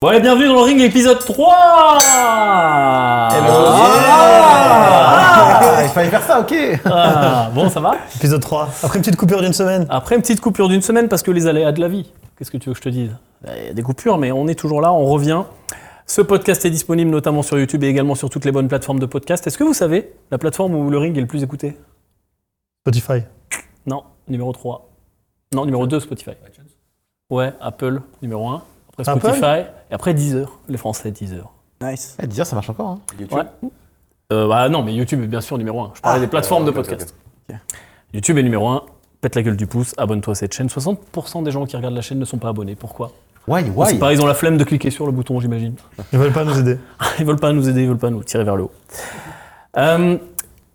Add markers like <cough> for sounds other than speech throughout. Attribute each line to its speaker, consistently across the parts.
Speaker 1: Bon allez, bienvenue dans le ring, épisode 3
Speaker 2: Eh ben, Ah,
Speaker 1: Ah
Speaker 2: il fallait faire ça, ok
Speaker 1: Ah, Bon, ça va
Speaker 3: Épisode 3. Après une petite coupure d'une semaine.
Speaker 1: Après une petite coupure d'une semaine, parce que les aléas de la vie, qu'est-ce que tu veux que je te dise Bah, Il y a des coupures, mais on est toujours là, on revient. Ce podcast est disponible notamment sur YouTube et également sur toutes les bonnes plateformes de podcast. Est-ce que vous savez la plateforme où le ring est le plus écouté
Speaker 3: Spotify.
Speaker 1: Non, numéro 3. Non, numéro 2, Spotify. Ouais, Apple, numéro 1. Après
Speaker 3: Apple
Speaker 1: Spotify. et après Deezer. Les Français, Deezer.
Speaker 4: Nice.
Speaker 2: Eh, Deezer, ça marche encore. Hein.
Speaker 1: Ouais. Euh, bah non, mais YouTube est bien sûr numéro 1. Je parlais des plateformes de podcast. YouTube est numéro 1. Pète la gueule du pouce, abonne-toi à cette chaîne. 60% des gens qui regardent la chaîne ne sont pas abonnés. Pourquoi
Speaker 2: Why,
Speaker 1: Parce que,
Speaker 2: why
Speaker 1: Par exemple, ils ont la flemme de cliquer sur le bouton, j'imagine.
Speaker 3: Ils veulent pas nous aider.
Speaker 1: Ils veulent pas nous aider, ils veulent pas nous tirer vers le haut. Euh,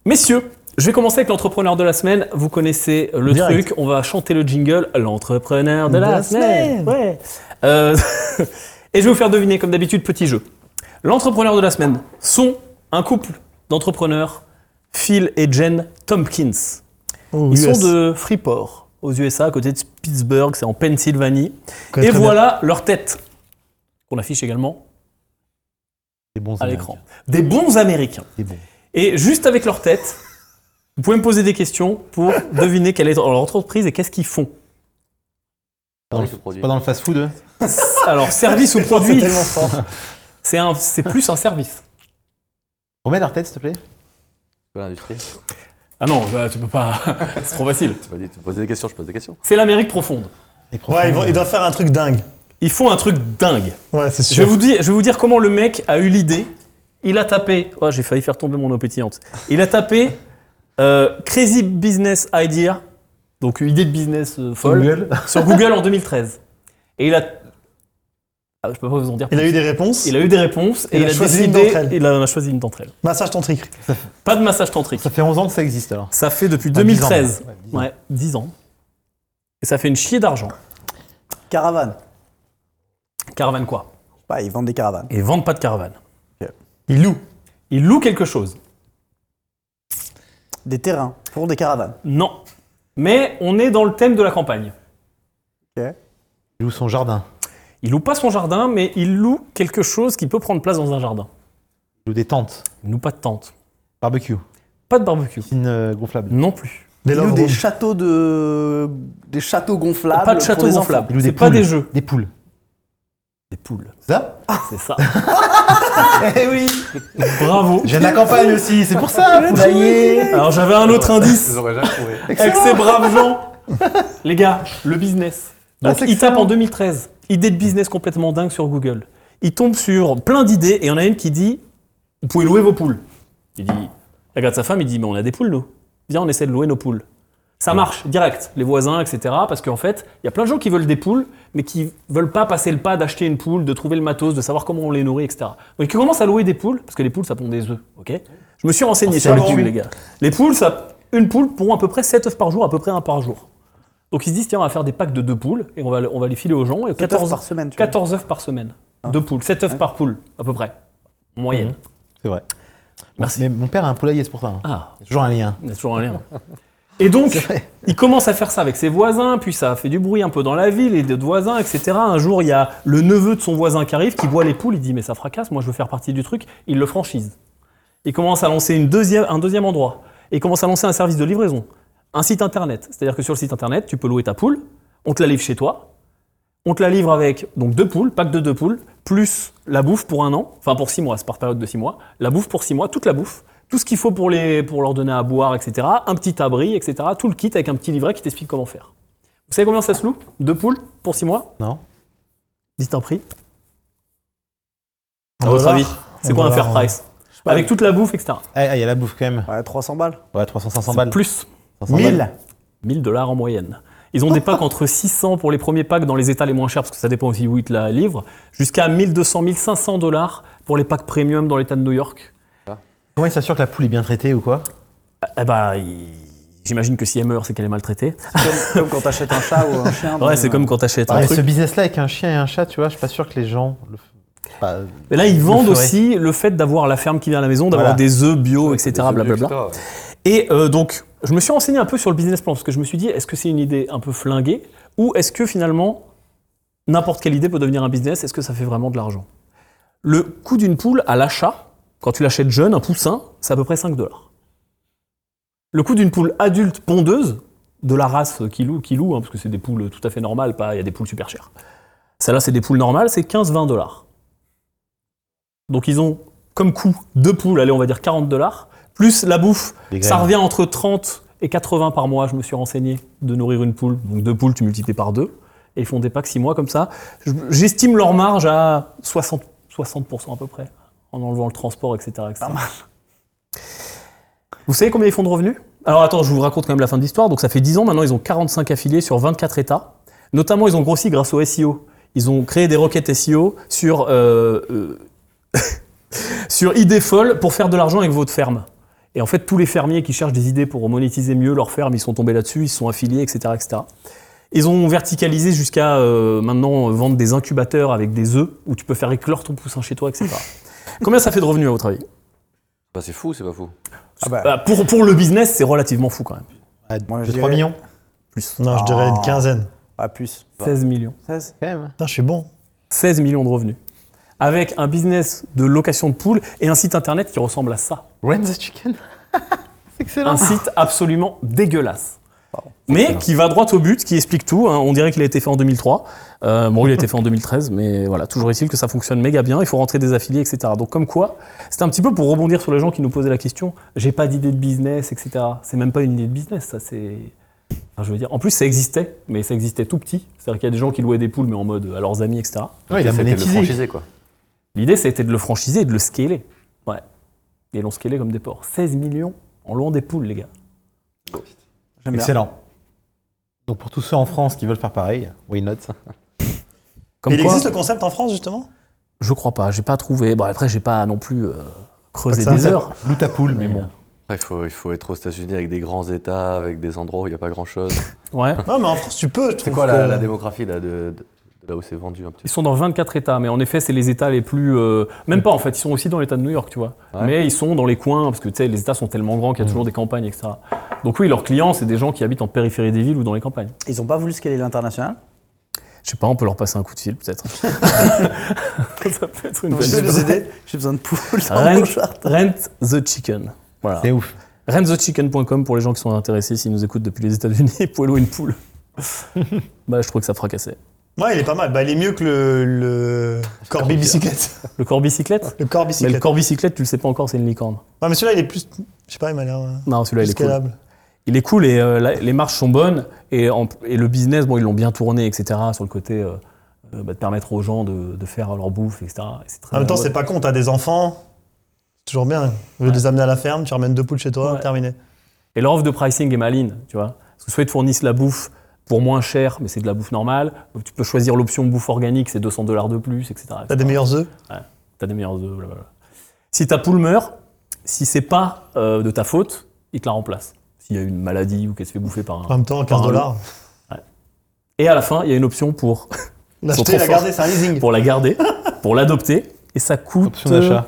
Speaker 1: messieurs, je vais commencer avec l'entrepreneur de la semaine. Vous connaissez le
Speaker 3: Direct.
Speaker 1: truc. On va chanter le jingle l'entrepreneur de la,
Speaker 3: De la
Speaker 1: semaine.
Speaker 3: semaine.
Speaker 1: Ouais. Euh, <laughs> et je vais vous faire deviner, comme d'habitude, petit jeu. L'entrepreneur de la semaine sont un couple d'entrepreneurs, Phil et Jen Tompkins.
Speaker 3: Oh,
Speaker 1: Ils
Speaker 3: US.
Speaker 1: sont de Freeport, aux USA, à côté de Pittsburgh, c'est en Pennsylvanie.
Speaker 3: Connais
Speaker 1: Et
Speaker 3: très bien.
Speaker 1: voilà leur tête, qu'on affiche également
Speaker 2: Des bons
Speaker 1: à
Speaker 2: Américains.
Speaker 1: l'écran. Des bons Américains.
Speaker 2: Des bons.
Speaker 1: Et juste avec leur tête, vous pouvez me poser des questions pour deviner quelle est leur entreprise et qu'est-ce qu'ils font.
Speaker 2: Dans le- c'est pas dans le fast-food eux
Speaker 3: <laughs>
Speaker 1: Alors, service ou produit,
Speaker 3: tellement fort.
Speaker 1: c'est un- c'est plus un service.
Speaker 2: Remets leur tête, s'il te plaît.
Speaker 4: l'industrie
Speaker 1: Ah non, bah, tu peux pas, <laughs> c'est trop facile.
Speaker 4: Tu m'as dit, tu me posais des questions, je pose des questions.
Speaker 1: C'est l'Amérique profonde.
Speaker 2: Et prends-
Speaker 3: Ouais, ils, vont- ils doivent faire un truc dingue.
Speaker 1: Ils font un truc dingue.
Speaker 3: Ouais, c'est
Speaker 1: Je vais,
Speaker 3: sûr.
Speaker 1: vous dire, je vais vous dire comment le mec a eu l'idée. Il a tapé. Oh, j'ai failli faire tomber mon eau pétillante. Il a tapé euh, Crazy Business Idea, donc une idée de business euh, folle,
Speaker 2: Google.
Speaker 1: sur Google en 2013. Et il a. Ah, je peux pas vous en dire
Speaker 3: Il
Speaker 1: plus.
Speaker 3: a eu des réponses.
Speaker 1: Il a eu des réponses et
Speaker 3: Il
Speaker 1: il
Speaker 3: a
Speaker 1: a,
Speaker 3: choisi une
Speaker 1: décidé.
Speaker 3: d'entre elles.
Speaker 1: il en a choisi une d'entre elles.
Speaker 3: Massage tantrique.
Speaker 1: Pas de massage tantrique.
Speaker 2: <laughs> Ça fait 11 ans que ça existe alors.
Speaker 1: Ça fait depuis
Speaker 2: Ah, 10 ans.
Speaker 1: 2013.
Speaker 2: Ouais, 10 ans.
Speaker 1: Ouais, 10 ans. Et ça fait une chier d'argent.
Speaker 4: Caravane.
Speaker 1: Caravane quoi
Speaker 4: Bah, ils vendent des caravanes.
Speaker 1: Et ils vendent pas de caravane.
Speaker 3: Il loue.
Speaker 1: Ils louent quelque chose.
Speaker 5: Des terrains pour des caravanes.
Speaker 1: Non. Mais on est dans le thème de la campagne.
Speaker 2: Il loue son jardin.
Speaker 1: Il loue pas son jardin, mais il loue quelque chose qui peut prendre place dans un jardin.
Speaker 2: Il loue des tentes.
Speaker 1: Il loue pas de tente,
Speaker 2: Barbecue.
Speaker 1: pas de barbecue,
Speaker 2: Piscine euh, gonflable.
Speaker 1: non plus.
Speaker 3: Des
Speaker 5: Ils louent
Speaker 3: love
Speaker 5: des
Speaker 3: rooms.
Speaker 5: châteaux de des châteaux gonflables.
Speaker 1: Pas de
Speaker 5: pour
Speaker 1: château
Speaker 5: les enfants.
Speaker 1: gonflable.
Speaker 2: Il loue
Speaker 1: C'est
Speaker 2: des
Speaker 1: pas
Speaker 2: poules.
Speaker 1: des jeux.
Speaker 2: Des poules.
Speaker 1: Des poules.
Speaker 2: C'est ça
Speaker 1: C'est ça.
Speaker 2: <laughs> Eh oui
Speaker 1: Bravo.
Speaker 2: Je viens de la campagne aussi, c'est pour ça poulailler.
Speaker 1: Alors j'avais un autre indice
Speaker 4: J'aurais jamais trouvé.
Speaker 1: avec ces braves gens. Les gars, le business. Donc
Speaker 2: Ah, c'est
Speaker 1: il tape
Speaker 2: excellent.
Speaker 1: en 2013. Idée de business complètement dingue sur Google. Il tombe sur plein d'idées et il y en a une qui dit Vous pouvez louer vos poules. Il dit Il regarde sa femme, il dit Mais on a des poules nous. Viens, on essaie de louer nos poules. Ça marche direct, les voisins, etc. Parce qu'en fait, il y a plein de gens qui veulent des poules, mais qui veulent pas passer le pas d'acheter une poule, de trouver le matos, de savoir comment on les nourrit, etc. Donc ils commencent à louer des poules, parce que les poules, ça pond des œufs, ok Je me suis
Speaker 5: Ah,
Speaker 1: renseigné sur les
Speaker 2: habitué.
Speaker 1: poules, les gars. Les poules, ça, une poule pond à peu près 7 œufs par jour, à peu près un par jour. Donc ils se disent, tiens, on va faire des packs de deux poules, et on va, on va les filer aux gens, et 14
Speaker 5: 14 par semaine. Ah. tu vois.
Speaker 1: 14 œufs par semaine. Deux poules, 7 œufs par poule, à peu près. En Moyenne.
Speaker 5: Mhm.
Speaker 2: C'est vrai.
Speaker 1: Merci.
Speaker 2: Mais mon père a un poulailler, c'est pour ça. hein.
Speaker 1: Ah,
Speaker 2: Il y a Toujours un lien.
Speaker 1: Il y a toujours un lien. Et donc, il commence à faire ça avec ses voisins, puis ça fait du bruit un peu dans la ville, et d'autres voisins, etc. Un jour, il y a le neveu de son voisin qui arrive, qui voit les poules, il dit Mais ça fracasse, moi je veux faire partie du truc. Il le franchise. Il commence à lancer une deuxième, un deuxième endroit. Et il commence à lancer un service de livraison. Un site internet. C'est-à-dire que sur le site internet, tu peux louer ta poule, on te la livre chez toi, on te la livre avec donc deux poules, pack de deux poules, plus la bouffe pour un an, enfin pour six mois, c'est par période de six mois, la bouffe pour six mois, toute la bouffe, tout ce qu'il faut pour, les, pour leur donner à boire, etc. Un petit abri, etc. Tout le kit avec un petit livret qui t'explique comment faire. Vous savez combien ça se loue Deux poules pour six mois
Speaker 2: Non
Speaker 1: Dites un prix. À
Speaker 3: En
Speaker 1: votre
Speaker 3: dollars
Speaker 1: avis, c'est quoi un fair
Speaker 3: dollars,
Speaker 1: price Avec toute la bouffe, etc.
Speaker 2: Ah, ah, il y a la bouffe quand même.
Speaker 5: Ouais, 300 balles.
Speaker 2: Ouais, 300-500
Speaker 1: C'est
Speaker 2: balles.
Speaker 1: Plus
Speaker 2: 500 balles.
Speaker 5: 1000
Speaker 1: 1000 dollars en moyenne. Ils ont des packs entre 600 pour les premiers packs dans les états les moins chers, parce que ça dépend aussi où ils te la livrent, jusqu'à 1200, 1500 dollars pour les packs premium dans l'état de New York.
Speaker 2: Comment il s'assure que la poule est bien traitée ou quoi
Speaker 1: Eh ben, il- j'imagine que si elle meurt, c'est qu'elle est maltraitée.
Speaker 5: comme, comme quand t'achètes un chat ou un chien.
Speaker 1: Ouais,
Speaker 5: dans
Speaker 1: c'est
Speaker 5: une-
Speaker 1: comme quand t'achètes un
Speaker 2: Pareil,
Speaker 1: truc.
Speaker 2: Ce business-là avec un chien et un chat, tu vois, je suis pas sûr que les gens. le f- pas-
Speaker 1: Mais là, ils vendent
Speaker 2: ferait.
Speaker 1: aussi le fait d'avoir la ferme qui vient à la maison, d'avoir
Speaker 2: Voilà.
Speaker 1: des œufs bio, etc. blablabla.
Speaker 4: etc., ouais.
Speaker 1: Et euh, donc, je me suis renseigné un peu sur le business plan parce que je me suis dit, est-ce que c'est une idée un peu flinguée ou est-ce que finalement n'importe quelle idée peut devenir un business, est-ce que ça fait vraiment de l'argent Le coût d'une poule à l'achat, quand tu l'achètes jeune, un poussin, c'est à peu près 5 dollars. Le coût d'une poule adulte pondeuse, de la race qui loue, qui loue, hein, parce que c'est des poules tout à fait normales, pas il y a des poules super chères. Celle-là, c'est des poules normales, c'est 15-20 dollars. Donc ils ont comme coût deux poules, allez, on va dire 40 dollars, plus la bouffe,
Speaker 2: Des
Speaker 1: ça
Speaker 2: graines.
Speaker 1: revient entre 30 et 80 par mois, je me suis renseigné, de nourrir une poule. Donc deux poules, tu multiplies par deux, et ils font des packs six mois comme ça. Je- J'estime leur marge à 60, 60% à peu près, en enlevant le transport, etc. etc. Vous savez combien ils font de revenus Alors attends, je vous raconte quand même la fin de l'histoire. Donc ça fait 10 ans, maintenant ils ont 45 affiliés sur 24 États. Notamment, ils ont grossi grâce au SEO. Ils ont créé des requêtes SEO sur, euh, euh, <laughs> sur idées folles pour faire de l'argent avec votre ferme. Et en fait, tous les fermiers qui cherchent des idées pour monétiser mieux leur ferme, ils sont tombés là-dessus, ils se sont affiliés, etc. etc. Ils ont verticalisé jusqu'à euh, maintenant euh, vendre des incubateurs avec des œufs où tu peux faire éclore ton poussin chez toi, etc. <laughs> Combien ça fait de revenus à votre avis
Speaker 4: Bah, c'est fou, c'est pas fou.
Speaker 3: Ah bah,
Speaker 1: Bah, pour, pour le business, c'est relativement fou quand même.
Speaker 3: ah,
Speaker 5: Moi, je
Speaker 2: De 3
Speaker 5: dirais-
Speaker 2: millions
Speaker 3: plus. Non, je dirais une quinzaine.
Speaker 5: Ah, plus.
Speaker 1: 16 millions.
Speaker 5: 16
Speaker 2: Quand même.
Speaker 3: Putain, je suis bon.
Speaker 1: 16 millions de revenus. Avec un business de location de poules et un site internet qui ressemble à ça.
Speaker 2: Rent the chicken. C'est excellent.
Speaker 1: Un site absolument dégueulasse. Mais qui va droit au but, qui explique tout. hein. On dirait qu'il a été fait en 2003. Euh, bon, il a été fait en 2013, mais voilà, toujours est-il que ça fonctionne méga bien. Il faut rentrer des affiliés, etc. Donc, comme quoi, c'est un petit peu pour rebondir sur les gens qui nous posaient la question j'ai pas d'idée de business, etc. C'est même pas une idée de business, ça, c'est. Enfin, je veux dire, en plus, ça existait, mais ça existait tout petit. C'est-à-dire qu'il y a des gens qui louaient des poules, mais en mode euh, à leurs amis, etc.
Speaker 2: Ah, Ouais, il a
Speaker 4: C'était le
Speaker 2: monétisé.
Speaker 4: franchisé, quoi.
Speaker 1: L'idée, c'était de le franchiser et de le scaler. Ouais. Et ils l'ont scalé comme des porcs. 16 millions en louant des poules, les gars.
Speaker 5: J'aime bien.
Speaker 2: Excellent. Donc pour tous ceux en France qui veulent faire pareil, we not.
Speaker 1: Comme
Speaker 3: il
Speaker 1: quoi,
Speaker 3: existe le concept en France, justement
Speaker 1: je crois pas, j'ai pas trouvé. Bon, après, j'ai pas non plus euh, creusé
Speaker 3: Pas que
Speaker 1: des
Speaker 3: ça,
Speaker 1: heures. euh,
Speaker 2: Loue ta poule, mais bon.
Speaker 4: Après, il faut, il faut être aux États-Unis avec des grands États, avec des endroits où il n'y a pas grand-chose.
Speaker 1: Ouais.
Speaker 3: Non, mais en France, tu peux. je
Speaker 4: <laughs> C'est
Speaker 3: trouve
Speaker 4: quoi la,
Speaker 3: que-
Speaker 4: la démographie là, de, de- de là où c'est vendu un petit
Speaker 1: Ils sont dans 24 États, mais en effet, c'est les États les plus. euh, même pas en fait, ils sont aussi dans l'État de New York, tu vois.
Speaker 4: Ouais.
Speaker 1: Mais ils sont dans les coins, parce que tu sais, les États sont tellement grands qu'il y a toujours des campagnes, etc. Donc oui, leurs clients, c'est des gens qui habitent en périphérie des villes ou dans les campagnes.
Speaker 5: Ils ont pas voulu
Speaker 3: <laughs>
Speaker 5: scaler l'international
Speaker 1: Je sais pas, on peut leur passer un coup de fil, peut-être. <laughs> Ça peut être une bonne
Speaker 5: J'ai
Speaker 1: idée.
Speaker 5: besoin- j'ai besoin de
Speaker 1: <laughs>
Speaker 5: poules dans mon
Speaker 1: Rent,
Speaker 5: jardin.
Speaker 1: rent the chicken. Voilà.
Speaker 2: C'est ouf.
Speaker 1: Rentthechicken.com pour les gens qui sont intéressés, s'ils nous écoutent depuis les États-Unis, <laughs> poil ou une poule. bah, je trouve que ça fera casser.
Speaker 3: Ouais, il est pas mal. Bah, il est mieux que le, le Corby bicyclette. <laughs>
Speaker 1: Le corps bicyclette
Speaker 3: Le corps
Speaker 1: Mais
Speaker 3: bicyclette.
Speaker 1: le corps bicyclette, tu le sais pas encore, c'est une licorne.
Speaker 3: Ouais, mais celui-là, il est plus. Je sais pas, il m'a l'air. euh,
Speaker 1: Non, celui-là, il est cool.
Speaker 3: scalable.
Speaker 1: Il est cool et euh, la- les marches sont bonnes et, en- et le business, bon, ils l'ont bien tourné, etc. Sur le côté euh, euh, bah, de permettre aux gens de, de faire leur bouffe, etc. Et c'est très
Speaker 3: En même temps,
Speaker 1: bien.
Speaker 3: c'est pas con, t'as des enfants. C'est toujours bien. Au lieu de les amener à la ferme, tu ramènes deux poules chez toi,
Speaker 1: Ouais.
Speaker 3: terminé.
Speaker 1: Et leur offre de pricing est maligne, tu vois. Parce que soit ils te fournissent la bouffe pour moins cher, mais c'est de la bouffe normale. euh, Tu peux choisir l'option bouffe organique, c'est 200 dollars de plus, etc.
Speaker 3: T'as des meilleurs œufs.
Speaker 1: T'as des meilleurs œufs, blablabla. Si ta poule meurt, si c'est pas euh, de ta faute, il te la remplace. S'il y a une maladie ou qu'elle se fait bouffer par
Speaker 3: En
Speaker 1: un.
Speaker 3: même temps, 15
Speaker 1: Par un
Speaker 3: dollars.
Speaker 1: Et à la fin, il y a une option pour, <laughs> sont
Speaker 3: L'acheter,
Speaker 1: trop
Speaker 3: la
Speaker 1: forts.
Speaker 3: garder, c'est un leasing.
Speaker 1: pour la garder, pour l'adopter. Et ça coûte.
Speaker 2: Option d'achat.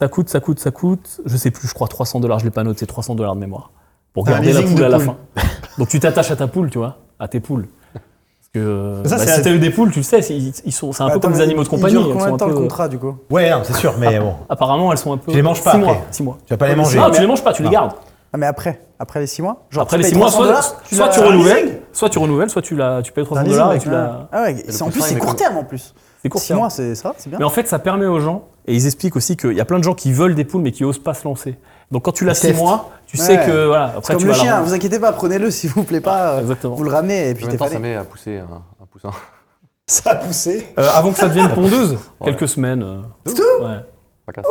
Speaker 1: Ça coûte, ça coûte, ça coûte. Je sais plus, je crois 300 dollars, je l'ai pas noté, 300 dollars de mémoire. Pour
Speaker 3: Un
Speaker 1: garder la
Speaker 3: leasing
Speaker 1: poule
Speaker 3: de
Speaker 1: à la
Speaker 3: poule.
Speaker 1: fin. Donc tu t'attaches à ta poule, tu vois, à tes poules. Parce que
Speaker 3: Ça,
Speaker 1: bah,
Speaker 3: c'est
Speaker 1: si
Speaker 3: un-
Speaker 1: t'as eu des poules, tu le sais, c'est- ils, ils sont, c'est un peu
Speaker 5: Attends,
Speaker 1: comme des
Speaker 5: mais
Speaker 1: animaux de
Speaker 5: il
Speaker 1: compagnie.
Speaker 5: dure
Speaker 1: elles
Speaker 5: combien
Speaker 1: sont
Speaker 5: de
Speaker 1: un
Speaker 5: temps
Speaker 1: peu-
Speaker 5: le contrat du coup
Speaker 2: Ouais, non, c'est sûr, mais bon.
Speaker 1: Apparemment, elles sont un peu.
Speaker 2: Tu les manges pas
Speaker 1: Six
Speaker 2: après.
Speaker 1: mois. six mois.
Speaker 2: Tu vas pas les manger.
Speaker 1: Non, tu les manges pas, tu les
Speaker 2: Non.
Speaker 1: gardes.
Speaker 5: Ah, mais après Après les 6 mois Genre,
Speaker 1: Après
Speaker 5: tu
Speaker 1: les 6
Speaker 5: payes
Speaker 1: mois,
Speaker 5: 300
Speaker 1: soit,
Speaker 5: dollars, tu
Speaker 1: soit
Speaker 5: l'as-
Speaker 1: tu renouvelles, soit tu renouvelles, soit tu la, tu payes 300
Speaker 3: leasing,
Speaker 1: dollars et
Speaker 3: mec,
Speaker 1: tu la.
Speaker 5: Ah ouais, c'est- en
Speaker 4: contrat,
Speaker 5: plus
Speaker 4: il
Speaker 5: c'est
Speaker 4: est
Speaker 5: court
Speaker 4: comme-
Speaker 5: terme en plus.
Speaker 1: C'est court
Speaker 5: 6
Speaker 1: terme.
Speaker 5: mois, c'est ça, c'est bien.
Speaker 1: Mais en fait, ça permet aux gens, et ils expliquent aussi qu'il y a plein de gens qui veulent des poules mais qui osent pas se lancer. Donc quand tu l'as 6
Speaker 2: testent.
Speaker 1: mois, tu sais
Speaker 5: Ouais.
Speaker 1: que voilà, après
Speaker 5: Comme
Speaker 1: tu
Speaker 5: le
Speaker 1: vas la
Speaker 5: chien,
Speaker 1: revendre.
Speaker 5: vous inquiétez pas, prenez-le s'il vous plaît pas. euh,
Speaker 1: Exactement.
Speaker 5: Vous le ramenez et puis
Speaker 4: Combien
Speaker 5: t'es
Speaker 4: de temps ça
Speaker 5: fané.
Speaker 4: met à pousser un, un poussin <laughs>
Speaker 3: Ça a poussé.
Speaker 1: Euh, avant que ça
Speaker 5: <laughs>
Speaker 1: devienne pondeuse,
Speaker 4: Ouais.
Speaker 1: quelques semaines. euh,
Speaker 5: C'est
Speaker 1: ouais.
Speaker 4: Pas casse.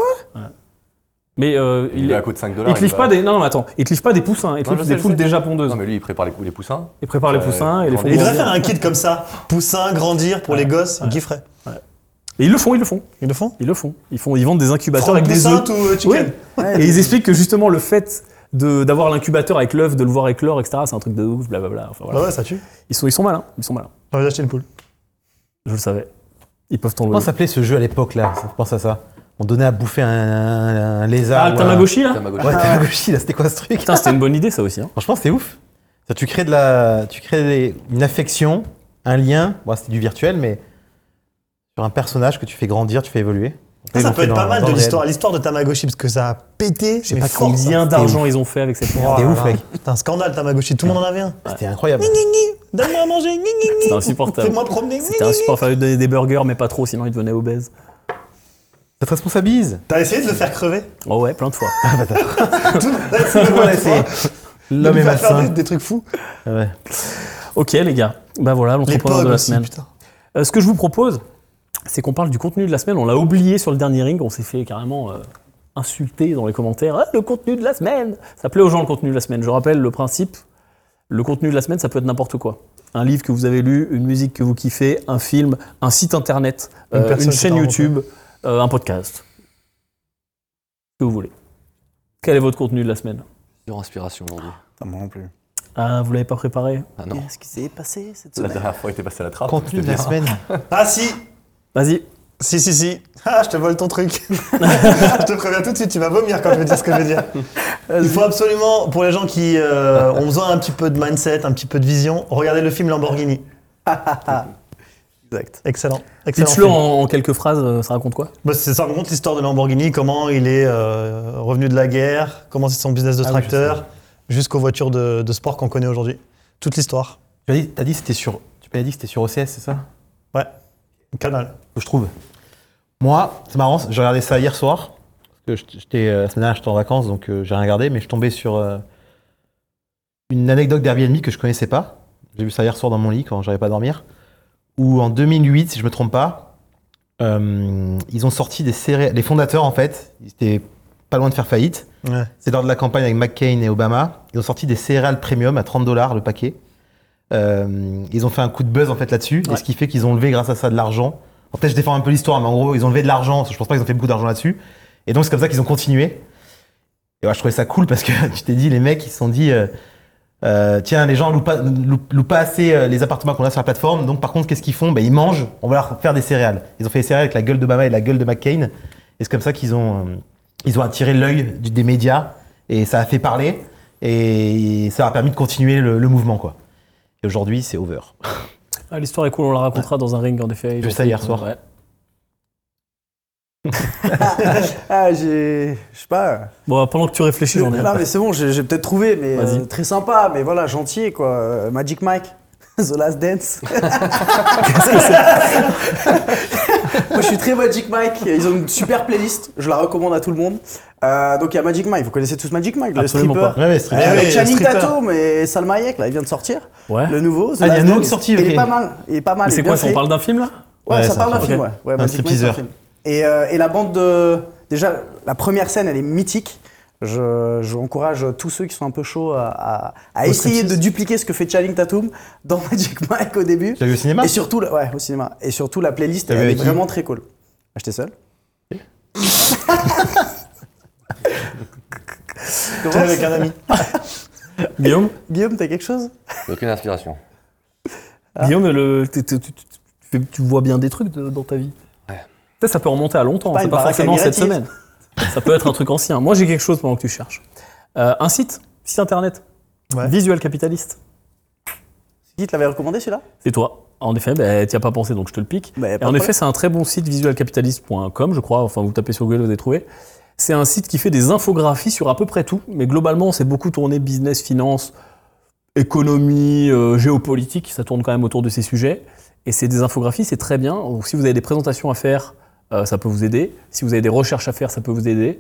Speaker 1: Mais euh,
Speaker 4: Il
Speaker 1: il,
Speaker 4: lui a coûté 5
Speaker 1: il
Speaker 4: dollars.
Speaker 1: te livre pas des non, mais attends, il te livre pas des poussins, il te
Speaker 4: Non,
Speaker 1: livre
Speaker 4: je
Speaker 1: des
Speaker 4: sais, je
Speaker 1: poules
Speaker 4: sais.
Speaker 1: déjà pondeuses.
Speaker 4: Non, mais lui, il prépare les, cou- les <laughs> poussins.
Speaker 1: Il prépare les
Speaker 4: Ouais,
Speaker 1: poussins et les fait
Speaker 4: il
Speaker 3: Il devrait
Speaker 1: grandir.
Speaker 3: faire un kit comme ça. Poussin, grandir pour les gosses, on kifferait.
Speaker 1: Et ils le font, ils le font,
Speaker 3: Ils le font
Speaker 1: ils le font. Ils font, ils vendent des incubateurs
Speaker 3: Prendre
Speaker 1: Bah, avec des
Speaker 3: poussin
Speaker 1: œufs.
Speaker 3: ou euh, chicken
Speaker 5: Ouais,
Speaker 1: Et ils expliquent que justement le fait de- d'avoir l'incubateur avec l'œuf, de le voir éclore, etc., c'est un truc de ouf, blablabla. Enfin, voilà.
Speaker 3: Bah ouais, ça tue.
Speaker 1: ils, sont, ils sont malins, ils sont malins.
Speaker 3: On va acheter une poule.
Speaker 1: Je le savais. Ils peuvent t'en
Speaker 2: Comment
Speaker 1: louer.
Speaker 2: s'appelait ce jeu à l'époque là Ça pense à ça. On donnait à bouffer un, un- un lézard.
Speaker 1: Ah,
Speaker 2: ou
Speaker 1: le
Speaker 2: un-
Speaker 1: Tamagotchi là
Speaker 4: Tamagotchi.
Speaker 2: Ouais, Tamagotchi, là, c'était quoi ce truc
Speaker 1: Putain, c'était une bonne idée ça aussi. hein.
Speaker 2: Franchement, c'est ouf. Ça, tu crées de la, tu crées des- une affection, un lien. Bon, c'était du virtuel, mais sur un personnage que tu fais grandir, tu fais évoluer.
Speaker 3: Ah, Ça, ça
Speaker 2: Ils l'ont
Speaker 3: peut
Speaker 2: fait
Speaker 3: être
Speaker 2: dans-
Speaker 3: pas mal
Speaker 2: dans
Speaker 3: de
Speaker 2: le réel.
Speaker 3: l'histoire. L'histoire de Tamagotchi, parce que ça a pété.
Speaker 1: Je sais
Speaker 3: mais
Speaker 1: pas
Speaker 3: fort, ça.
Speaker 1: combien d'argent ils ont fait avec cette merde.
Speaker 2: T'es
Speaker 3: Oh là
Speaker 2: ouf,
Speaker 3: là.
Speaker 2: mec.
Speaker 3: C'est un scandale, Tamagotchi. Tout le monde en
Speaker 1: <laughs>
Speaker 3: avait un.
Speaker 2: C'était incroyable.
Speaker 3: Gni, gni, gni. Donne-moi à manger. Gni, gni, gni.
Speaker 1: C'est insupportable.
Speaker 3: Fais-moi promener. Gni,
Speaker 1: C'était
Speaker 3: gni, gni.
Speaker 1: insupportable. Fallait donner des burgers, mais pas trop, sinon ils devenaient obèses.
Speaker 2: Ça te responsabilise.
Speaker 3: T'as essayé de le faire
Speaker 1: <laughs>
Speaker 3: crever
Speaker 1: Oh ouais, plein de fois.
Speaker 3: Ah, bah, Tout le monde a essayé de
Speaker 2: Voilà,
Speaker 3: le faire. De
Speaker 2: L'homme
Speaker 3: lui
Speaker 2: est
Speaker 3: faire faire
Speaker 2: malsain.
Speaker 3: des- Des trucs fous. <laughs>
Speaker 2: Ouais.
Speaker 1: ok, les gars. Bah voilà,
Speaker 3: Les
Speaker 1: l'entrepreneur
Speaker 3: pogs
Speaker 1: de la
Speaker 3: aussi,
Speaker 1: semaine.
Speaker 3: putain.
Speaker 1: Euh, ce que je vous propose, c'est qu'on parle du contenu de la semaine. On l'a oublié sur le dernier ring. On s'est fait carrément euh, insulter dans les commentaires. Ah, le contenu de la semaine Ça plaît aux gens, le contenu de la semaine. Je rappelle le principe. Le contenu de la semaine, ça peut être n'importe quoi. Un livre que vous avez lu, une musique que vous kiffez, un film, un site internet,
Speaker 3: Une
Speaker 1: euh, une,
Speaker 3: personne qui
Speaker 1: chaîne
Speaker 3: t'a
Speaker 1: YouTube, euh, un podcast. Ce que vous voulez. Quel est votre contenu de la semaine
Speaker 4: Sur inspiration aujourd'hui.
Speaker 5: Non, moi non plus.
Speaker 1: Ah, vous l'avez pas préparé
Speaker 4: Ah <laughs> non.
Speaker 5: Qu'est-ce qui s'est passé cette
Speaker 4: La
Speaker 5: semaine
Speaker 4: dernière fois, il était passé à la trappe.
Speaker 2: Contenu de
Speaker 4: c'était
Speaker 2: la
Speaker 4: bien.
Speaker 2: semaine.
Speaker 3: Ah si
Speaker 1: Vas-y,
Speaker 3: Si, si, si. <laughs> Ah, je te vole ton truc. je te préviens tout de suite, tu vas vomir quand je vais dire ce que je vais dire. Il faut absolument, pour les gens qui euh, ont besoin un petit peu de mindset, un petit peu de vision, regardez le film Lamborghini.
Speaker 5: Exact.
Speaker 3: Excellent. Excellent.
Speaker 1: pitch-le en,
Speaker 3: film.
Speaker 1: en quelques phrases, euh, ça raconte quoi
Speaker 3: Bah, c'est- ça raconte l'histoire de Lamborghini, comment il est euh, revenu de la guerre, comment c'est son business de
Speaker 2: Ah oui,
Speaker 3: tracteur, jusqu'aux voitures de, de sport qu'on connaît aujourd'hui. Toute l'histoire.
Speaker 2: Tu as dit, t'as dit que c'était sur, tu m'as dit que c'était sur OCS, c'est ça
Speaker 3: Ouais. Canal.
Speaker 2: Que je trouve. Moi, c'est marrant, j'ai regardé ça hier soir. Parce que je- j'étais, euh, la semaine dernière, j'étais en vacances, donc euh, j'ai rien regardé, mais je tombais sur euh, une anecdote d'Airbnb que je connaissais pas. J'ai vu ça hier soir dans mon lit quand j'arrivais pas à dormir. Où en 2008, si je me trompe pas, euh, ils ont sorti des céréales. Les fondateurs, en fait, ils étaient pas loin de faire faillite.
Speaker 3: Ouais.
Speaker 2: C'est lors de la campagne avec McCain et Obama. Ils ont sorti des céréales premium à 30 dollars le paquet. Euh, ils ont fait un coup de buzz en fait là-dessus, et ce qui fait qu'ils ont levé grâce à ça de l'argent. En fait, je défends un peu l'histoire, mais en gros, ils ont levé de l'argent. Je pense pas qu'ils ont fait beaucoup d'argent là-dessus. Et donc, c'est comme ça qu'ils ont continué. Et ouais, je trouvais ça cool parce que <laughs> tu t'es dit, les mecs, ils se sont dit, euh, euh, tiens, les gens louent pas, louent- louent pas assez euh, les appartements qu'on a sur la plateforme. Donc, par contre, qu'est-ce qu'ils font ben, Ils mangent, on va leur faire des céréales. Ils ont fait des céréales avec la gueule d'Obama et la gueule de McCain. Et c'est comme ça qu'ils ont, euh, ils ont attiré l'œil du- des médias et ça a fait parler. Et ça leur a permis de continuer le, le mouvement, quoi. Et aujourd'hui, c'est over.
Speaker 1: Ah, L'histoire est cool, on la racontera dans un ring en effet.
Speaker 2: J'ai vu ça hier soir.
Speaker 1: Ouais.
Speaker 5: Ah, j'ai. Je sais pas.
Speaker 1: Bon, pendant que tu réfléchis, j'en ai.
Speaker 5: Non, mais c'est bon, j'ai j'ai peut-être trouvé, mais
Speaker 1: Vas-y.
Speaker 5: euh, très sympa, mais voilà, gentil, quoi. Euh, Magic Mike, <laughs> The
Speaker 1: <laughs>
Speaker 5: Last Dance. <laughs> Moi, je suis très Magic Mike. Ils ont une super playlist, je la recommande à tout le monde. Euh, donc, il y a Magic Mike, vous connaissez tous Magic Mike, le
Speaker 1: Absolument
Speaker 5: stripper.
Speaker 1: pas. Eh
Speaker 2: Ouais, ouais, c'est
Speaker 5: Euh,
Speaker 2: vrai.
Speaker 3: Ah
Speaker 5: avec
Speaker 3: oui,
Speaker 5: Channing
Speaker 3: stripper.
Speaker 5: Tatum et Salma Hayek, là, il vient de sortir.
Speaker 1: Ouais.
Speaker 5: Le nouveau. The
Speaker 2: Ah, il y a
Speaker 5: Last
Speaker 2: un nouveau
Speaker 5: Dance.
Speaker 2: qui est sorti,
Speaker 5: Et Il
Speaker 2: ok.
Speaker 5: est pas mal. Il est pas mal.
Speaker 1: Mais
Speaker 5: il est
Speaker 1: c'est
Speaker 5: bien
Speaker 1: quoi, ça, on
Speaker 5: fait.
Speaker 1: parle d'un film là
Speaker 5: Ouais,
Speaker 2: Ouais,
Speaker 5: ça
Speaker 2: ça
Speaker 5: parle d'un
Speaker 1: fait-
Speaker 5: film,
Speaker 1: ok.
Speaker 5: ouais. ouais
Speaker 2: Un
Speaker 5: Magic Mike, c'est un
Speaker 2: stripteaseur.
Speaker 5: film. Et, euh, et la bande de. Déjà, la première scène, elle est mythique. Je, je encourage tous ceux qui sont un peu chauds à, à- à essayer de dupliquer ce que fait Channing Tatum dans <laughs> Magic Mike au début.
Speaker 2: Tu l'as vu au cinéma
Speaker 5: Et surtout, la- ouais, au cinéma. Et surtout, la playlist,
Speaker 2: T'as vu
Speaker 5: elle est
Speaker 2: avec qui
Speaker 5: vraiment très cool. Acheter seul. Comment
Speaker 3: T'es avec un ami.
Speaker 1: Guillaume
Speaker 5: Guillaume, t'as quelque chose
Speaker 4: Aucune inspiration.
Speaker 1: Guillaume, le- t'es- t'es- tu- tu- tu fais- tu vois bien des trucs de- dans ta vie.
Speaker 4: Ouais.
Speaker 1: Ça, ça peut remonter à longtemps, hein,
Speaker 5: Pas
Speaker 1: c'est
Speaker 5: une
Speaker 1: pas
Speaker 5: baraque à
Speaker 1: forcément cette
Speaker 5: Mirati.
Speaker 1: semaine. ça peut être un truc ancien. Moi, j'ai quelque chose pendant que tu cherches. Euh, un site, site internet,
Speaker 3: Ouais.
Speaker 1: visuel capitaliste.
Speaker 5: Guy, te l'avait recommandé celui-là
Speaker 1: C'est toi. En effet, bah, t'y as pas pensé, donc je te le pique.
Speaker 5: Bah, y a
Speaker 1: Et
Speaker 5: pas
Speaker 1: en
Speaker 5: de
Speaker 1: effet, c'est un très bon site visualcapitaliste.com, je crois. Enfin, vous tapez sur Google, vous allez trouver. C'est un site qui fait des infographies sur à peu près tout, mais globalement, c'est beaucoup tourné business, finance, économie, euh, géopolitique. Ça tourne quand même autour de ces sujets. Et c'est des infographies, c'est très bien. Donc, si vous avez des présentations à faire, euh, ça peut vous aider. Si vous avez des recherches à faire, ça peut vous aider.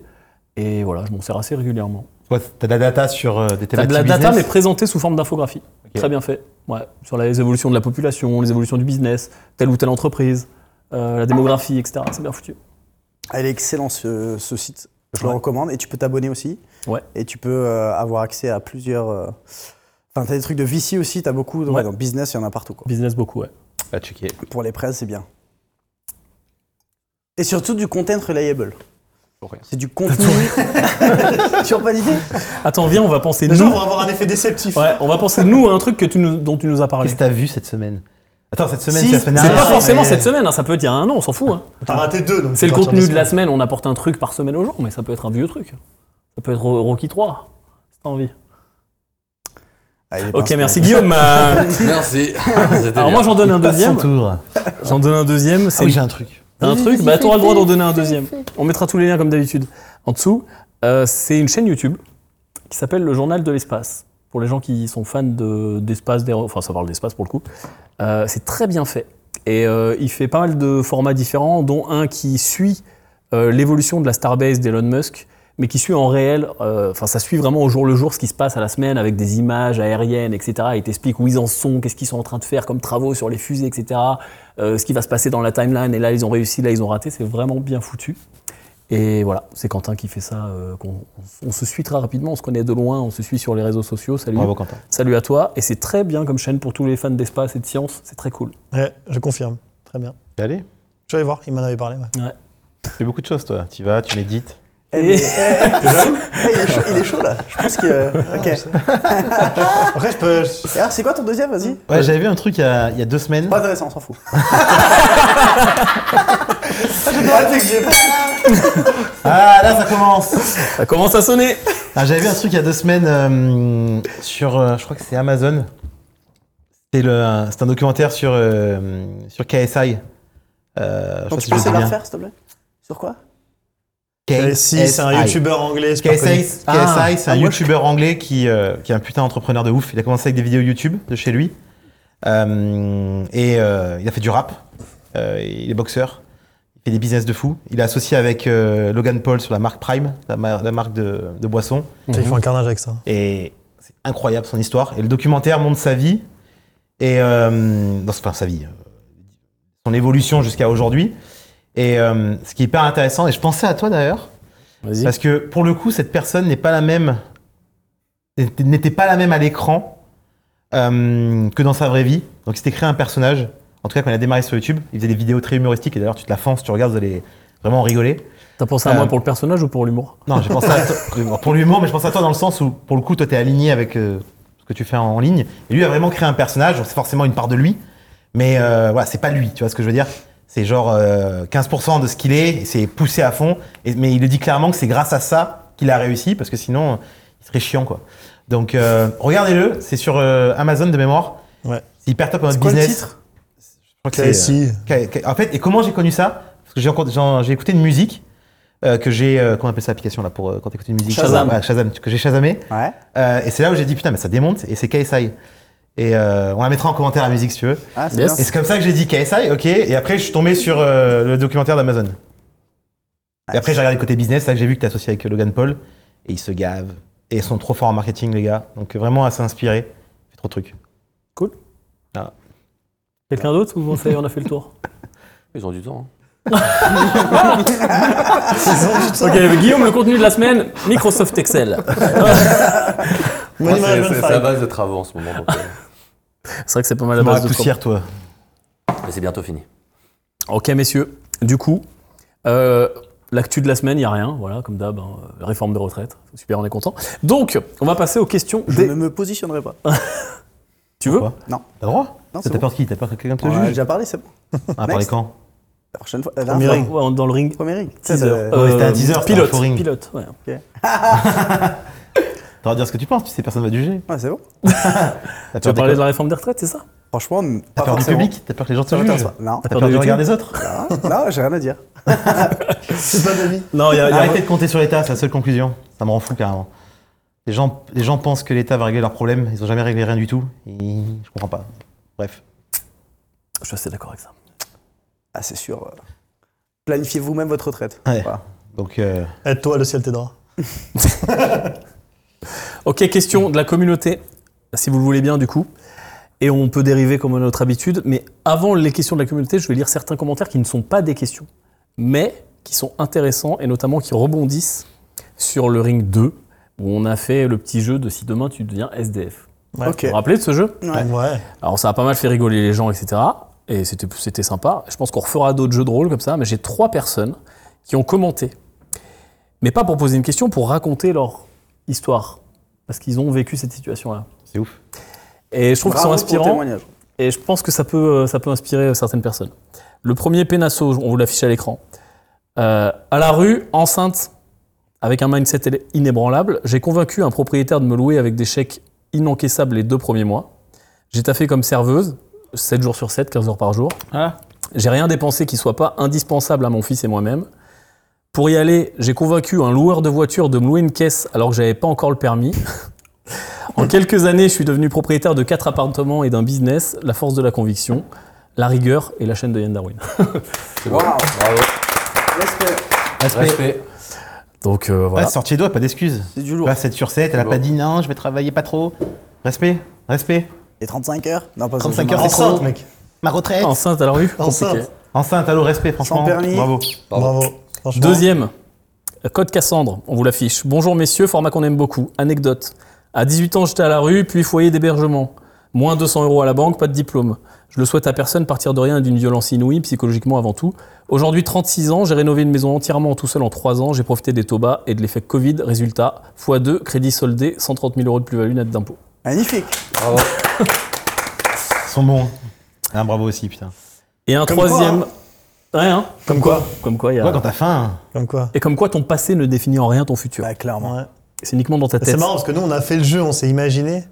Speaker 1: Et voilà, je m'en sers assez régulièrement.
Speaker 2: Ouais, T'as de la data sur euh, des
Speaker 1: T'as
Speaker 2: thématiques
Speaker 1: de la data, mais
Speaker 2: business.
Speaker 1: présentée sous forme d'infographie.
Speaker 2: Ok.
Speaker 1: Très bien fait. Ouais. Sur les évolutions de la population, les évolutions du business, telle ou telle entreprise, euh, la démographie, etc. C'est bien foutu.
Speaker 5: Elle est excellente ce, ce site. Je
Speaker 1: Ouais.
Speaker 5: le recommande et tu peux t'abonner aussi.
Speaker 1: Ouais.
Speaker 5: Et tu peux euh, avoir accès à plusieurs. euh, Enfin, t'as des trucs de VC aussi, t'as beaucoup. de-
Speaker 1: Ouais.
Speaker 5: ouais, dans le business, il y en a partout. Quoi.
Speaker 1: Business beaucoup, ouais.
Speaker 2: Va checker.
Speaker 5: Pour les presses, c'est bien. Et surtout du content reliable.
Speaker 4: Pour rien.
Speaker 5: C'est du contenu. <laughs> tu n'as pas d'idée
Speaker 1: Attends, viens, on va penser
Speaker 3: Les gens
Speaker 1: nous.
Speaker 3: vont avoir un effet déceptif.
Speaker 1: Ouais, on va penser nous à un truc que tu nous- dont tu nous as parlé.
Speaker 2: Qu'est-ce que
Speaker 1: C'est
Speaker 2: t'as vu cette semaine Attends, cette semaine,
Speaker 5: Si,
Speaker 2: c'est la semaine
Speaker 5: c'est
Speaker 1: pas
Speaker 2: dernière.
Speaker 1: forcément
Speaker 3: mais-
Speaker 1: cette semaine, hein, ça peut être il y a un an, on s'en fout. hein.
Speaker 3: T'as raté deux. donc
Speaker 1: C'est le
Speaker 3: à partir
Speaker 1: contenu de
Speaker 3: ce
Speaker 1: la semaine, on apporte un truc par semaine aux gens, mais ça peut être un vieux truc. Ça peut être Rocky 3, si t'as envie.
Speaker 2: Ah, il est
Speaker 1: Ok,
Speaker 2: pince,
Speaker 1: merci Guillaume. euh,
Speaker 4: <laughs> Merci. C'était
Speaker 1: Alors moi j'en donne un
Speaker 2: passe son
Speaker 1: deuxième.
Speaker 2: tour. Ah
Speaker 1: J'en donne un deuxième. C'est
Speaker 2: oui, j'ai un truc.
Speaker 1: T'as un truc Bah, t'auras le droit d'en donner un deuxième. On mettra tous les liens comme d'habitude en dessous. Euh, c'est une chaîne YouTube qui s'appelle Le Journal de l'Espace. Pour les gens qui sont fans de- d'espace, d'aéro- enfin ça parle d'espace pour le coup, Euh, c'est très bien fait. Et euh, il fait pas mal de formats différents, dont un qui suit euh, l'évolution de la Starbase d'Elon Musk, mais qui suit en réel, euh, enfin ça suit vraiment au jour le jour ce qui se passe à la semaine avec des images aériennes, etc. Il t'explique où ils en sont, qu'est-ce qu'ils sont en train de faire comme travaux sur les fusées, etc. Euh, ce qui va se passer dans la timeline, et là ils ont réussi, là ils ont raté, c'est vraiment bien foutu. Et voilà, c'est Quentin qui fait ça, euh, qu'on- on, se suit très rapidement, on se connaît de loin, on se suit sur les réseaux sociaux, salut.
Speaker 2: Bravo, Quentin.
Speaker 1: Salut à toi, et c'est très bien comme chaîne pour tous les fans d'espace et de science, c'est très cool.
Speaker 3: Ouais, je confirme. Très bien.
Speaker 2: T'es allé
Speaker 3: Je vais aller voir, il m'en avait parlé. ouais.
Speaker 2: Tu fais beaucoup de choses, toi. Tu vas, tu médites.
Speaker 1: <laughs>
Speaker 5: Eh, mais- Eh, il, est chaud, il est chaud, là. Je pense que. Ok.
Speaker 3: Après, je peux.
Speaker 5: Et alors, c'est quoi ton deuxième Vas-y.
Speaker 2: Ouais, j'avais vu un truc il y a, il y a deux semaines.
Speaker 5: Pas intéressant, on
Speaker 1: <laughs>
Speaker 5: s'en fout.
Speaker 2: Ah, là, ça commence
Speaker 1: Ça commence à sonner
Speaker 2: Ah, J'avais vu un truc il y a deux semaines euh, sur, euh, je crois que c'est Amazon. C'est le- c'est un documentaire sur, euh, sur KSI. Euh, je sais
Speaker 5: Donc,
Speaker 2: pas
Speaker 5: tu
Speaker 2: si je le
Speaker 5: pensais
Speaker 2: dis
Speaker 5: la
Speaker 2: bien.
Speaker 5: refaire, s'il te plaît Sur quoi
Speaker 3: Eh, Si, c'est un youtubeur anglais. super
Speaker 2: KSI,
Speaker 3: connu.
Speaker 2: KSI,
Speaker 1: Ah,
Speaker 2: c'est un youtubeur anglais qui, euh, qui est un putain d'entrepreneur de ouf. Il a commencé avec des vidéos YouTube de chez lui. Euh, et euh, il a fait du rap. Euh, il est boxeur. Il fait des business de fou. Il est associé avec euh, Logan Paul sur la marque Prime, la, mar- la marque de, de boissons.
Speaker 3: Ils font un carnage avec ça.
Speaker 2: Et c'est incroyable son histoire. Et le documentaire montre sa vie. Et. Euh, non, c'est pas sa vie. euh, Son évolution jusqu'à aujourd'hui. Et euh, ce qui est hyper intéressant, et je pensais à toi d'ailleurs,
Speaker 1: Vas-y.
Speaker 2: parce que pour le coup, cette personne n'est pas la même. n'était- n'était pas la même à l'écran euh, que dans sa vraie vie. Donc il s'était créé un personnage. En tout cas, quand il a démarré sur YouTube, il faisait des vidéos très humoristiques. Et d'ailleurs, tu te la fances, tu regardes, vous allez vraiment rigoler.
Speaker 1: T'as pensé à
Speaker 2: Euh,
Speaker 1: moi pour le personnage ou pour l'humour
Speaker 2: Non, j'ai pensé à toi, pour l'humour, mais je pense à toi dans le sens où, pour le coup, toi, t'es aligné avec euh, ce que tu fais en, en ligne. Et lui a vraiment créé un personnage, donc c'est forcément une part de lui. Mais euh, voilà, c'est pas lui, tu vois ce que je veux dire C'est genre euh, 15% de ce qu'il est, et c'est poussé à fond. Et- mais il le dit clairement que c'est grâce à ça qu'il a réussi, parce que sinon, euh, il serait chiant, quoi. Donc, euh, regardez-le, c'est sur euh, Amazon de mémoire.
Speaker 3: Ouais.
Speaker 2: C'est hyper top en
Speaker 5: C'est
Speaker 2: mode
Speaker 5: quoi le
Speaker 2: business.
Speaker 5: titre
Speaker 2: Je crois que c'est, euh,
Speaker 3: KSI.
Speaker 2: Qu'a- qu'a- En fait, et comment j'ai connu ça Parce que j'ai encore- j'en- j'ai écouté une musique euh, que j'ai. euh, comment on appelle ça l'application là pour euh, quand t'écoutes une musique
Speaker 1: Shazam.
Speaker 2: Ouais, Shazam, que j'ai Shazamé.
Speaker 5: Ouais.
Speaker 2: Euh, et c'est là où j'ai dit putain, mais ça démonte et c'est KSI. Et euh, on la mettra en commentaire la musique si tu veux.
Speaker 5: Ah, c'est
Speaker 1: Yes.
Speaker 5: bien.
Speaker 2: Et c'est comme ça que j'ai dit KSI, ok. Et après, je suis tombé sur euh, le documentaire d'Amazon. Et après, j'ai regardé le côté business, c'est là que j'ai vu que t'es associé avec euh, Logan Paul. Et ils se gavent. Et ils sont trop forts en marketing, les gars. Donc euh, vraiment assez inspirés. Fait trop de trucs.
Speaker 1: Quelqu'un d'autre ou ça y est, on a fait le <laughs> tour
Speaker 4: Ils ont du temps. hein.
Speaker 1: Ok, mais Guillaume, le contenu de la semaine, Microsoft Excel.
Speaker 3: Money
Speaker 4: Moi, c'est-
Speaker 3: Management
Speaker 4: C'est c'est la
Speaker 3: Five.
Speaker 4: base de travaux en ce moment. donc, euh,
Speaker 1: <laughs> C'est vrai que c'est pas mal à
Speaker 2: Tu m'auras
Speaker 1: base de
Speaker 2: poussière, toi.
Speaker 4: <laughs> Mais c'est bientôt fini.
Speaker 1: Ok, messieurs, du coup, euh, l'actu de la semaine, il n'y a rien. Voilà, comme d'hab, hein, euh, réforme des retraites. Super, on est content. Donc, on va passer aux questions
Speaker 5: Je
Speaker 1: des.
Speaker 5: ne me positionnerai pas.
Speaker 1: Tu veux
Speaker 2: Pourquoi
Speaker 5: Non.
Speaker 2: T'as le droit
Speaker 5: Non, c'est
Speaker 2: T'as
Speaker 5: bon.
Speaker 2: peur de qui T'as peur que quelqu'un te
Speaker 5: On en a
Speaker 2: juge
Speaker 5: déjà parlé, c'est bon.
Speaker 2: Ah, parlez
Speaker 5: Next.
Speaker 2: quand
Speaker 5: La prochaine fois. La
Speaker 1: Ouais,
Speaker 5: dernière
Speaker 3: Premier ring.
Speaker 1: ouais, dans le ring.
Speaker 5: fois. Premier ring. Tu sais,
Speaker 1: Teaser.
Speaker 5: de-
Speaker 1: Euh,
Speaker 2: c'était un teaser, c'était un
Speaker 1: Pilote.
Speaker 2: faux ring.
Speaker 1: Pilote, ouais.
Speaker 2: T'auras à dire ce que tu penses, tu sais, personne va te juger.
Speaker 5: Ouais, c'est bon.
Speaker 1: Tu
Speaker 2: T'as
Speaker 1: veux
Speaker 2: peur, des-
Speaker 1: parler de la réforme des retraites, c'est ça
Speaker 5: Franchement,
Speaker 2: t'as
Speaker 5: pas
Speaker 2: peur du
Speaker 5: forcément.
Speaker 2: public, t'as peur que les gens te
Speaker 5: Ça
Speaker 2: jugent.
Speaker 5: m'intéresse
Speaker 2: T'as
Speaker 5: pas. Non.
Speaker 2: peur du
Speaker 1: YouTube
Speaker 2: regard des autres.
Speaker 5: Non, non, j'ai rien à dire.
Speaker 3: C'est pas d'avis.
Speaker 1: Non, il y a.
Speaker 2: Arrêtez de compter sur l'État, c'est la seule conclusion. Ça me rend fou carrément. Les gens, les gens pensent que l'État va régler leurs problèmes, ils ont jamais réglé rien du tout. Et je comprends pas. Bref.
Speaker 1: Je suis assez d'accord avec ça.
Speaker 5: Ah, c'est sûr. euh, Planifiez vous-même votre retraite.
Speaker 2: Ouais.
Speaker 5: Voilà.
Speaker 2: Donc, euh,
Speaker 3: Aide-toi, le ciel t'aidera.
Speaker 1: Ok, question de la communauté, si vous le voulez bien du coup. Et on peut dériver comme à notre habitude, mais avant les questions de la communauté, je vais lire certains commentaires qui ne sont pas des questions, mais qui sont intéressants et notamment qui rebondissent sur le Ring 2, où on a fait le petit jeu de si demain tu deviens SDF.
Speaker 3: Ouais.
Speaker 5: Ok.
Speaker 1: Vous vous rappelez de ce jeu
Speaker 5: Ouais.
Speaker 3: Ouais.
Speaker 1: Alors ça a pas mal fait rigoler les gens, etc. Et c'était c'était sympa. Je pense qu'on refera d'autres jeux de rôle comme ça, mais j'ai trois personnes qui ont commenté. Mais pas pour poser une question, pour raconter leur histoire. Parce qu'ils ont vécu cette situation-là.
Speaker 2: c'est ouf.
Speaker 1: Et je trouve qu'ils sont
Speaker 5: Bravo pour le
Speaker 1: inspirants.
Speaker 5: témoignage.
Speaker 1: Et je pense que ça peut, euh, ça peut inspirer certaines personnes. Le premier Pénasso, on vous l'affiche à l'écran. Euh, à la rue, enceinte, avec un mindset inébranlable, j'ai convaincu un propriétaire de me louer avec des chèques inencaissable les deux premiers mois. J'ai taffé comme serveuse, 7 jours sur 7, 15 heures par jour.
Speaker 5: Ah.
Speaker 1: J'ai rien dépensé qui soit pas indispensable à mon fils et moi-même. Pour y aller, j'ai convaincu un loueur de voiture de me louer une caisse alors que j'avais pas encore le permis. en quelques années, je suis devenu propriétaire de quatre appartements et d'un business, la force de la conviction, la rigueur et la chaîne de Yann Darwin.
Speaker 5: Waouh Respect.
Speaker 2: Respect.
Speaker 1: Donc euh,
Speaker 2: Ouais,
Speaker 1: voilà.
Speaker 2: sorti les doigts, pas d'excuses.
Speaker 5: C'est du lourd.
Speaker 2: Là, 7 sur 7, elle a
Speaker 4: Bon.
Speaker 2: pas dit non, je vais travailler pas trop. Respect, respect.
Speaker 5: Et 35 heures Non, pas
Speaker 2: 35
Speaker 5: ça, je
Speaker 2: heures,
Speaker 5: m'arrête.
Speaker 3: Enceinte, mec.
Speaker 2: Ma retraite.
Speaker 1: Enceinte alors oui, compliqué.
Speaker 3: Enceinte.
Speaker 2: Enceinte, allô, respect, franchement.
Speaker 5: permis.
Speaker 2: Bravo.
Speaker 3: Bravo. Franchement.
Speaker 1: Deuxième, Code Cassandre, on vous l'affiche. Bonjour messieurs, format qu'on aime beaucoup. Anecdote. À 18 ans, j'étais à la rue, puis foyer d'hébergement. Moins 200 euros à la banque, pas de diplôme. Je le souhaite à personne, partir de rien et d'une violence inouïe, psychologiquement avant tout. Aujourd'hui, 36 ans, j'ai rénové une maison entièrement tout seul en 3 ans, j'ai profité des taux bas et de l'effet Covid. Résultat, x2, crédit soldé, 130 000 euros de plus-value nette d'impôt.
Speaker 5: Magnifique.
Speaker 4: Bravo.
Speaker 2: Ils sont bons. Ah, bravo aussi, putain.
Speaker 1: Et un
Speaker 3: Comme quoi,
Speaker 1: troisième. Ouais, hein
Speaker 3: Comme quoi
Speaker 1: Comme quoi, il y a.
Speaker 2: Ouais, quand t'as faim. hein.
Speaker 3: Comme quoi
Speaker 1: Et comme quoi ton passé ne définit en rien ton futur.
Speaker 5: Bah, clairement.
Speaker 3: Ouais.
Speaker 1: C'est uniquement dans ta tête.
Speaker 3: C'est marrant parce que nous, on a fait le jeu, on s'est imaginé,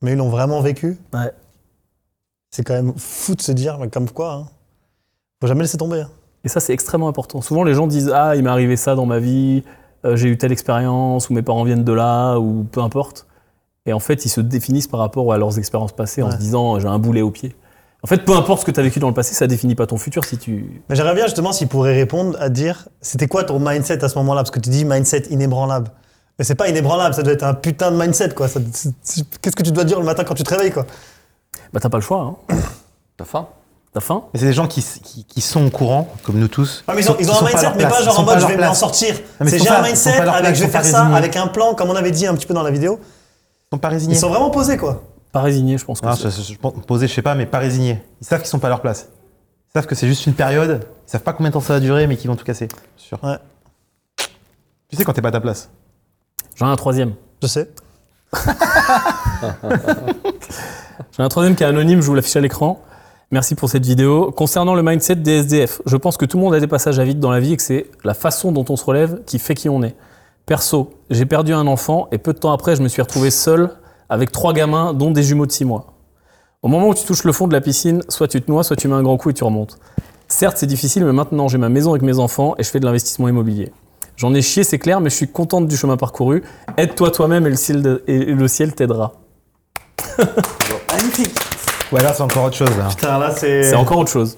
Speaker 3: mais ils l'ont vraiment vécu.
Speaker 1: Ouais.
Speaker 3: C'est quand même fou de se dire, mais comme quoi, hein. faut jamais laisser tomber. hein.
Speaker 1: Et ça, c'est extrêmement important. Souvent, les gens disent Ah, il m'est arrivé ça dans ma vie, euh, j'ai eu telle expérience, ou mes parents viennent de là, ou peu importe. Et en fait, ils se définissent par rapport à leurs expériences passées en
Speaker 3: Ouais.
Speaker 1: se disant J'ai un boulet au pied. En fait, peu importe ce que tu as vécu dans le passé, ça définit pas ton futur si tu.
Speaker 3: Mais j'aimerais bien justement s'ils pourraient répondre à dire, c'était quoi ton mindset à ce moment-là Parce que tu dis mindset inébranlable. Mais c'est pas inébranlable, ça doit être un putain de mindset, quoi. Ça- c'est- c'est- Qu'est-ce que tu dois dire le matin quand tu te réveilles, quoi
Speaker 1: Bah, t'as pas le choix. Hein.
Speaker 4: T'as faim
Speaker 1: T'as faim
Speaker 2: Mais c'est des gens qui, s- qui, qui sont au courant, comme nous tous.
Speaker 3: Ah, mais ils ont,
Speaker 2: Sauf
Speaker 3: ils
Speaker 2: qu'ils
Speaker 3: ont un
Speaker 2: sont à
Speaker 3: mindset,
Speaker 2: leur
Speaker 3: mais pas
Speaker 2: place.
Speaker 3: genre
Speaker 2: Ils sont
Speaker 3: en
Speaker 2: à
Speaker 3: mode je
Speaker 2: leur
Speaker 3: vais m'en
Speaker 2: place.
Speaker 3: sortir.
Speaker 2: mais
Speaker 3: C'est
Speaker 2: ils sont
Speaker 3: j'ai
Speaker 2: pas-
Speaker 3: un
Speaker 2: ils sont pas
Speaker 3: mindset
Speaker 2: à leur
Speaker 3: avec
Speaker 2: place, ils
Speaker 3: je vais
Speaker 2: sont pas
Speaker 3: faire ça,
Speaker 2: résignés.
Speaker 3: avec un plan, comme on avait dit un petit peu dans la vidéo.
Speaker 2: Ils sont pas résignés.
Speaker 3: Ils sont vraiment posés, quoi.
Speaker 1: Pas résigné, je pense que
Speaker 3: Ah,
Speaker 2: Non,
Speaker 1: c'est-
Speaker 2: je, je- je pense- posé, je sais pas, mais pas résignés. Ils savent qu'ils sont pas à leur place. Ils savent que c'est juste une période. Ils savent pas combien de temps ça va durer, mais qu'ils vont tout casser. Sûr.
Speaker 3: Ouais.
Speaker 2: Tu sais quand t'es pas à ta place.
Speaker 1: J'en ai un troisième.
Speaker 3: Je sais.
Speaker 1: J'en ai un troisième qui est anonyme, je vous l'affiche à l'écran. Merci pour cette vidéo. Concernant le mindset des SDF, je pense que tout le monde a des passages à vide dans la vie et que c'est la façon dont on se relève qui fait qui on est. Perso, j'ai perdu un enfant et peu de temps après, je me suis retrouvé seul avec trois gamins, dont des jumeaux de six mois. Au moment où tu touches le fond de la piscine, soit tu te noies, soit tu mets un grand coup et tu remontes. Certes, c'est difficile, mais maintenant j'ai ma maison avec mes enfants et je fais de l'investissement immobilier. J'en ai chié, c'est clair, mais je suis contente du chemin parcouru. Aide-toi toi-même et le ciel- et le ciel t'aidera.
Speaker 5: Magnifique.
Speaker 2: Ouais, là, c'est encore autre chose. Là.
Speaker 3: Putain, là, c'est.
Speaker 1: C'est encore autre chose.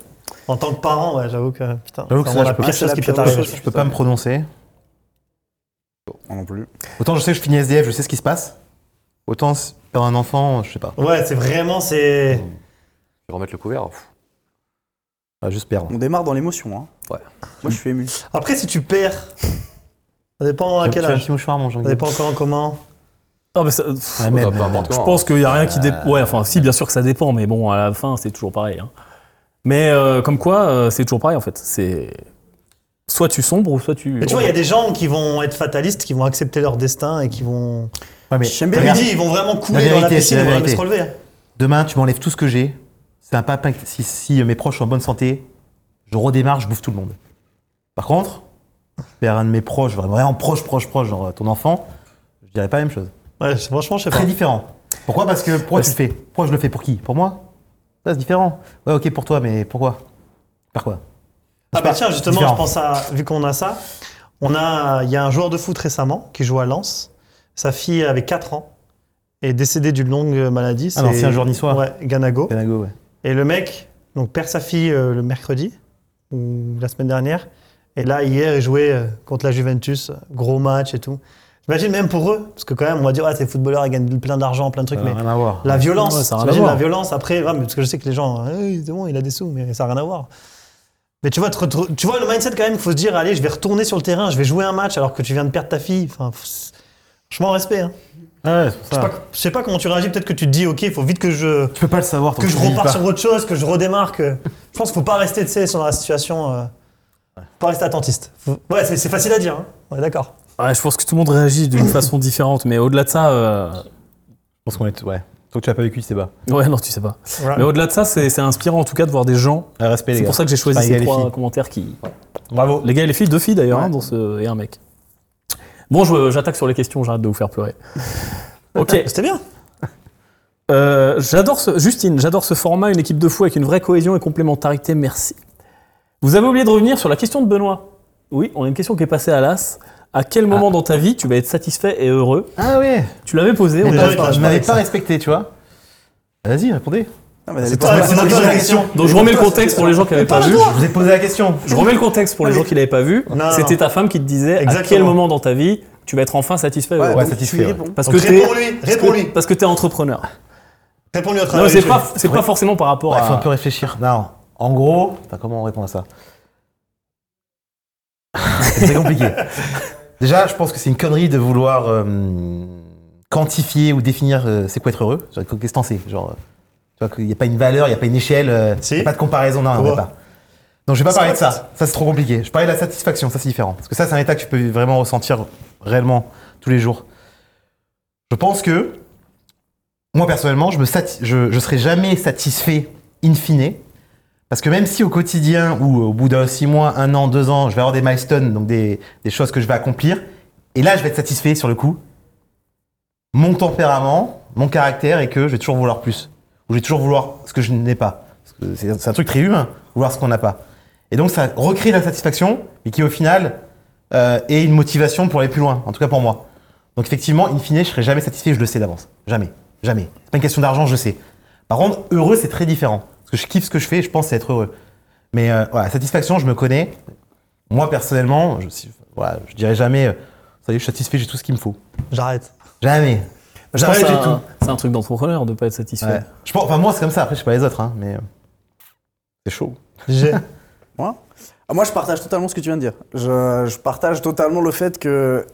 Speaker 3: En tant que parent, ouais, j'avoue que. Putain,
Speaker 2: J'avoue que ça,
Speaker 3: vraiment la
Speaker 2: je peux-
Speaker 3: pire
Speaker 5: c'est
Speaker 3: chose
Speaker 5: la
Speaker 3: qui peut
Speaker 5: pire
Speaker 3: t'arriver.
Speaker 5: chose.
Speaker 2: Ah, Euh, Je peux pas me prononcer.
Speaker 5: Moi non plus.
Speaker 2: Autant je sais que je finis SDF, je sais ce qui se passe. Autant si- par un enfant, je sais pas.
Speaker 3: Ouais, c'est vraiment, c'est.
Speaker 2: Mm.
Speaker 4: Je vais remettre le couvert. Pff.
Speaker 2: Ah, juste perdre.
Speaker 5: On démarre dans l'émotion. Hein.
Speaker 4: Ouais.
Speaker 5: Moi, je suis ému.
Speaker 3: Après, si tu perds, ça dépend à
Speaker 2: Tu
Speaker 3: quel
Speaker 2: veux un
Speaker 3: âge.
Speaker 2: petit mouchoir, mon jean
Speaker 3: Ça dépend quand, comment.
Speaker 1: Ah bah ça- pff,
Speaker 2: Ouais, mais-
Speaker 4: Bah, peu importe
Speaker 1: je
Speaker 2: Oh.
Speaker 4: comment.
Speaker 1: pense qu'il n'y a rien qui
Speaker 2: Euh.
Speaker 1: dépend. Ouais, enfin, si, bien sûr que ça dépend, mais bon, à la fin, c'est toujours pareil. hein. Mais euh, comme quoi, euh, c'est toujours pareil en fait. C'est soit tu sombres ou soit tu.
Speaker 3: Mais tu vois, il y a des gens qui vont être fatalistes, qui vont accepter leur destin et qui vont.
Speaker 2: Ouais, mais
Speaker 5: J'aime bien
Speaker 3: Comme il
Speaker 2: regarde,
Speaker 3: dit, ils vont vraiment
Speaker 2: La
Speaker 3: couler dans la
Speaker 2: vérité,
Speaker 3: piscine,
Speaker 2: c'est la
Speaker 3: ils vont jamais
Speaker 2: vérité.
Speaker 3: se relever. hein.
Speaker 2: demain, tu m'enlèves tout ce que j'ai. C'est un papin. que- Si, si euh, mes proches sont en bonne santé, je redémarre, je bouffe tout le monde. Par contre, je perds un de mes proches, vraiment, vraiment proche, proche, proche, genre euh, ton enfant, je dirais pas la même chose.
Speaker 3: Ouais, je- franchement, je sais pas.
Speaker 2: Très différent. Pourquoi Parce que pourquoi tu le fais Pourquoi je le fais Pour qui Pour moi Ça, c'est différent. Ouais, ok, pour toi, mais pourquoi Par quoi
Speaker 3: Ah bah
Speaker 2: pas
Speaker 3: tiens, justement,
Speaker 2: différent.
Speaker 3: je pense à. Vu qu'on a ça, on a, il y a un joueur de foot récemment qui joue à Lens. Sa fille avait 4 ans et est décédée d'une longue maladie.
Speaker 2: Ah Un
Speaker 3: c'est-
Speaker 2: ancien joueur niçois.
Speaker 3: Ouais, Ganago.
Speaker 2: Ganago, ouais.
Speaker 3: Et le mec donc perd sa fille euh, le mercredi ou la semaine dernière. Et là, hier, il jouait euh, contre la Juventus. Gros match et tout. J'imagine même pour eux, parce que quand même, on va dire, ah, ces footballeurs, ils gagnent plein d'argent, plein de trucs,
Speaker 2: Ça n'a
Speaker 3: mais
Speaker 2: rien à voir.
Speaker 3: la violence,
Speaker 1: Ouais, ça a rien à
Speaker 3: t'imagines
Speaker 1: voir.
Speaker 3: la violence après, ouais, mais parce que je sais que les gens, Eh, c'est bon, il a des sous, mais ça n'a rien à voir. Mais tu vois, te retru- tu vois le mindset quand même, il faut se dire, allez, je vais retourner sur le terrain, je vais jouer un match alors que tu viens de perdre ta fille. Enfin, faut- c'est- franchement, respect. hein.
Speaker 2: Ah ouais, c'est pour
Speaker 3: Je, sais
Speaker 2: ça.
Speaker 3: pas, je sais pas comment tu réagis, peut-être que tu te dis, ok, il faut vite que je,
Speaker 2: Tu peux pas le savoir. tant
Speaker 3: que je
Speaker 2: tu le vis
Speaker 3: repars
Speaker 2: pas.
Speaker 3: sur autre chose, que je redémarre. que- Je pense qu'il faut pas rester, tu sais, sur la situation, euh, pas rester attentiste. Faut- Ouais, c'est c'est facile à dire, hein. on est d'accord.
Speaker 1: Ouais, je pense que tout le monde réagit
Speaker 2: <coughs>
Speaker 1: d'une façon différente, mais au-delà de ça, euh,
Speaker 2: Je pense qu'on est. Ouais. Tant que tu l'as pas vécu, c'est bas.
Speaker 1: ouais, non, tu sais pas.
Speaker 3: Voilà.
Speaker 1: Mais au-delà de ça, c'est c'est inspirant en tout cas de voir des gens.
Speaker 2: Ah, respect, Ah. les
Speaker 1: C'est
Speaker 2: gars.
Speaker 1: pour ça que j'ai choisi
Speaker 2: Enfin,
Speaker 1: ces
Speaker 2: les gars, les
Speaker 1: trois
Speaker 2: filles.
Speaker 1: commentaires qui.
Speaker 2: Bravo.
Speaker 1: Les gars et les filles, deux filles d'ailleurs,
Speaker 2: Ouais.
Speaker 1: hein, dans ce... et un mec.
Speaker 2: <laughs>
Speaker 1: Bon, je- j'attaque sur les questions, j'arrête de vous faire pleurer. Ok,
Speaker 3: Bah, C'était bien.
Speaker 1: Euh, j'adore ce, Justine, j'adore ce format, une équipe de fous avec une vraie cohésion et complémentarité, merci. Vous avez oublié de revenir sur la question de Benoît. Oui, on a une question qui est passée à l'as. À quel moment dans ta vie tu vas être satisfait et heureux
Speaker 2: Ah ouais
Speaker 1: Tu l'avais posé, on
Speaker 2: Mais
Speaker 1: est
Speaker 3: Déjà,
Speaker 2: t'as-
Speaker 1: d'accord.
Speaker 3: je parlais
Speaker 2: Je m'avais
Speaker 3: de
Speaker 2: pas respecté, tu vois. Vas-y, répondez.
Speaker 5: Non, mais elle est
Speaker 3: C'est
Speaker 5: pas-
Speaker 3: toi, c'est toi la question.
Speaker 1: Donc je remets le contexte pour les gens qui n'avaient pas vu.
Speaker 2: Je vous ai posé la question.
Speaker 1: Je remets le contexte pour les gens qui l'avaient pas vu.
Speaker 3: Non,
Speaker 1: C'était
Speaker 3: non.
Speaker 1: ta femme qui te disait à
Speaker 3: Exactement.
Speaker 1: quel moment dans ta vie tu vas être enfin satisfait et
Speaker 5: Ouais,
Speaker 1: heureux.
Speaker 5: donc
Speaker 2: ouais, satisfait,
Speaker 5: tu y
Speaker 2: ouais.
Speaker 5: réponds.
Speaker 1: Parce
Speaker 3: Donc
Speaker 1: que t'es-
Speaker 3: réponds-lui,
Speaker 1: parce que-
Speaker 3: réponds-lui.
Speaker 1: Parce que t'es entrepreneur.
Speaker 3: Réponds-lui à
Speaker 1: Non,
Speaker 3: travers.
Speaker 1: c'est pas, c'est pas forcément par rapport
Speaker 2: Il faut un
Speaker 1: à.
Speaker 2: peu réfléchir. Non, en gros, enfin, comment on répond à ça C'est <laughs> compliqué. Déjà, je pense que c'est une connerie de vouloir euh, quantifier ou définir euh, c'est quoi être heureux. Genre, Qu'est-ce que t'en sais Genre, euh, tu vois qu'il n'y a pas une valeur, il n'y a pas une échelle, euh,
Speaker 3: Si.
Speaker 2: il y a pas de comparaison, non, on
Speaker 3: Ouais.
Speaker 2: n'a pas. Donc je vais pas
Speaker 3: Ça
Speaker 2: parler
Speaker 3: va,
Speaker 2: de ça. Ça c'est trop compliqué. Je parlais de la satisfaction, ça c'est différent. Parce que ça c'est un état que tu peux vraiment ressentir réellement tous les jours. Je pense que moi personnellement, je me sati- je, je serai jamais satisfait in fine. Parce que même si au quotidien ou au bout d'un six mois, un an, deux ans, je vais avoir des milestones, donc des, des choses que je vais accomplir, et là je vais être satisfait sur le coup, mon tempérament, mon caractère est que je vais toujours vouloir plus. Ou je vais toujours vouloir ce que je n'ai pas. Parce que C'est c'est un truc très humain, vouloir ce qu'on n'a pas. Et donc ça recrée de la satisfaction, mais qui au final euh, est une motivation pour aller plus loin, en tout cas pour moi. Donc effectivement, in fine, je serai jamais satisfait, je le sais d'avance. Jamais. Jamais. C'est pas une question d'argent, je le sais. Par contre, heureux, c'est très différent. Parce que je kiffe ce que je fais et je pense être heureux. Mais euh, voilà, satisfaction, je me connais. Moi, personnellement, je, si- voilà, je dirais jamais, euh, ça y est, je suis satisfait, j'ai tout ce qu'il me faut.
Speaker 3: J'arrête.
Speaker 2: Jamais.
Speaker 1: Je pense
Speaker 2: Jamais
Speaker 1: que
Speaker 2: du
Speaker 1: c'est
Speaker 2: tout.
Speaker 1: un- C'est un truc d'entrepreneur de pas être satisfait.
Speaker 2: Ouais. Je pense, enfin, moi, c'est comme ça. Après, je sais pas les autres, hein, mais euh, c'est chaud.
Speaker 3: J'ai-
Speaker 5: Moi Ah, Moi, je partage totalement ce que tu viens de dire. Je, je partage totalement le fait que.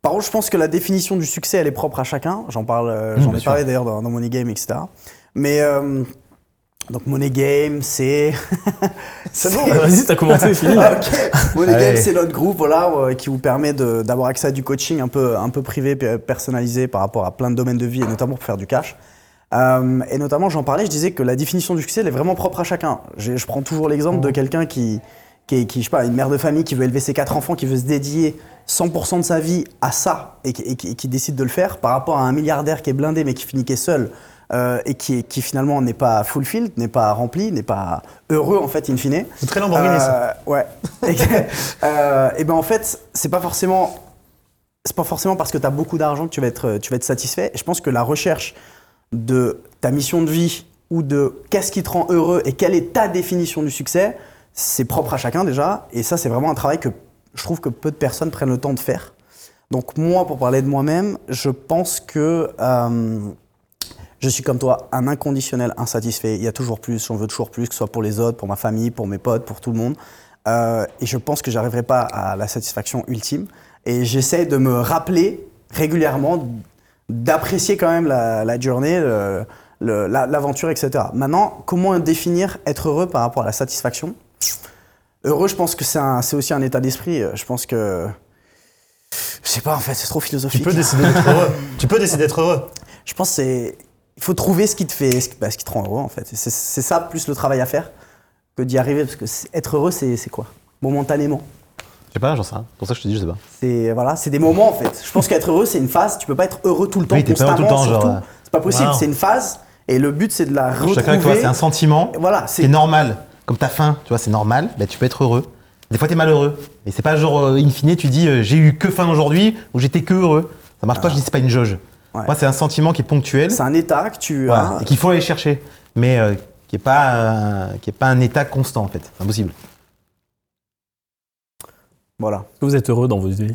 Speaker 5: Par contre, je pense que la définition du succès, elle est propre à chacun. J'en parle, euh, j'en ai parlé d'ailleurs dans, dans Money Game, etc. Mais. euh, donc, Money Game, c'est. <laughs> c'est bon, bah,
Speaker 1: <laughs> Vas-y, t'as commencé, fini.
Speaker 5: <laughs> Ah, ok. Money
Speaker 2: Allez.
Speaker 5: Game, c'est notre groupe voilà, euh, qui vous permet de- d'avoir accès à du coaching un peu, un peu privé, pe- personnalisé par rapport à plein de domaines de vie et notamment pour faire du cash. Euh, et notamment, j'en parlais, je disais que la définition du succès, elle est vraiment propre à chacun. J'ai- Je prends toujours l'exemple de quelqu'un qui, qui, est- qui, je sais pas, une mère de famille qui veut élever ses quatre enfants, qui veut se dédier 100% de sa vie à ça et qui, et qui- et qui décide de le faire par rapport à un milliardaire qui est blindé mais qui finit qu'est seul euh, et qui, qui finalement n'est pas fulfilled, n'est pas rempli, n'est pas heureux en fait in fine.
Speaker 3: C'est très Lamborghini, ça.
Speaker 5: Euh, Ouais. et, que- euh, et ben en fait, c'est pas forcément c'est pas forcément parce que tu as beaucoup d'argent que tu vas être tu vas être satisfait. Je pense que la recherche de ta mission de vie ou de qu'est-ce qui te rend heureux et quelle est ta définition du succès, c'est propre à chacun déjà et ça c'est vraiment un travail que je trouve que peu de personnes prennent le temps de faire. Donc moi pour parler de moi-même, je pense que euh, je suis comme toi, un inconditionnel insatisfait. Il y a toujours plus, j'en veux toujours plus, que ce soit pour les autres, pour ma famille, pour mes potes, pour tout le monde. Euh, et je pense que j'arriverai pas à la satisfaction ultime. Et j'essaie de me rappeler régulièrement d'apprécier quand même la, la journée, le- le- la- l'aventure, etc. Maintenant, comment définir être heureux par rapport à la satisfaction Heureux, je pense que c'est un- c'est aussi un état d'esprit. Je pense que. Je sais pas, en fait, c'est trop
Speaker 3: Tu
Speaker 5: philosophique.
Speaker 3: peux décider
Speaker 1: <laughs>
Speaker 3: d'être heureux. Tu peux décider d'être heureux.
Speaker 5: Je pense que c'est il faut trouver ce qui te fait ce qui, bah, ce qui te rend heureux en fait. Et C'est c'est ça plus le travail à faire que d'y arriver parce que c'est- être heureux c'est c'est quoi Momentanément.
Speaker 2: Je sais pas, j'en sais rien. Pour ça, je te dis, je sais pas.
Speaker 5: C'est voilà, c'est des moments en fait. Je pense qu'être heureux c'est une phase, tu peux pas être heureux tout le temps
Speaker 2: Oui, t'es pas heureux
Speaker 5: constamment
Speaker 2: tout le temps, genre,
Speaker 5: surtout.
Speaker 2: ouais.
Speaker 5: C'est pas possible,
Speaker 2: Wow.
Speaker 5: c'est une phase et le but c'est de la
Speaker 2: Je suis d'accord avec toi,
Speaker 5: retrouver.
Speaker 2: c'est un sentiment.
Speaker 5: Voilà,
Speaker 2: C'est
Speaker 5: c'est
Speaker 2: normal. Comme t'as faim, tu vois, c'est normal. Bah, tu peux être heureux. Des fois, t'es malheureux. Et c'est pas genre, euh, in fine, tu dis, euh, j'ai eu que faim aujourd'hui ou j'étais que heureux. Ça marche pas, je dis, c'est pas une jauge.
Speaker 5: Ah. Ouais.
Speaker 2: Moi, c'est un sentiment qui est ponctuel.
Speaker 5: c'est un état que tu
Speaker 2: Voilà,
Speaker 5: as.
Speaker 2: et qu'il faut aller chercher, mais euh, qui n'est pas, euh, qui est pas un état constant en fait. C'est impossible.
Speaker 5: voilà.
Speaker 1: Est-ce que vous êtes heureux dans votre vie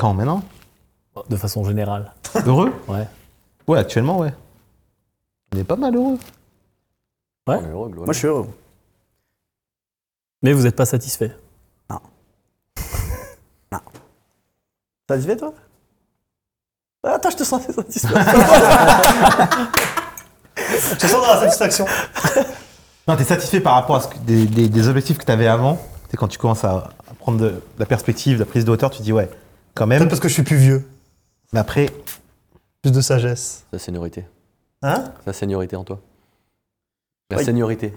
Speaker 2: Quand maintenant
Speaker 1: De façon générale.
Speaker 2: Heureux
Speaker 1: Ouais.
Speaker 2: Ouais, actuellement, ouais. On est pas mal heureux.
Speaker 1: Ouais.
Speaker 4: On est heureux, globalement.
Speaker 5: Moi je suis heureux.
Speaker 1: Mais vous n'êtes pas satisfait.
Speaker 5: Ça te fait toi Ah, Attends, je te sens <laughs> satisfait.
Speaker 3: Je te sens dans la satisfaction.
Speaker 2: Non, t'es satisfait par rapport à ce que- des, des- des objectifs que t'avais avant. C'est quand tu commences à à prendre de, la perspective, la prise de hauteur, tu dis ouais, quand même.
Speaker 3: Peut-être parce que je suis plus vieux.
Speaker 2: Mais après,
Speaker 3: Plus de sagesse.
Speaker 4: La seniorité.
Speaker 3: Hein
Speaker 4: La seniorité en toi. La
Speaker 5: Oui.
Speaker 4: seniorité.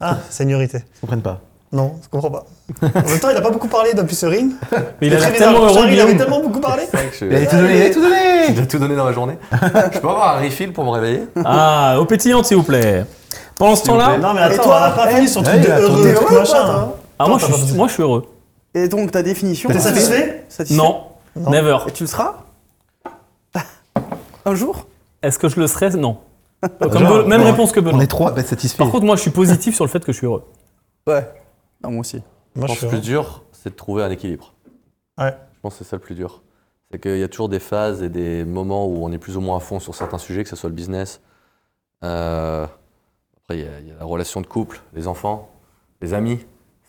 Speaker 3: Ah, seniorité.
Speaker 2: ils comprennent pas.
Speaker 3: Non, je
Speaker 1: <laughs>
Speaker 3: comprends pas. En même temps, il a pas beaucoup parlé depuis ce ring.
Speaker 1: Mais il
Speaker 3: C'est
Speaker 1: a l'air
Speaker 3: très bizarre,
Speaker 1: tellement
Speaker 3: Charlie,
Speaker 1: heureux,
Speaker 3: Il avait
Speaker 1: Guillaume.
Speaker 3: tellement beaucoup parlé.
Speaker 4: C'est vrai que je-
Speaker 2: Il a tout donné, il a tout donné
Speaker 4: J'ai tout donné dans ma journée. je peux avoir un refill pour me réveiller
Speaker 1: Ah, au pétillante, s'il vous plaît. Pendant ce temps-là,
Speaker 3: Non, mais
Speaker 5: Et
Speaker 3: attends, on
Speaker 5: toi,
Speaker 3: a pas
Speaker 5: eh,
Speaker 3: fini son
Speaker 2: ouais,
Speaker 3: truc de
Speaker 2: il a tout
Speaker 3: heureux,
Speaker 2: dit.
Speaker 3: tout
Speaker 5: Heureux,
Speaker 3: machin.
Speaker 5: toi,
Speaker 3: hein.
Speaker 1: ah, moi,
Speaker 3: Attends,
Speaker 1: je
Speaker 3: attends,
Speaker 1: suis,
Speaker 3: attends.
Speaker 1: moi, je suis heureux.
Speaker 5: Et donc ta définition
Speaker 3: T'es
Speaker 5: euh,
Speaker 3: satisfait
Speaker 5: Satisfait
Speaker 1: Non. Never.
Speaker 5: Et tu le seras Un jour
Speaker 1: Est-ce que je le serais Non. Comme
Speaker 2: Genre,
Speaker 1: Be- même
Speaker 2: on-
Speaker 1: réponse que
Speaker 2: On
Speaker 1: Benoît.
Speaker 2: est trois à pas être satisfaits.
Speaker 1: Par contre, moi, je suis positif sur le fait que je suis heureux.
Speaker 5: Ouais. Non, moi aussi.
Speaker 3: Moi,
Speaker 4: Je
Speaker 3: je
Speaker 4: pense que
Speaker 3: suis
Speaker 4: le plus dur, c'est de trouver un équilibre.
Speaker 3: Ouais.
Speaker 4: Je pense que c'est ça le plus dur. C'est qu'il y a toujours des phases et des moments où on est plus ou moins à fond sur certains sujets, que ce soit le business. Euh, Après, il y, a- il y a la relation de couple, les enfants, les amis.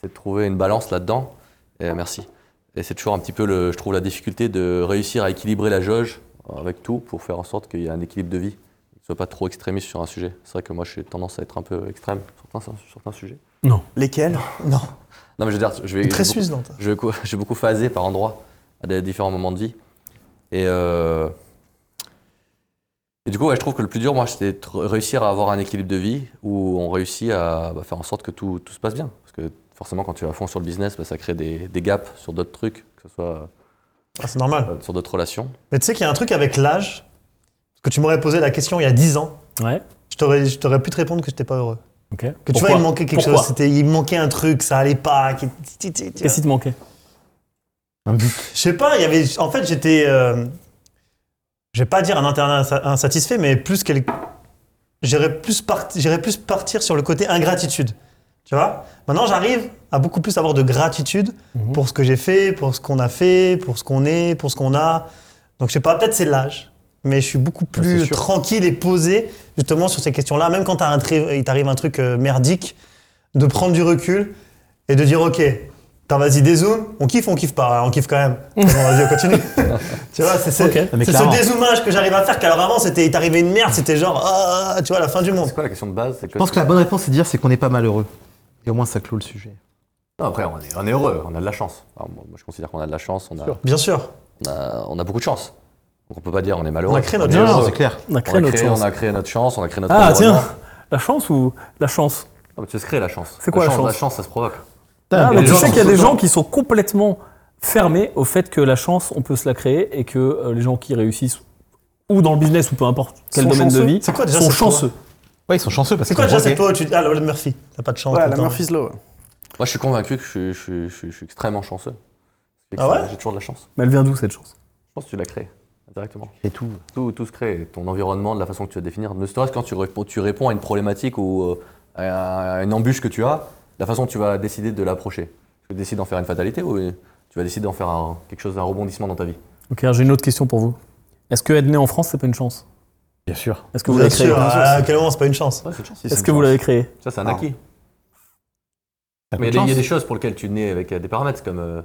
Speaker 4: C'est de trouver une balance là-dedans. Et euh, merci. Et c'est toujours un petit peu, le, je trouve, la difficulté de réussir à équilibrer la jauge avec tout pour faire en sorte qu'il y ait un équilibre de vie. Que ne soit pas trop extrémiste sur un sujet. C'est vrai que moi, j'ai tendance à être un peu extrême sur certains, sur certains sujets.
Speaker 5: Lesquels
Speaker 3: Non,
Speaker 4: Non, mais je veux dire, je vais.
Speaker 3: très
Speaker 4: je-
Speaker 3: suisse, non. toi.
Speaker 4: je vais cou- <laughs> j'ai beaucoup phasé par endroits à des différents moments de vie. Et, euh, et du coup, ouais, je trouve que le plus dur, moi, c'était de tr- réussir à avoir un équilibre de vie où on réussit à bah, faire en sorte que tout, tout se passe bien. Parce que forcément, quand tu es à fond sur le business, bah, ça crée des, des gaps sur d'autres trucs, que ce soit
Speaker 3: Ah, c'est normal.
Speaker 4: euh, sur d'autres relations.
Speaker 3: Mais tu sais qu'il y a un truc avec l'âge. Parce que tu m'aurais posé la question il y a 10 ans.
Speaker 1: Ouais.
Speaker 3: Je t'aurais, je t'aurais pu te répondre que j'étais pas heureux.
Speaker 1: Ok.
Speaker 3: Que tu
Speaker 1: Pourquoi
Speaker 3: vois, il me manquait quelque
Speaker 1: Pourquoi
Speaker 3: chose. C'était, il me manquait un truc, ça allait pas. qui- ti- ti- ti- tu vois.
Speaker 1: Qu'est-ce qui te manquait
Speaker 2: Un but.
Speaker 3: Je sais pas, il y avait. En fait, j'étais. euh, je vais pas dire un interne insa- insatisfait, mais plus quel. J'irais plus, part- j'irais plus partir sur le côté ingratitude. Tu vois Maintenant, j'arrive à beaucoup plus avoir de gratitude
Speaker 2: Mhm.
Speaker 3: pour ce que j'ai fait, pour ce qu'on a fait, pour ce qu'on est, pour ce qu'on a. Donc, je sais pas, peut-être c'est l'âge, mais je suis beaucoup plus
Speaker 2: c'est sûr.
Speaker 3: tranquille et posé justement sur ces questions-là. Même quand t'as un tri- il t'arrive un truc euh, merdique, de prendre du recul et de dire ok, t'as vas-y dézoome, on kiffe, on kiffe pas, hein, on kiffe quand même. Bon, vas-y, on continue. tu vois, c'est c'est-
Speaker 1: Ok,
Speaker 2: mais
Speaker 3: c'est
Speaker 2: clairement.
Speaker 3: ce dézoomage que j'arrive à faire qu'alors avant c'était, il t'arrivait une merde, c'était genre ah, tu vois la fin du monde.
Speaker 4: C'est quoi la question de base C'est
Speaker 2: Je pense que la bonne réponse, c'est de dire c'est qu'on n'est pas malheureux. Et au moins, ça clôt le sujet.
Speaker 4: Non, après, on est, on est heureux, on a de la chance. Alors, moi, moi, je considère qu'on a de la chance, on a,
Speaker 3: Bien sûr.
Speaker 4: on a, on a beaucoup de chance. Donc, on peut pas dire on est malheureux.
Speaker 3: On a créé notre
Speaker 4: est
Speaker 3: chance.
Speaker 4: heureux.
Speaker 2: Non, c'est clair.
Speaker 1: On a
Speaker 4: On a
Speaker 1: créé notre
Speaker 4: créé-
Speaker 1: chance.
Speaker 4: on a créé notre chance, on a créé notre
Speaker 1: Ah,
Speaker 4: environnement.
Speaker 1: tiens La chance ou la chance
Speaker 4: Non, mais tu se crées la chance.
Speaker 1: C'est quoi la chance
Speaker 4: La chance, ça se provoque.
Speaker 1: Ah, mais
Speaker 2: mais les
Speaker 1: tu
Speaker 2: gens
Speaker 1: sais
Speaker 2: sont
Speaker 1: qu'il y a des
Speaker 2: sautants.
Speaker 1: gens qui sont complètement fermés au fait que la chance, on peut se la créer et que euh, les gens qui réussissent ou dans le business ou peu importe quel
Speaker 5: Sont
Speaker 1: domaine
Speaker 5: chanceux.
Speaker 1: de vie
Speaker 3: C'est quoi déjà
Speaker 1: sont
Speaker 3: cette loi
Speaker 1: chanceux.
Speaker 2: Ouais, ils sont chanceux parce
Speaker 3: C'est
Speaker 2: qu'ils
Speaker 3: quoi
Speaker 2: ont
Speaker 3: déjà cette
Speaker 2: broqué.
Speaker 3: toi tu ah la loi de Murphy, t'as pas de chance.
Speaker 5: Ouais,
Speaker 3: tout le
Speaker 5: la
Speaker 3: temps.
Speaker 5: Murphy's Law.
Speaker 4: Moi, je suis convaincu que je, suis- je suis- je suis- je suis extrêmement chanceux. C'est que
Speaker 3: Ah
Speaker 4: ça-
Speaker 3: ouais
Speaker 4: J'ai toujours de la chance.
Speaker 1: Mais elle vient d'où cette chance
Speaker 4: Je pense que tu l'as créé directement.
Speaker 2: Et tout.
Speaker 4: Tout, tout se crée. Ton environnement, de la façon que tu vas définir. Ne serait-ce quand tu, réponds- tu réponds à une problématique ou euh, à à une embûche que tu as, la façon dont tu vas décider de l'approcher. Tu décides d'en faire une fatalité ou euh, tu vas décider d'en faire un- quelque chose, un rebondissement dans ta vie
Speaker 1: Ok, alors j'ai une autre question pour vous. Est-ce que être né en France, c'est pas une chance
Speaker 2: Bien sûr.
Speaker 1: Est-ce que vous
Speaker 3: Bien
Speaker 1: l'avez créé
Speaker 3: sûr, ah, à quel moment c'est pas une chance.
Speaker 4: Ouais, c'est une chance, si, c'est
Speaker 1: Est-ce
Speaker 4: une
Speaker 1: que vous
Speaker 4: chance.
Speaker 1: l'avez créé
Speaker 4: Ça, c'est un
Speaker 2: Ah.
Speaker 4: acquis.
Speaker 2: T'as
Speaker 4: Mais
Speaker 2: peu
Speaker 4: il
Speaker 2: de
Speaker 4: y a- il y a
Speaker 2: chance.
Speaker 4: des choses pour lesquelles tu nais avec euh, des paramètres comme euh,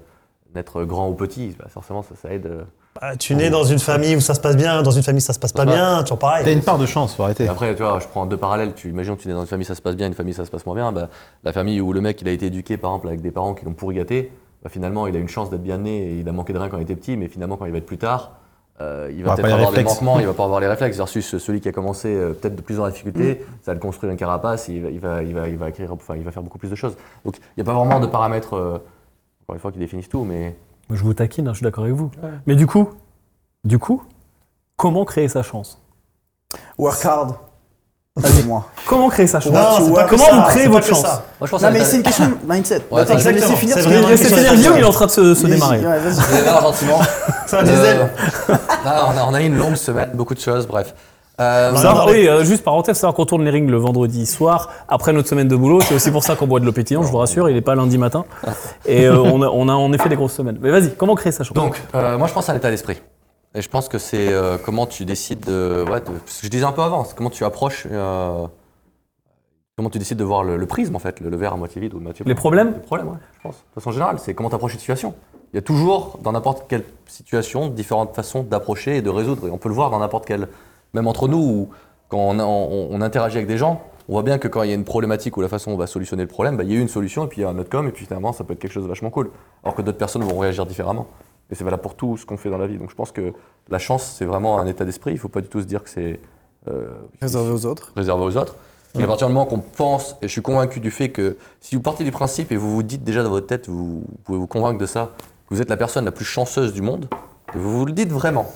Speaker 4: naître grand ou petit. Bah, forcément, ça, ça aide. euh,
Speaker 3: Bah, tu nais dans une famille où ça se passe bien, dans une famille où ça se passe pas
Speaker 4: Ouais.
Speaker 3: bien, toujours
Speaker 2: T'as
Speaker 3: pareil.
Speaker 2: une part de chance, faut arrêter.
Speaker 4: Et Après, tu vois, je prends deux parallèles. Tu imagines, tu es dans une famille, ça se passe bien, une famille, ça se passe moins bien. Bah, la famille où le mec, il a été éduqué, par exemple, avec des parents qui l'ont pourri gâté, bah, finalement, il a une chance d'être bien né et il a manqué de rien quand il était petit, mais finalement, quand il va être plus tard, euh, il
Speaker 2: Bah,
Speaker 4: va
Speaker 2: pas
Speaker 4: peut-être
Speaker 2: les
Speaker 4: avoir
Speaker 2: réflexes.
Speaker 4: des manquements,
Speaker 2: <laughs>
Speaker 4: il va pas avoir les réflexes. Versus celui qui a commencé euh, peut-être de plus en difficulté, ça va le construire une carapace, il va, il va, il va, il va acquérir- enfin, il va faire beaucoup plus de choses. Donc, il n'y a pas vraiment de paramètres, euh, encore une fois, qui définissent tout, mais
Speaker 1: Je vous taquine, hein, je suis d'accord avec vous. Mais du coup, du coup, comment créer sa chance
Speaker 5: Work hard. Vas-y, moi.
Speaker 1: Comment créer sa chance
Speaker 3: Non, c'est pas que
Speaker 1: Comment
Speaker 3: ça,
Speaker 1: vous créez
Speaker 3: c'est pas
Speaker 1: votre
Speaker 3: que
Speaker 1: chance
Speaker 3: ça.
Speaker 4: moi, je pense
Speaker 5: Non,
Speaker 4: que
Speaker 5: mais
Speaker 4: ça-
Speaker 5: c'est une question de mindset.
Speaker 4: Ouais,
Speaker 5: Attends, je vais laisser
Speaker 3: exactement,
Speaker 5: finir.
Speaker 3: c'est
Speaker 5: parce
Speaker 3: vraiment
Speaker 5: que-
Speaker 3: une
Speaker 1: Laissez
Speaker 3: question
Speaker 1: finir
Speaker 3: de
Speaker 1: Guillaume,
Speaker 3: mindset.
Speaker 1: il est en train de se, se
Speaker 5: Vas-y,
Speaker 1: démarrer.
Speaker 5: ouais,
Speaker 4: <laughs>
Speaker 5: vas-y.
Speaker 4: Vous avez un sentiment.
Speaker 3: Ça diesel.
Speaker 4: Euh, <laughs> non, on, a, on a eu une longue semaine, beaucoup de choses, bref. Euh,
Speaker 3: Ça
Speaker 1: Ça,
Speaker 3: va,
Speaker 1: oui, euh, juste parenthèse, ça qu'on tourne les rings le vendredi soir après notre semaine de boulot. C'est aussi pour ça qu'on boit de l'eau pétillante, je vous rassure, il n'est pas lundi matin. Et euh, on, a, on a en effet des grosses semaines. Mais vas-y, comment créer sa chance
Speaker 4: Donc, euh, moi, je pense à l'état d'esprit. Et je pense que c'est euh, comment tu décides de, ouais, de- parce que Je disais un peu avant, c'est comment tu approches. euh, comment tu décides de voir le, le prisme, en fait, le, le verre à moitié vide ou à moitié
Speaker 1: Les
Speaker 4: plein.
Speaker 1: problèmes
Speaker 4: Les problèmes, ouais, je pense. De façon générale, c'est comment tu approches une situation. Il y a toujours, dans n'importe quelle situation, différentes façons d'approcher et de résoudre. Et on peut le voir dans n'importe quelle. Même entre nous, où quand on, a- on- on interagit avec des gens, on voit bien que quand il y a une problématique ou la façon dont on va solutionner le problème, bah, il y a eu une solution, et puis il y a un autre com, et puis finalement, ça peut être quelque chose de vachement cool. Alors que d'autres personnes vont réagir différemment. Et c'est valable pour tout ce qu'on fait dans la vie. Donc je pense que la chance, c'est vraiment un état d'esprit. Il ne faut pas du tout se dire que c'est. euh,
Speaker 5: Réservé aux autres.
Speaker 4: réservé aux autres. Et à partir du moment qu'on pense, et je suis convaincu du fait que si vous partez du principe et vous vous dites déjà dans votre tête, vous, vous pouvez vous convaincre de ça, que vous êtes la personne la plus chanceuse du monde, et vous vous le dites vraiment,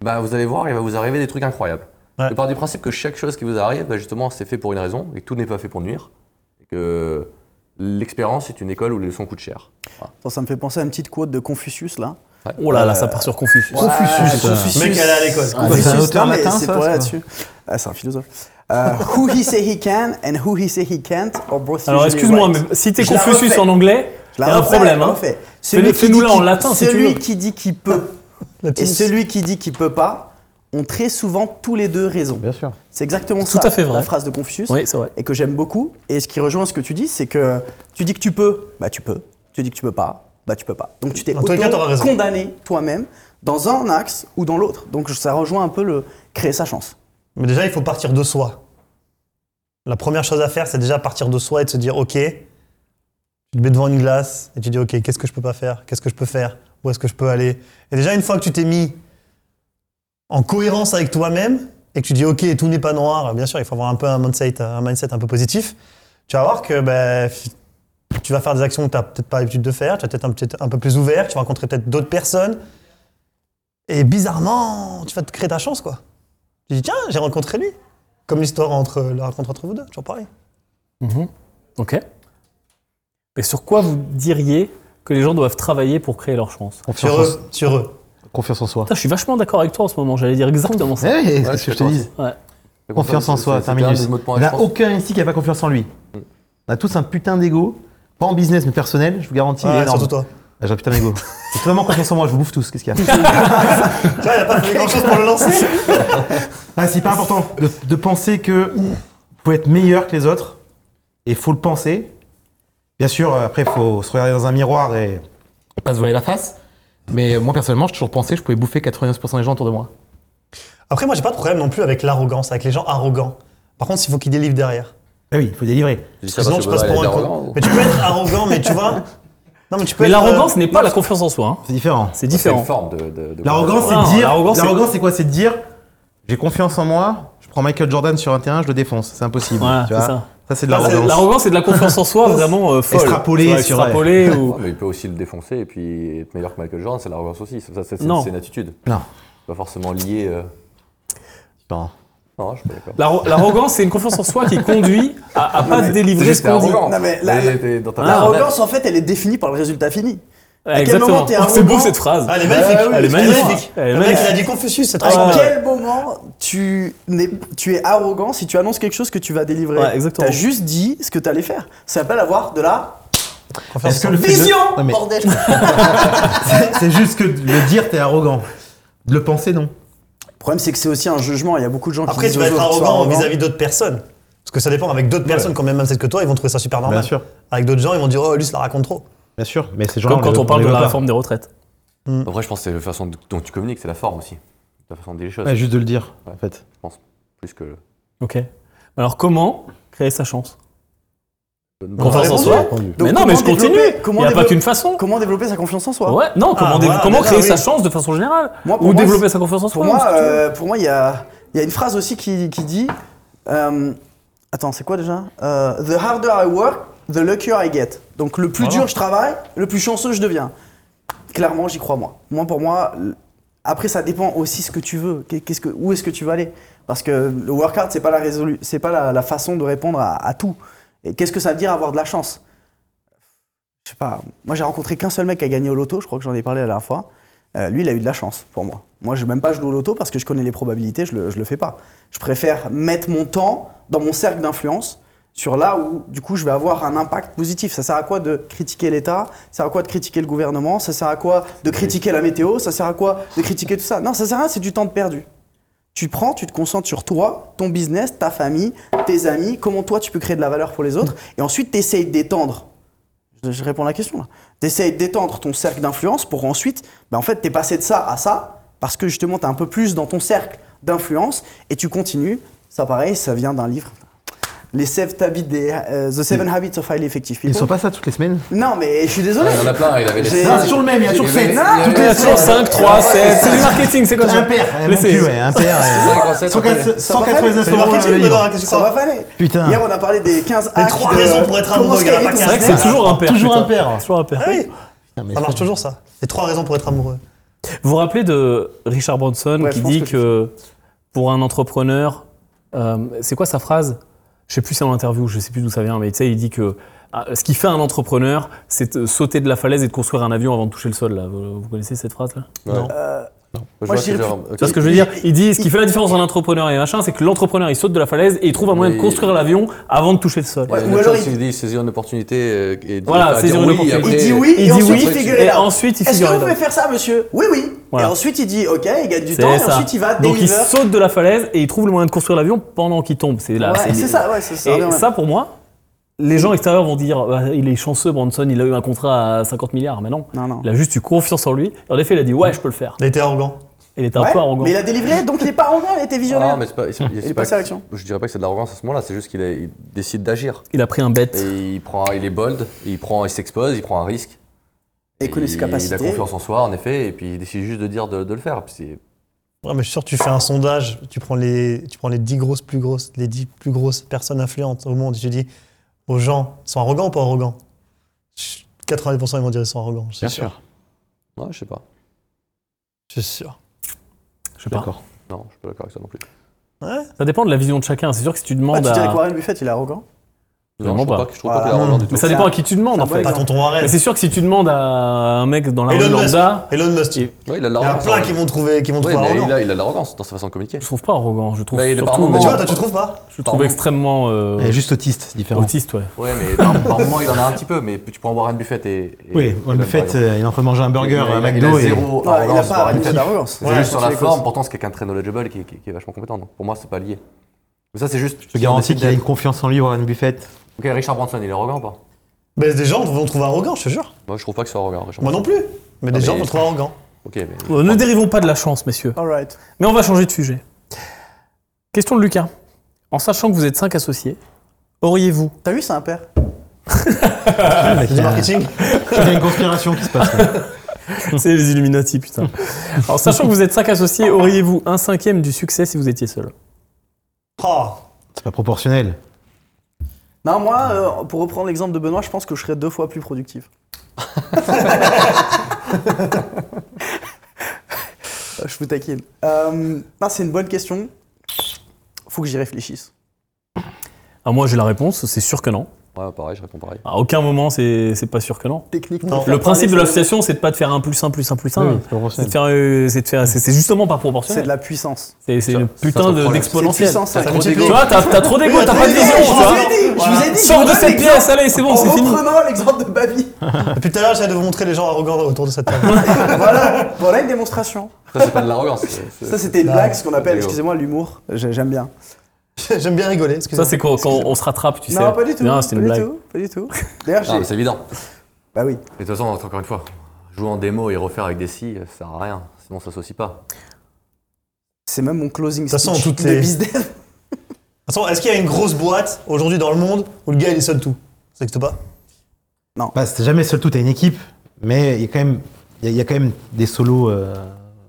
Speaker 4: bah vous allez voir, il va vous arriver des trucs incroyables.
Speaker 3: Ouais.
Speaker 4: Et par du principe que chaque chose qui vous arrive, bah, justement, c'est fait pour une raison, et que tout n'est pas fait pour nuire, et que l'expérience est une école où les leçons coûtent cher.
Speaker 5: Attends, ça me fait penser à une petite quote de Confucius là.
Speaker 1: Oh là là,
Speaker 5: euh,
Speaker 1: ça part sur Confucius.
Speaker 2: Confucius.
Speaker 3: Le mec allait à l'école. quoi.
Speaker 2: Ouais. c'est un auteur
Speaker 5: non, mais
Speaker 2: latin,
Speaker 5: c'est
Speaker 2: ça,
Speaker 5: pour
Speaker 2: c'est
Speaker 5: aller
Speaker 2: pas-
Speaker 5: là-dessus. Ah, c'est un philosophe. Euh, who he say he can and who he say he can't are both
Speaker 1: Alors
Speaker 5: usually
Speaker 1: excuse-moi,
Speaker 5: right.
Speaker 1: mais si t'es
Speaker 5: Je la
Speaker 1: Confucius
Speaker 5: refais.
Speaker 1: en anglais,
Speaker 5: Je
Speaker 1: il y
Speaker 5: la
Speaker 1: a un
Speaker 5: refais,
Speaker 1: problème.
Speaker 5: je la
Speaker 1: hein.
Speaker 5: refais.
Speaker 1: Fais-le-
Speaker 5: qui
Speaker 1: Fais-nous
Speaker 5: dit
Speaker 1: là en
Speaker 5: qu'il-
Speaker 1: latin si tu
Speaker 5: celui
Speaker 1: veux.
Speaker 5: qui dit qu'il peut
Speaker 3: La petite-
Speaker 5: et celui qui dit qu'il peut pas ont très souvent tous les deux raison.
Speaker 2: Bien sûr.
Speaker 5: C'est exactement
Speaker 1: Tout
Speaker 5: ça,
Speaker 1: à fait vrai.
Speaker 5: la phrase de Confucius.
Speaker 1: Oui, c'est vrai.
Speaker 5: et que j'aime beaucoup. Et ce qui rejoint ce que tu dis, c'est que tu dis que tu peux, bah tu peux. Tu dis que tu peux pas, bah tu peux pas. Donc tu t'es
Speaker 3: Dans tous les cas, t'auras raison.
Speaker 5: condamné toi-même dans un axe ou dans l'autre. Donc ça rejoint un peu le créer sa chance.
Speaker 3: Mais déjà, il faut partir de soi. La première chose à faire, c'est déjà partir de soi et de se dire, OK, tu te mets devant une glace et tu dis, OK, qu'est-ce que je peux pas faire Qu'est-ce que je peux faire Où est-ce que je peux aller Et déjà, une fois que tu t'es mis en cohérence avec toi-même et que tu dis, OK, tout n'est pas noir, bien sûr, il faut avoir un peu un mindset un, mindset un peu positif, tu vas voir que ben, fi- tu vas faire des actions que tu n'as peut-être pas l'habitude de faire, tu vas peut-être un, petit- un peu plus ouvert, tu vas rencontrer peut-être d'autres personnes. Et bizarrement, tu vas te créer ta chance, quoi. J'ai dit, tiens, j'ai rencontré lui. Comme l'histoire entre la rencontre entre vous deux, toujours pareil.
Speaker 1: Mhm. Ok. Et sur quoi vous diriez que les gens doivent travailler pour créer leur chance
Speaker 2: Confiance,
Speaker 3: Sur
Speaker 2: en,
Speaker 3: eux, sur eux.
Speaker 2: confiance en soi.
Speaker 1: Putain, je suis vachement d'accord avec toi en ce moment, j'allais dire exactement
Speaker 2: Eh,
Speaker 1: ça.
Speaker 2: ouais, c'est ce que
Speaker 4: c'est
Speaker 2: je te
Speaker 4: toi.
Speaker 2: dis.
Speaker 1: Ouais.
Speaker 4: C'est comme
Speaker 2: Confiance
Speaker 4: ça,
Speaker 2: en
Speaker 4: c'est-
Speaker 2: soi,
Speaker 4: c'est-
Speaker 2: c'est un
Speaker 4: c'est un
Speaker 2: minus.
Speaker 4: des mots de
Speaker 2: Il
Speaker 4: point,
Speaker 2: n'y
Speaker 4: je
Speaker 2: en a
Speaker 4: pense. Mm.
Speaker 2: aucun ici qui n'a pas confiance en lui. On a tous un putain d'ego, pas en business mais personnel, je vous garantis. il est
Speaker 3: Ouais,
Speaker 2: énorme.
Speaker 3: surtout toi.
Speaker 2: Ah, J'ai un putain d'ego. J'ai totalement confiance en moi, je vous bouffe tous, qu'est-ce qu'il y a
Speaker 3: Tu vois, il a pas fait grand chose pour le lancer.
Speaker 2: Ah, c'est pas important de, de penser que vous pouvez être meilleur que les autres et faut le penser. Bien sûr, euh, après, faut se regarder dans un miroir et pas se voiler la face. Mais moi, personnellement, j'ai toujours pensé que je pouvais bouffer 99% des gens autour de moi.
Speaker 3: Après, moi, j'ai pas de problème non plus avec l'arrogance, avec les gens arrogants. Par contre, il faut qu'ils délivrent derrière.
Speaker 2: Ah oui, il faut délivrer.
Speaker 4: Je dis ça
Speaker 3: Sinon,
Speaker 4: parce
Speaker 3: tu
Speaker 4: que
Speaker 3: passes
Speaker 4: Baudelaire
Speaker 3: pour
Speaker 4: est
Speaker 3: un
Speaker 4: arrogant,
Speaker 3: con.
Speaker 4: ou-
Speaker 3: Mais tu peux être arrogant, mais tu vois. Non, mais tu peux
Speaker 1: Mais
Speaker 3: être,
Speaker 1: l'arrogance
Speaker 3: euh,
Speaker 1: n'est pas la confiance en soi, hein.
Speaker 2: C'est différent.
Speaker 1: c'est
Speaker 4: C'est une
Speaker 1: différent.
Speaker 4: forme de. de- de-
Speaker 2: L'arrogance,
Speaker 1: Non,
Speaker 2: c'est de dire.
Speaker 1: l'arrogance, c'est-
Speaker 2: L'arrogance, c'est quoi C'est de dire j'ai confiance en moi, je prends Michael Jordan sur un terrain, je le défonce. C'est impossible.
Speaker 1: Voilà,
Speaker 2: tu
Speaker 1: c'est
Speaker 2: vois
Speaker 1: ça.
Speaker 2: c'est de
Speaker 1: Enfin, c'est-
Speaker 2: l'arrogance.
Speaker 1: L'arrogance, c'est de la confiance en soi vraiment euh, folle.
Speaker 2: Extrapolée
Speaker 1: Tu vois,
Speaker 2: sur-
Speaker 1: extrapolée ou...
Speaker 4: Ouais, mais il peut aussi le défoncer et puis être meilleur que Michael Jordan, c'est l'arrogance aussi. Ça, ça, c'est
Speaker 1: Non.
Speaker 4: c'est une attitude.
Speaker 2: Non.
Speaker 4: C'est Pas forcément lié. euh,
Speaker 2: Non.
Speaker 4: Non, je suis pas d'accord.
Speaker 1: L'arro- L'arrogance, c'est une confiance en soi qui conduit à, à pas délivrer ce
Speaker 4: T'es
Speaker 1: qu'on dit.
Speaker 4: arrogant.
Speaker 5: Non, mais la- Ah,
Speaker 4: T'es- t'es
Speaker 3: Ah,
Speaker 4: dans ta
Speaker 5: L'arrogance, en fait, elle est définie par le résultat fini.
Speaker 1: Ouais,
Speaker 5: À quel
Speaker 1: Exactement.
Speaker 5: moment t'es
Speaker 1: Oh, c'est beau
Speaker 5: arrogant
Speaker 1: cette phrase.
Speaker 3: Ah, elle est magnifique.
Speaker 5: Ah oui,
Speaker 1: elle est magnifique. Elle est
Speaker 3: Le mec,
Speaker 1: magnifique.
Speaker 3: il a dit Confucius, c'est trop
Speaker 5: À
Speaker 1: Ah,
Speaker 3: bien.
Speaker 1: ouais.
Speaker 5: quel moment tu, n'es- tu es arrogant si tu annonces quelque chose que tu vas délivrer
Speaker 1: Ouais, exactement.
Speaker 5: T'as juste dit ce que t'allais faire. Ça s'appelle avoir de la
Speaker 3: Confiance
Speaker 2: Est-ce que
Speaker 3: en
Speaker 2: le
Speaker 3: soi.
Speaker 2: fait de-
Speaker 5: vision,
Speaker 2: Non, mais-
Speaker 5: bordel
Speaker 2: C'est juste que de le dire, t'es arrogant. De le penser, non.
Speaker 5: Le problème, c'est que c'est aussi un jugement. Il y a beaucoup de gens qui
Speaker 3: Après,
Speaker 5: disent
Speaker 3: tu vas
Speaker 5: aux
Speaker 3: être
Speaker 5: autres, sois
Speaker 3: arrogant vis-à-vis d'autres personnes. Parce que ça dépend. Avec d'autres personnes, quand même, même celles que toi, ils vont trouver ça super normal.
Speaker 2: Bien sûr.
Speaker 3: Avec d'autres gens, ils vont dire, oh, lui, ça la raconte trop.
Speaker 2: Bien sûr. Mais ces gens-là,
Speaker 1: Comme quand
Speaker 2: les-
Speaker 1: on parle de
Speaker 2: les
Speaker 1: la
Speaker 2: voit pas.
Speaker 1: réforme des retraites.
Speaker 4: Après, je pense que c'est la façon dont tu communiques, c'est la forme aussi. La façon de dire les choses,
Speaker 2: Ouais, juste de le dire, en fait.
Speaker 4: plus que.
Speaker 1: Ok. Alors comment créer sa chance
Speaker 5: Ah,
Speaker 3: Confiance en
Speaker 1: soi.
Speaker 5: Donc,
Speaker 1: Mais non, mais je
Speaker 5: comment
Speaker 1: continue.
Speaker 5: développer-
Speaker 1: Il
Speaker 5: comment
Speaker 1: n'y a pas
Speaker 5: développer-
Speaker 1: qu'une façon.
Speaker 5: Comment développer sa confiance en soi
Speaker 1: Ouais, non, comment, dé-
Speaker 3: voilà,
Speaker 1: comment
Speaker 3: d'accord,
Speaker 1: créer
Speaker 3: oui.
Speaker 1: sa chance de façon générale
Speaker 5: Moi, pour
Speaker 1: Ou
Speaker 5: moi,
Speaker 1: développer
Speaker 5: c'est-
Speaker 1: sa confiance en soi
Speaker 5: Pour
Speaker 1: ou ce
Speaker 5: moi,
Speaker 1: que tu veux.
Speaker 5: euh, pour moi, il y a, il y a une phrase aussi qui, qui dit. euh, attends, c'est quoi déjà Euh, The harder I work, the luckier I get. Donc le
Speaker 1: Ah
Speaker 5: plus dur je travaille, le plus chanceux je deviens. Clairement, j'y crois moi. Moi, pour moi, l- après ça dépend aussi ce que tu veux. Qu'est- Qu'est-ce que, où est-ce que tu veux aller Parce que le work hard, c'est pas la résolu- c'est pas la, la façon de répondre à, à tout. Et qu'est-ce que ça veut dire avoir de la chance Je sais pas. Moi, j'ai rencontré qu'un seul mec qui a gagné au loto. Je crois que j'en ai parlé la dernière fois. Euh, lui, il a eu de la chance pour moi. Moi, je même pas jouer au loto parce que je connais les probabilités, je le, je le fais pas. Je préfère mettre mon temps dans mon cercle d'influence sur là où, du coup, je vais avoir un impact positif. Ça sert à quoi de critiquer l'État Ça sert à quoi de critiquer le gouvernement Ça sert à quoi de critiquer la météo Ça sert à quoi de critiquer tout ça Non, ça sert à rien, c'est du temps de perdu. Tu prends, tu te concentres sur toi, ton business, ta famille, tes amis, comment toi tu peux créer de la valeur pour les autres, et ensuite t'essayes d'étendre je, je réponds à la question là. T'essayes d'étendre ton cercle d'influence pour ensuite, bah, en fait, t'es passé de ça à ça parce que justement t'es un peu plus dans ton cercle d'influence et tu continues. Ça pareil, ça vient d'un livre. les sept habits des, euh, The Seven Habits of Highly Effective
Speaker 2: Ils
Speaker 5: People.
Speaker 2: sont pas ça toutes les semaines
Speaker 5: Non, mais je suis désolé.
Speaker 4: Ah, Il y en a plein, il avait les
Speaker 5: J'ai-
Speaker 4: cinq.
Speaker 5: C'est
Speaker 2: toujours le même, il y a toujours
Speaker 5: Eh ben,
Speaker 4: Il avait-
Speaker 2: sept.
Speaker 4: il avait-
Speaker 5: Toutes
Speaker 1: Il y a toujours 5, 3, 7. C'est du marketing, c'est quoi
Speaker 2: Un
Speaker 1: ça
Speaker 2: père, Eh, mon
Speaker 1: Laissez.
Speaker 2: cul, ouais, un père.
Speaker 4: C'est
Speaker 5: Ah,
Speaker 2: ouais.
Speaker 4: cinq en sept, après.
Speaker 2: 180 189
Speaker 3: C'est le
Speaker 2: euros
Speaker 3: marketing
Speaker 2: le
Speaker 3: maintenant,
Speaker 2: livre.
Speaker 3: hein, qu'est-ce que
Speaker 5: Ça
Speaker 3: tu
Speaker 5: va
Speaker 3: crois
Speaker 5: falloir.
Speaker 2: Putain.
Speaker 5: Hier, on a parlé des 15
Speaker 3: Les
Speaker 5: hacks
Speaker 3: trois
Speaker 5: de-
Speaker 3: raisons pour être un
Speaker 5: comment
Speaker 3: amoureux,
Speaker 5: se
Speaker 3: il y en a
Speaker 5: caler
Speaker 3: pas
Speaker 5: dans
Speaker 1: C'est vrai que c'est
Speaker 5: sa merde.
Speaker 1: toujours un père.
Speaker 2: Toujours
Speaker 1: putain.
Speaker 2: un père.
Speaker 1: Toujours un père.
Speaker 3: Ah oui,
Speaker 2: Putain, mais
Speaker 3: ça marche
Speaker 2: c'est-
Speaker 3: toujours ça. Les trois raisons pour être amoureux.
Speaker 1: Vous vous rappelez de Richard Branson
Speaker 5: Ouais,
Speaker 1: qui
Speaker 5: je pense
Speaker 1: dit
Speaker 5: que
Speaker 1: que,
Speaker 5: je
Speaker 1: pour un entrepreneur, euh, c'est quoi sa phrase Je sais plus c'est dans l'interview, je sais plus d'où ça vient, mais tu sais, il dit que ah, ce qui fait un entrepreneur, c'est de sauter de la falaise et de construire un avion avant de toucher le sol. Là. Vous, vous connaissez cette phrase là
Speaker 4: Ouais. Euh,
Speaker 1: Non.
Speaker 4: Je vois
Speaker 5: Moi, je dirais
Speaker 4: genre-
Speaker 1: Tu vois ce que je veux dire Il dit ce qui fait la différence entre un entrepreneur et un machin, c'est que l'entrepreneur il saute de la falaise et il trouve un moyen de
Speaker 4: Oui.
Speaker 1: construire l'avion avant de toucher le sol.
Speaker 4: Il y a une
Speaker 5: ou
Speaker 4: autre
Speaker 5: alors
Speaker 4: chose,
Speaker 5: il-
Speaker 4: il dit saisir une opportunité euh, et dire-
Speaker 1: Voilà,
Speaker 4: enfin,
Speaker 1: saisir
Speaker 4: dire
Speaker 1: une
Speaker 4: oui,
Speaker 1: opportunité.
Speaker 4: après- euh,
Speaker 5: Il dit oui,
Speaker 1: Il
Speaker 5: et
Speaker 1: dit
Speaker 5: ensuite
Speaker 1: oui,
Speaker 5: il figure
Speaker 1: et
Speaker 5: là.
Speaker 1: ensuite il
Speaker 5: Est-ce que
Speaker 1: figure
Speaker 5: vous
Speaker 1: là.
Speaker 5: pouvez faire ça, monsieur Oui, oui.
Speaker 1: Voilà.
Speaker 5: Et ensuite, il dit OK, il gagne du
Speaker 1: C'est
Speaker 5: temps. Et
Speaker 1: ça.
Speaker 5: ensuite, il va
Speaker 1: Donc il
Speaker 5: deliver.
Speaker 1: saute de la falaise et il trouve le moyen de construire l'avion pendant qu'il tombe. C'est là.
Speaker 5: Ouais, c'est ça, ouais, c'est ça.
Speaker 1: Et ça, pour moi, les gens extérieurs vont dire Bah, il est chanceux, Branson, il a eu un contrat à 50 milliards. Mais non,
Speaker 5: Non, non.
Speaker 1: il a juste eu confiance en lui. En effet, il a dit ouais, je peux le faire.
Speaker 3: Il était arrogant.
Speaker 1: Il était un peu
Speaker 5: Ouais,
Speaker 1: arrogant. Ah,
Speaker 5: Mais il a délivré, donc il est pas arrogant, il était visionnaire.
Speaker 4: Non, mais c'est pas. c'est- c'est
Speaker 5: est
Speaker 4: pas
Speaker 5: passé à l'action.
Speaker 4: Je dirais pas que c'est de l'arrogance à ce moment-là, c'est juste qu'il est- il décide d'agir.
Speaker 1: Il a pris un
Speaker 4: Et
Speaker 1: bet.
Speaker 4: il prend, il est bold, il prend, il s'expose, il prend un risque.
Speaker 5: Et il connaît ses capacités.
Speaker 4: Il a confiance en soi, en effet, et puis il décide juste de dire de, de le faire. Puis c'est-
Speaker 3: Ouais, mais je suis sûr que tu fais un sondage, tu prends les, tu prends les 10 grosses plus grosses, les 10 plus grosses personnes influentes au monde, et tu dis aux gens, ils sont arrogants ou pas arrogants Chut, 90% ils vont dire ils sont arrogants, je suis sûr.
Speaker 4: Ouais, je sais pas.
Speaker 3: Je suis sûr.
Speaker 1: Je sais pas.
Speaker 4: Non, je suis pas d'accord avec ça non plus.
Speaker 3: Ouais.
Speaker 1: Ça dépend de la vision de chacun. C'est sûr que si tu
Speaker 5: Ah,
Speaker 1: demandes
Speaker 5: tu dirais que
Speaker 1: à.
Speaker 5: Warren Buffett, il est arrogant
Speaker 4: Non,
Speaker 1: Vraiment
Speaker 4: je trouve
Speaker 1: pas.
Speaker 4: pas, que- je trouve pas
Speaker 5: Voilà.
Speaker 4: qu'il est arrogant du tout.
Speaker 1: Mais ça
Speaker 5: C'est
Speaker 1: dépend
Speaker 5: un-
Speaker 1: à qui tu demandes en
Speaker 5: c'est un
Speaker 1: fait.
Speaker 3: Pas
Speaker 5: bon
Speaker 3: tonton
Speaker 1: Mais
Speaker 3: Warren.
Speaker 1: c'est sûr que si tu demandes à un mec dans la rue
Speaker 3: Elon Musk.
Speaker 1: lambda,
Speaker 3: Elon Musk. Il
Speaker 4: Ouais, il a de
Speaker 3: y en a
Speaker 4: l'arrogance.
Speaker 3: plein qui vont trouver, qui vont
Speaker 4: oh, Ouais,
Speaker 3: trouver
Speaker 4: mais
Speaker 3: arrogant.
Speaker 4: il a- il a de l'arrogance dans sa façon de communiquer.
Speaker 1: je trouve pas arrogant. Je trouve
Speaker 4: Mais Bah, il est par
Speaker 1: surtout-
Speaker 4: moment-
Speaker 3: Mais tu
Speaker 4: Non.
Speaker 3: vois, toi tu trouves pas
Speaker 1: je trouve extrêmement euh,
Speaker 2: Elle est Eh, juste autiste, c'est différent.
Speaker 1: autiste, ouais.
Speaker 4: Ouais, mais par, par moment, il en a un petit peu, mais tu prends Warren Buffett et. et-
Speaker 2: Oui,
Speaker 4: et
Speaker 2: le fait,
Speaker 4: Elon,
Speaker 2: euh, il est en train de manger un
Speaker 4: par exemple.
Speaker 2: burger
Speaker 4: Il a-
Speaker 2: à
Speaker 4: Il
Speaker 2: McDo
Speaker 4: a
Speaker 2: et.
Speaker 4: zéro
Speaker 5: Ouais, Il a
Speaker 4: arrogance,
Speaker 5: pas
Speaker 4: Warren
Speaker 5: arrêté
Speaker 4: Buffett.
Speaker 5: d'arrogance.
Speaker 4: C'est
Speaker 3: Ouais,
Speaker 4: juste sur
Speaker 5: quand
Speaker 4: la
Speaker 5: tu
Speaker 4: forme,
Speaker 5: l'écoutes.
Speaker 4: pourtant c'est quelqu'un de très knowledgeable qui, qui- qui est vachement compétent. Donc pour moi, c'est pas lié. Mais ça, c'est juste.
Speaker 2: Je te garantis qu'il a une confiance en lui, Warren Buffett.
Speaker 4: Ok, Richard Branson, il est arrogant ou pas
Speaker 3: Mais des gens vont trouver arrogant, je te jure.
Speaker 4: Moi, je trouve pas que c'est arrogant, Richard
Speaker 3: Moi non
Speaker 4: Branson.
Speaker 3: plus. Mais des
Speaker 4: Ah,
Speaker 3: gens
Speaker 4: mais-
Speaker 3: vont trouver
Speaker 4: <laughs>
Speaker 3: arrogant.
Speaker 4: Ok, mais.
Speaker 1: Euh, Ne dérivons pas de la chance, messieurs.
Speaker 5: <laughs> All right.
Speaker 1: Mais on va changer de sujet. Question de Lucas. En sachant que vous êtes cinq associés, auriez-vous
Speaker 5: T'as vu, c'est un père.
Speaker 2: Ah,
Speaker 3: C'est du marketing
Speaker 2: Il y a une conspiration qui se passe. là.
Speaker 1: C'est les Illuminati, putain. En sachant que vous êtes cinq associés, auriez-vous un cinquième du succès si vous étiez seul
Speaker 3: Oh,
Speaker 2: C'est pas proportionnel.
Speaker 5: Non, moi, euh, pour reprendre l'exemple de Benoît, je pense que je serais deux fois plus productif. <laughs> Euh, je vous taquine. Euh, non, c'est une bonne question. Faut que j'y réfléchisse.
Speaker 1: Ah, moi, j'ai la réponse, c'est sûr que non.
Speaker 4: Ouais, pareil, je réponds pareil.
Speaker 1: À aucun moment, c'est c'est pas sûr que non.
Speaker 5: Technique.
Speaker 3: Non.
Speaker 1: Le principe de l'association, c'est de pas de faire un plus un plus un plus un.
Speaker 2: Oui, oui, c'est
Speaker 1: C'est de
Speaker 2: proportionnel.
Speaker 1: faire, euh, c'est de faire, c'est c'est justement pas
Speaker 5: C'est de
Speaker 1: proportionnel.
Speaker 5: la puissance.
Speaker 1: C'est c'est
Speaker 4: Ça-
Speaker 1: une
Speaker 4: ça, c'est
Speaker 1: putain
Speaker 4: le
Speaker 1: de-
Speaker 4: problème.
Speaker 1: d'exponentielle.
Speaker 5: puissance,
Speaker 1: T'as
Speaker 5: ça
Speaker 1: trop
Speaker 3: multiplie.
Speaker 1: d'ego. Tu vois, t'as t'as trop d'ego, t'as pas de vision.
Speaker 5: Je
Speaker 1: tu vois.
Speaker 5: vous ai dit, je vous ai dit.
Speaker 1: Sors
Speaker 5: je
Speaker 1: de
Speaker 5: vous donne
Speaker 1: cette pièce, allez, c'est bon,
Speaker 5: En
Speaker 1: c'est fini.
Speaker 5: reprenant l'exemple de Babi.
Speaker 3: Depuis tout à l'heure, j'essaie de vous montrer les gens arrogants autour de cette table. <laughs>
Speaker 5: voilà, voilà une démonstration.
Speaker 4: Ça, c'est pas de l'arrogance. c'est- c'est-
Speaker 5: Ça, c'était une blague, ce qu'on appelle,
Speaker 4: Léo.
Speaker 5: excusez-moi, l'humour. J'ai- J'aime bien.
Speaker 3: J'aime bien rigoler,
Speaker 1: Ça,
Speaker 3: excusez-moi.
Speaker 1: c'est quand, quand on se rattrape, tu sais.
Speaker 5: non, pas du tout.
Speaker 1: Non, c'est une
Speaker 5: pas
Speaker 1: blague.
Speaker 5: du tout. Pas du tout. D'ailleurs,
Speaker 4: Ah, mais
Speaker 5: j'ai.
Speaker 4: c'est évident.
Speaker 5: Bah oui.
Speaker 4: Mais de toute façon, encore une fois, jouer en démo et refaire avec des si, euh, ça sert à rien. Sinon, ça s'associe pas.
Speaker 5: C'est même mon closing
Speaker 3: toute façon,
Speaker 5: speech
Speaker 3: toutes
Speaker 5: de
Speaker 3: les-
Speaker 5: business.
Speaker 3: Attends, est-ce qu'il y a une grosse boîte aujourd'hui dans le monde où le gars il est seul tout Ça existe pas
Speaker 2: Bah, c'était jamais seul tout, t'as une équipe, mais il y a quand même, il y a- il y a quand même des solos, euh,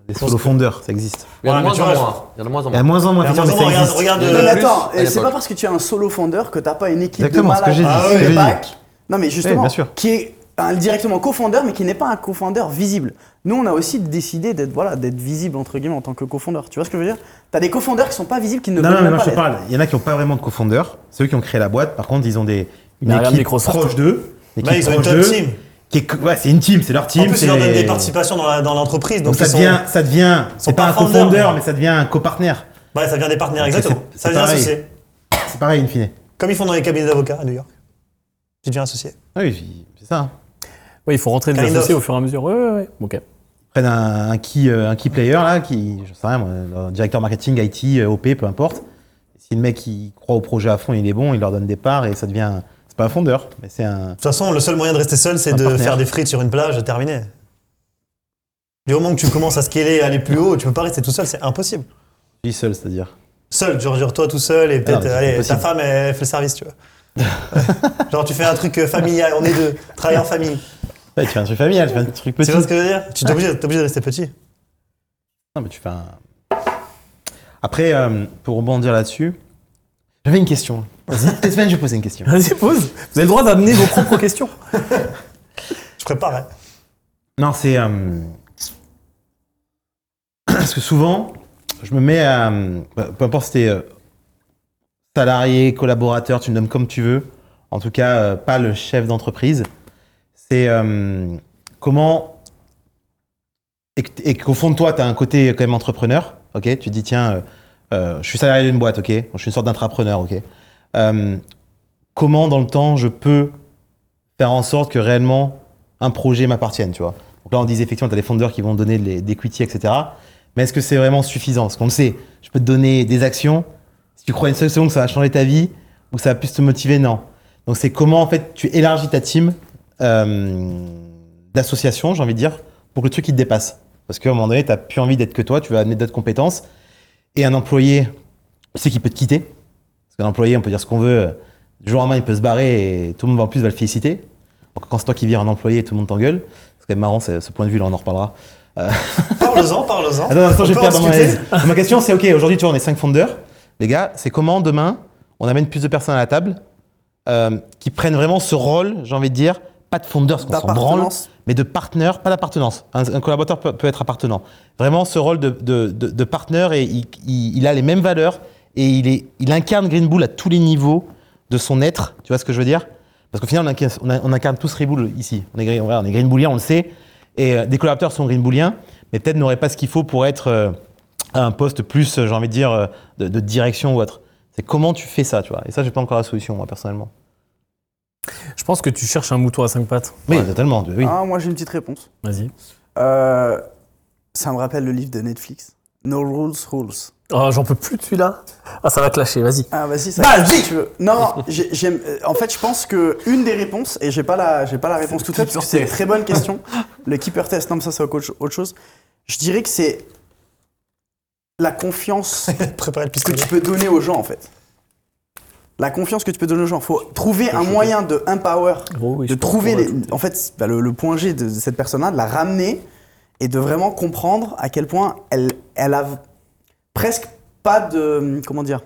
Speaker 2: des solos fondeurs, ça existe.
Speaker 4: Il y en a
Speaker 3: Ouais,
Speaker 4: de
Speaker 3: mais
Speaker 4: moins
Speaker 3: tu
Speaker 4: en
Speaker 3: vois,
Speaker 4: moins. Il y en a de moins en
Speaker 2: Il y a
Speaker 4: moins.
Speaker 2: de moins en moins,
Speaker 3: Et en
Speaker 2: effectivement,
Speaker 3: même
Speaker 2: mais ça
Speaker 3: temps,
Speaker 2: existe.
Speaker 3: regarde, regarde,
Speaker 4: Il y en a
Speaker 5: Non, mais
Speaker 3: euh,
Speaker 4: plus
Speaker 5: attends,
Speaker 4: à
Speaker 5: et c'est
Speaker 4: l'époque.
Speaker 5: pas parce que tu es un solo fondeur que t'as pas une équipe
Speaker 2: Exactement,
Speaker 5: de
Speaker 2: ce que j'ai dit.
Speaker 3: Ah
Speaker 5: malades
Speaker 2: ce que
Speaker 3: ouais,
Speaker 2: j'ai
Speaker 5: de
Speaker 2: dit.
Speaker 5: bac. Non, mais justement,
Speaker 2: sûr.
Speaker 5: qui est un- directement cofondeur, mais qui n'est pas un cofondeur visible. Nous, on a aussi décidé d'être voilà, d'être visible entre guillemets en tant que cofondeur. Tu vois ce que je veux dire T'as des cofondeurs qui sont pas visibles, qui ne
Speaker 2: Non,
Speaker 5: veulent
Speaker 2: non, mais
Speaker 5: même
Speaker 2: moi
Speaker 5: pas
Speaker 2: je te
Speaker 5: l'être.
Speaker 2: parle. Il y en a qui n'ont pas vraiment de cofondeur. C'est eux qui ont créé la boîte. Par contre, ils ont des, une
Speaker 1: Derrière
Speaker 2: équipe
Speaker 1: Microsoft.
Speaker 2: proche d'eux. une
Speaker 3: bah,
Speaker 2: équipe
Speaker 3: ils ont une
Speaker 2: proche
Speaker 3: top
Speaker 2: d'eux,
Speaker 3: team.
Speaker 2: qui est- ouais, c'est une team, c'est leur team.
Speaker 3: euh, En plus,
Speaker 2: c'est
Speaker 3: ils leur donnent
Speaker 2: les-
Speaker 3: des participations dans la- dans l'entreprise.
Speaker 2: Donc
Speaker 3: Donc,
Speaker 2: ça
Speaker 3: ils sont-
Speaker 2: devient, ça devient, c'est
Speaker 3: sont
Speaker 2: pas
Speaker 3: pas
Speaker 2: un
Speaker 3: fondeurs,
Speaker 2: cofondeur,
Speaker 3: mais-
Speaker 2: mais ça devient un copartenaire.
Speaker 3: Ouais, ça devient des partenaires,
Speaker 2: Donc,
Speaker 3: exactement.
Speaker 2: c'est-
Speaker 3: Ça
Speaker 2: c'est
Speaker 3: devient
Speaker 2: pareil.
Speaker 3: associé.
Speaker 2: C'est pareil, in fine.
Speaker 3: Comme ils font dans les cabinets d'avocats à New York. Tu deviens associé.
Speaker 2: Ah Oui, c'est ça.
Speaker 1: Oui, il faut rentrer des
Speaker 3: Kind of.
Speaker 1: associés au fur et à mesure. Ouais, ouais, ouais. Ok.
Speaker 2: Ils prennent un, un key, euh, un key player là, qui, je sais rien, moi, euh, directeur marketing, IT, euh, OP, peu importe. Si le mec il croit au projet à fond, il est bon, il leur donne des parts et ça devient, un- c'est pas un fondeur, mais c'est un.
Speaker 3: De toute façon, le seul moyen de rester seul, c'est
Speaker 2: Un
Speaker 3: de
Speaker 2: partenaire.
Speaker 3: faire des frites sur une plage, terminé. Du moment que tu commences à scaler, à aller plus haut, tu peux pas rester tout seul, c'est impossible.
Speaker 2: Lui seul, c'est-à-dire.
Speaker 3: Seul, genre, genre, toi tout seul, et
Speaker 2: Ah non,
Speaker 3: peut-être,
Speaker 2: mais c'est
Speaker 3: allez, ta
Speaker 2: impossible.
Speaker 3: femme, elle fait le service,
Speaker 2: <laughs>
Speaker 3: tu vois. genre, tu fais un truc euh, familial, on est deux, travailler en famille.
Speaker 2: Ouais, tu fais un truc familial, tu fais un truc petit.
Speaker 3: Tu vois ce que je veux dire Tu t'es obligé, t'es obligé de rester petit.
Speaker 2: Non, mais tu fais un... Après, euh, pour rebondir là-dessus, j'avais une question. Vas-y, Cette semaine, je posais une question.
Speaker 1: Vas-y, pose. Vous avez le droit d'amener vos propres questions.
Speaker 3: Je prépare, hein.
Speaker 2: Non, c'est. euh, Parce que souvent, je me mets à. euh, Peu importe si t'es euh, salarié, collaborateur, tu me nommes comme tu veux. En tout cas, euh, pas le chef d'entreprise. C'est euh, comment. Et, que- et qu'au fond de toi, tu as un côté quand même entrepreneur. ok tu te dis, tiens, euh, euh, je suis salarié d'une boîte, ok je suis une sorte d'intrapreneur. ok Euh, comment, dans le temps, je peux faire en sorte que réellement un projet m'appartienne, tu vois. Donc là, on disait effectivement, tu as des fondeurs qui vont donner des equity, etc. Mais est-ce que c'est vraiment suffisant Parce qu'on le sait, je peux te donner des actions. Si tu crois une seule seconde que ça va changer ta vie ou que ça va plus te motiver, non. Donc c'est comment, en fait, tu élargis ta team euh, d'association, j'ai envie de dire, pour que le truc, il te dépasse. Parce qu'à un moment donné, tu n'as plus envie d'être que toi, tu vas amener d'autres compétences. Et un employé, tu sais qu'il peut te quitter. Parce qu'un employé, on peut dire ce qu'on veut. Du jour au lendemain, il peut se barrer et tout le monde en plus va le féliciter. Donc, quand c'est toi qui vire un employé, tout le monde t'engueule. C'est quand même marrant, c'est- ce point de vue-là, on en reparlera.
Speaker 3: Parle-en, parle-en.
Speaker 2: Attends, attends,
Speaker 3: On
Speaker 2: je vais
Speaker 3: peut
Speaker 2: perdre
Speaker 3: en
Speaker 2: dans ma
Speaker 3: discuter
Speaker 2: liste. Ma question, c'est OK, aujourd'hui, tu vois, on est 5 fondeurs. Les gars, c'est comment demain, on amène plus de personnes à la table euh, qui prennent vraiment ce rôle, j'ai envie de dire, pas de fondeur, parce qu'on s'en branle,
Speaker 5: D'appartenance.
Speaker 2: mais de partenaire, pas d'appartenance. Un, un collaborateur peut, peut être appartenant. Vraiment ce rôle de, de, de, de partenaire et il, il- il a les mêmes valeurs et il, est, il incarne Green Bull à tous les niveaux de son être. Tu vois ce que je veux dire Parce qu'au final, on incarne, on, a- on incarne tous Green Bull ici. On est, Green- on est Green Bulliens, on le sait. Et euh, des collaborateurs sont Green Bulliens, mais peut-être n'auraient pas ce qu'il faut pour être euh, à un poste plus, euh, j'ai envie de dire, euh, de, de direction ou autre. C'est comment tu fais ça, tu vois Et ça, j'ai pas encore la solution, moi, personnellement.
Speaker 1: Je pense que tu cherches un mouton à cinq pattes.
Speaker 2: Oui, totalement. Oui.
Speaker 5: Ah, moi j'ai une petite réponse.
Speaker 1: Vas-y.
Speaker 5: Euh, ça me rappelle le livre de Netflix. No Rules Rules.
Speaker 1: Oh, j'en peux plus de celui-là. Ah, ça va clasher, vas-y.
Speaker 5: Ah vas-y, ça.
Speaker 1: Vas-y
Speaker 5: si tu veux. Non, non, j'ai- j'aime. euh, En fait, je pense que une des réponses, et j'ai pas la, j'ai pas la réponse toute seule, parce que c'est une très bonne question. <laughs> Le keeper test, non, mais ça c'est autre cho- autre chose. Je dirais que c'est la confiance <laughs>
Speaker 3: <laughs> Préparer le
Speaker 5: que
Speaker 3: pistolet.
Speaker 5: tu peux donner aux gens en fait. La confiance que tu peux donner aux gens. Faut trouver un moyen de empower,
Speaker 1: Gros, oui,
Speaker 5: de
Speaker 1: je peux
Speaker 5: trouver les-
Speaker 1: comprendre.
Speaker 5: en fait bah, le, le point G de cette personne-là, de la ramener et de vraiment comprendre à quel point elle, elle a presque pas de comment dire.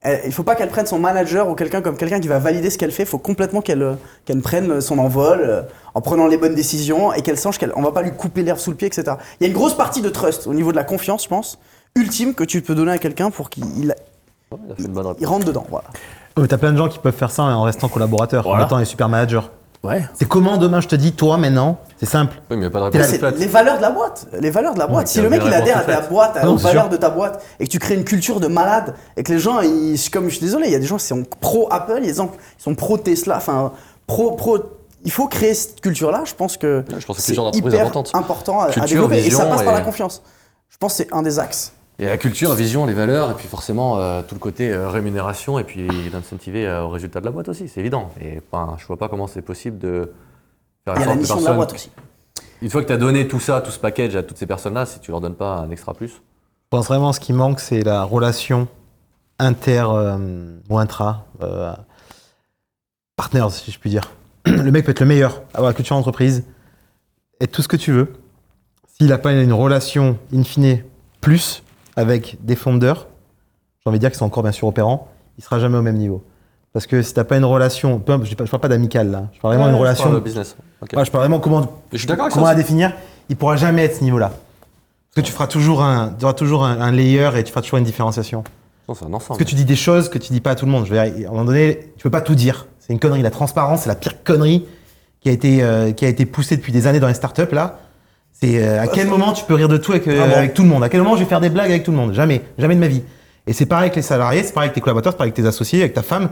Speaker 5: Elle- il faut pas qu'elle prenne son manager ou quelqu'un comme quelqu'un qui va valider ce qu'elle fait. Il faut complètement qu'elle euh, qu'elle prenne son envol euh, en prenant les bonnes décisions et qu'elle sache qu'on va pas lui couper l'herbe sous le pied, etc. Il y a une grosse partie de trust au niveau de la confiance, je pense, ultime que tu peux donner à quelqu'un pour qu'il il-
Speaker 4: Ouais, il a fait une bonne
Speaker 5: il
Speaker 4: réponse.
Speaker 5: rentre dedans. Voilà.
Speaker 2: Oh, mais T'as plein de gens qui peuvent faire ça hein, en restant collaborateur,
Speaker 1: Voilà.
Speaker 2: en étant les super managers.
Speaker 1: Ouais.
Speaker 2: C'est comment demain je te dis, toi maintenant C'est simple.
Speaker 4: Oui, mais il n'y a pas de
Speaker 2: T'es
Speaker 4: réponse
Speaker 2: là,
Speaker 5: C'est
Speaker 4: complète.
Speaker 5: les valeurs de la boîte. Les valeurs de la boîte.
Speaker 4: il
Speaker 5: si
Speaker 4: y a
Speaker 5: le mec
Speaker 4: des
Speaker 5: il
Speaker 4: réponses
Speaker 5: adhère à ta
Speaker 4: faites.
Speaker 5: boîte, à
Speaker 2: Ah non,
Speaker 5: aux
Speaker 2: c'est
Speaker 5: valeurs
Speaker 2: sûr.
Speaker 5: de ta boîte, et que tu crées une culture de malade, et que les gens, ils, je suis comme je suis désolé, il y a des gens qui sont pro Apple, ils sont, ils sont pro Tesla, enfin pro pro. Il faut créer cette culture-là. Je pense que
Speaker 4: Ouais, je pense que
Speaker 5: c'est
Speaker 4: culture d'entreprise
Speaker 5: hyper
Speaker 4: importante.
Speaker 5: important à, à
Speaker 4: Culture,
Speaker 5: développer, et ça
Speaker 4: vision
Speaker 5: passe par
Speaker 4: et-
Speaker 5: la confiance. Je pense que c'est un des axes.
Speaker 4: Et la culture, la vision, les valeurs, et puis forcément euh, tout le côté euh, rémunération, et puis l'incentiver euh, au résultat de la boîte aussi, c'est évident. Et ben, je vois pas comment c'est possible de faire
Speaker 5: Il y a la
Speaker 4: sorte
Speaker 5: mission de la boîte aussi.
Speaker 4: Une fois que tu as donné tout ça, tout ce package à toutes ces personnes-là, si tu leur donnes pas un extra plus,
Speaker 2: Je pense vraiment ce qui manque, c'est la relation inter euh, ou intra euh, partners, si je puis dire. <clears throat> Le mec peut être le meilleur, avoir la culture entreprise, être tout ce que tu veux. S'il n'a pas une relation in fine plus avec des fondeurs, j'ai envie de dire qu'ils sont encore bien sûr opérants, il sera jamais au même niveau. Parce que si t'as pas une relation, peu importe, je ne parle pas d'amical là, je parle vraiment
Speaker 4: Ouais,
Speaker 2: une
Speaker 4: je parle
Speaker 2: relation.
Speaker 4: de business. Ok.
Speaker 2: Ouais, je parle vraiment comment
Speaker 4: Mais Je suis d'accord avec
Speaker 2: Comment
Speaker 4: ça.
Speaker 2: à définir Il pourra jamais être ce niveau-là. Parce que tu feras toujours un, tu auras toujours un, un layer et tu feras toujours une différenciation.
Speaker 4: Non, c'est un
Speaker 2: Parce
Speaker 4: ensemble.
Speaker 2: que tu dis des choses que tu dis pas à tout le monde. Je veux dire, à un moment donné, tu peux pas tout dire. C'est une connerie. La transparence, c'est la pire connerie qui a été euh, qui a été poussée depuis des années dans les startups là. C'est euh, à quel moment tu peux rire de tout avec, euh,
Speaker 3: Ah bon
Speaker 2: avec tout le monde À quel moment je vais faire des blagues avec tout le monde Jamais, jamais de ma vie. Et c'est pareil avec les salariés, c'est pareil avec tes collaborateurs, c'est pareil avec tes associés, avec ta femme.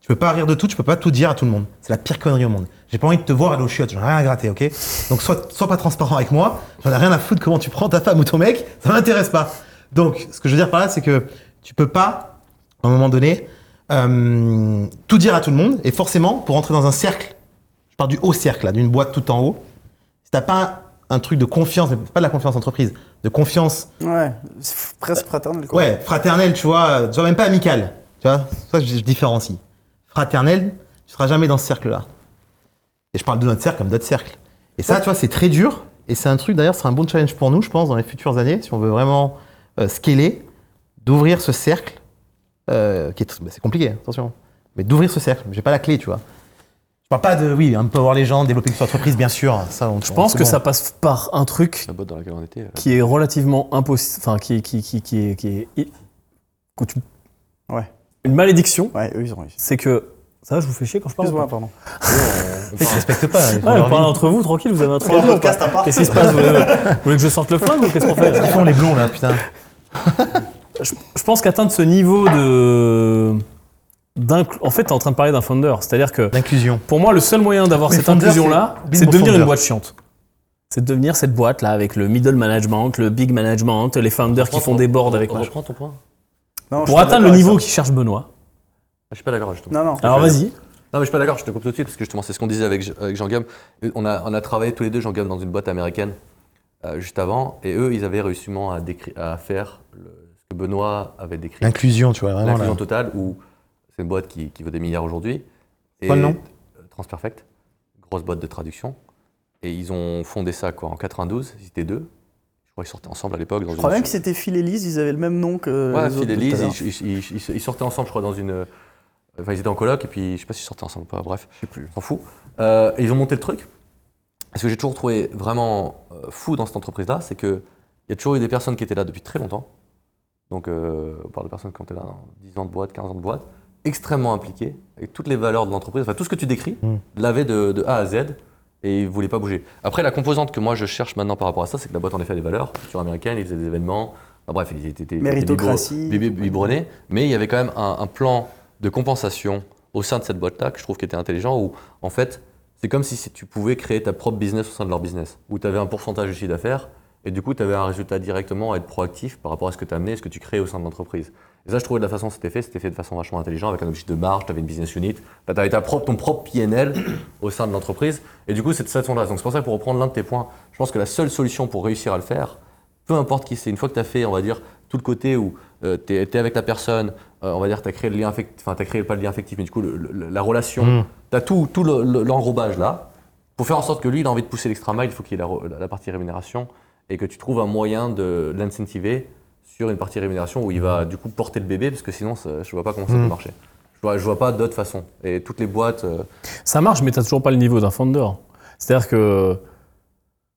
Speaker 2: Tu peux pas rire de tout, tu peux pas tout dire à tout le monde. C'est la pire connerie au monde. J'ai pas envie de te voir aller au chiottes, j'en ai rien à gratter, ok Donc sois, sois pas transparent avec moi, j'en ai rien à foutre comment tu prends ta femme ou ton mec, ça m'intéresse pas. Donc ce que je veux dire par là, c'est que tu peux pas, à un moment donné, euh, tout dire à tout le monde, et forcément, pour rentrer dans un cercle, je parle du haut cercle, là, d'une boîte tout en haut, si t'as pas un truc de confiance, mais pas de la confiance entreprise, de confiance
Speaker 5: Ouais, c'est f- presque fraternel quoi.
Speaker 2: Ouais, fraternel, tu vois, tu vois, même pas amical. Tu vois, c'est pour ça que je, je différencie. Fraternel, tu seras jamais dans ce cercle-là. Et je parle de notre cercle comme d'autres cercles. Et ça, tu vois, c'est très dur. Et c'est un truc, d'ailleurs, c'est un bon challenge pour nous, je pense, dans les futures années, si on veut vraiment euh, scaler, d'ouvrir ce cercle, euh, qui est, bah, c'est compliqué, attention, mais d'ouvrir ce cercle. J'ai pas la clé, tu vois. Je parle pas de, oui, empower les gens, développer une entreprise, bien sûr. Ça, on,
Speaker 1: Je pense que ça passe par un truc
Speaker 4: La boîte dans laquelle on était. euh,
Speaker 1: qui est relativement impossible, enfin qui, qui, qui, qui est, qui est- i- que tu-
Speaker 5: Ouais.
Speaker 1: une malédiction,
Speaker 5: Ouais, eux ils ont réussi.
Speaker 1: c'est que ça, je vous fais chier quand je parle.
Speaker 5: Excuse-moi, pardon.
Speaker 2: Ils te respectent pas. ils font
Speaker 1: Ouais,
Speaker 2: leur
Speaker 1: on parle
Speaker 2: vie.
Speaker 1: entre vous, tranquille, vous avez un
Speaker 3: Pour le
Speaker 1: troisième.
Speaker 3: <laughs> podcast à part.
Speaker 1: Qu'est-ce qui se passe vous, vous voulez que je sorte le flingue ou qu'est-ce qu'on fait
Speaker 2: Ils font les blonds, là, putain.
Speaker 1: je, je pense qu'atteindre ce niveau de. d'incl- En fait, t'es en train de parler d'un founder. C'est-à-dire que
Speaker 2: L'inclusion.
Speaker 1: pour moi, le seul moyen d'avoir
Speaker 2: Mais
Speaker 1: cette
Speaker 2: founder,
Speaker 1: inclusion-là,
Speaker 2: c'est-
Speaker 1: c'est de
Speaker 2: Big
Speaker 1: devenir
Speaker 2: founder.
Speaker 1: une boîte chiante. C'est de devenir cette boîte-là avec le middle management, le big management, les founders qui font des boards avec
Speaker 4: On
Speaker 1: moi.
Speaker 4: reprend ton point Ah,
Speaker 5: Non, je suis
Speaker 1: Pour
Speaker 5: pas
Speaker 1: atteindre
Speaker 5: d'accord
Speaker 1: le
Speaker 5: avec
Speaker 1: niveau Ah,
Speaker 5: ça.
Speaker 1: qui cherche Benoît,
Speaker 4: Je suis pas d'accord, justement.
Speaker 5: Non, non.
Speaker 1: alors vas-y.
Speaker 4: Non, Ah, mais je suis pas d'accord, je te coupe tout de suite, parce que justement, c'est ce qu'on disait avec, avec Jean Gum. Euh, On a, on a travaillé tous les deux, Jean Gum, dans une boîte américaine euh, juste avant, et eux, ils avaient réussi à, décri- à faire le- ce que Benoît avait décrit.
Speaker 2: L'inclusion, tu vois, vraiment.
Speaker 4: L'inclusion
Speaker 2: là.
Speaker 4: totale, où c'est une boîte qui, qui vaut des milliards aujourd'hui. Et-
Speaker 2: Quoi le nom
Speaker 4: euh, Transperfect, grosse boîte de traduction. Et ils ont fondé ça, quoi, en 92, ils étaient deux. Je crois qu'ils sortaient ensemble à l'époque. dans
Speaker 5: Je crois
Speaker 4: une-
Speaker 5: bien que c'était Phil et Lise, ils avaient le même nom que
Speaker 4: Ouais,
Speaker 5: les autres.
Speaker 4: Phil et
Speaker 5: tout à
Speaker 4: Lise,
Speaker 5: l'heure.
Speaker 4: ils, ils- ils- ils sortaient ensemble, je crois, dans une. euh, Enfin, ils étaient en coloc, et puis je sais pas s'ils sortaient ensemble ou pas, bref. Je sais plus. S'en fout. Euh, et ils ont monté le truc. Et ce que j'ai toujours trouvé vraiment euh, fou dans cette entreprise-là, c'est qu'il y a toujours eu des personnes qui étaient là depuis très longtemps. Donc, euh, on parle de personnes qui ont été là dans 10 ans de boîte, 15 ans de boîte, extrêmement impliquées, avec toutes les valeurs de l'entreprise, enfin tout ce que tu décris,
Speaker 2: Mm.
Speaker 4: l'avaient de, de A à Z, et ils ne voulaient pas bouger. Après, la composante que moi je cherche maintenant par rapport à ça, c'est que la boîte en effet a des valeurs, culture américaine, ils faisaient des événements, Enfin, bref, ils étaient, ils étaient bibo-
Speaker 5: Méritocratie.
Speaker 4: bibi- biberonnés, mais il y avait quand même un, un plan de compensation au sein de cette boîte-là que je trouve qui était intelligent, où en fait, c'est comme si c'est- tu pouvais créer ta propre business au sein de leur business, où tu avais un pourcentage de chiffre d'affaires, et du coup, tu avais un résultat directement à être proactif par rapport à ce que tu as amené, ce que tu crées au sein de l'entreprise. Et ça, je trouvais de la façon dont c'était fait, c'était fait de façon vachement intelligente, avec un objectif de marge, tu avais une business unit, tu avais ta propre, ton propre PNL au sein de l'entreprise. Et du coup, c'est de cette façon-là. Donc, c'est pour ça que pour reprendre l'un de tes points, je pense que la seule solution pour réussir à le faire, peu importe qui c'est, une fois que tu as fait, on va dire, tout le côté où tu es, avec la personne, euh, on va dire, tu as créé le lien affectif, enfin, tu créé pas le lien affectif, mais du coup, le- le- la relation, tu as tout, tout le- le- l'enrobage là. Pour faire en sorte que lui, il a envie de pousser l'extra mile, il faut qu'il ait la, re- la partie rémunération et que tu trouves un moyen de l'incentiver sur une partie rémunération où il va du coup porter le bébé, parce que sinon, ça- je vois pas comment
Speaker 3: Mhm.
Speaker 4: ça peut marcher. Je vois, je vois pas d'autre façon. Et toutes les boîtes, euh,
Speaker 1: Ça marche, mais t'as toujours pas le niveau d'un founder. C'est-à-dire que.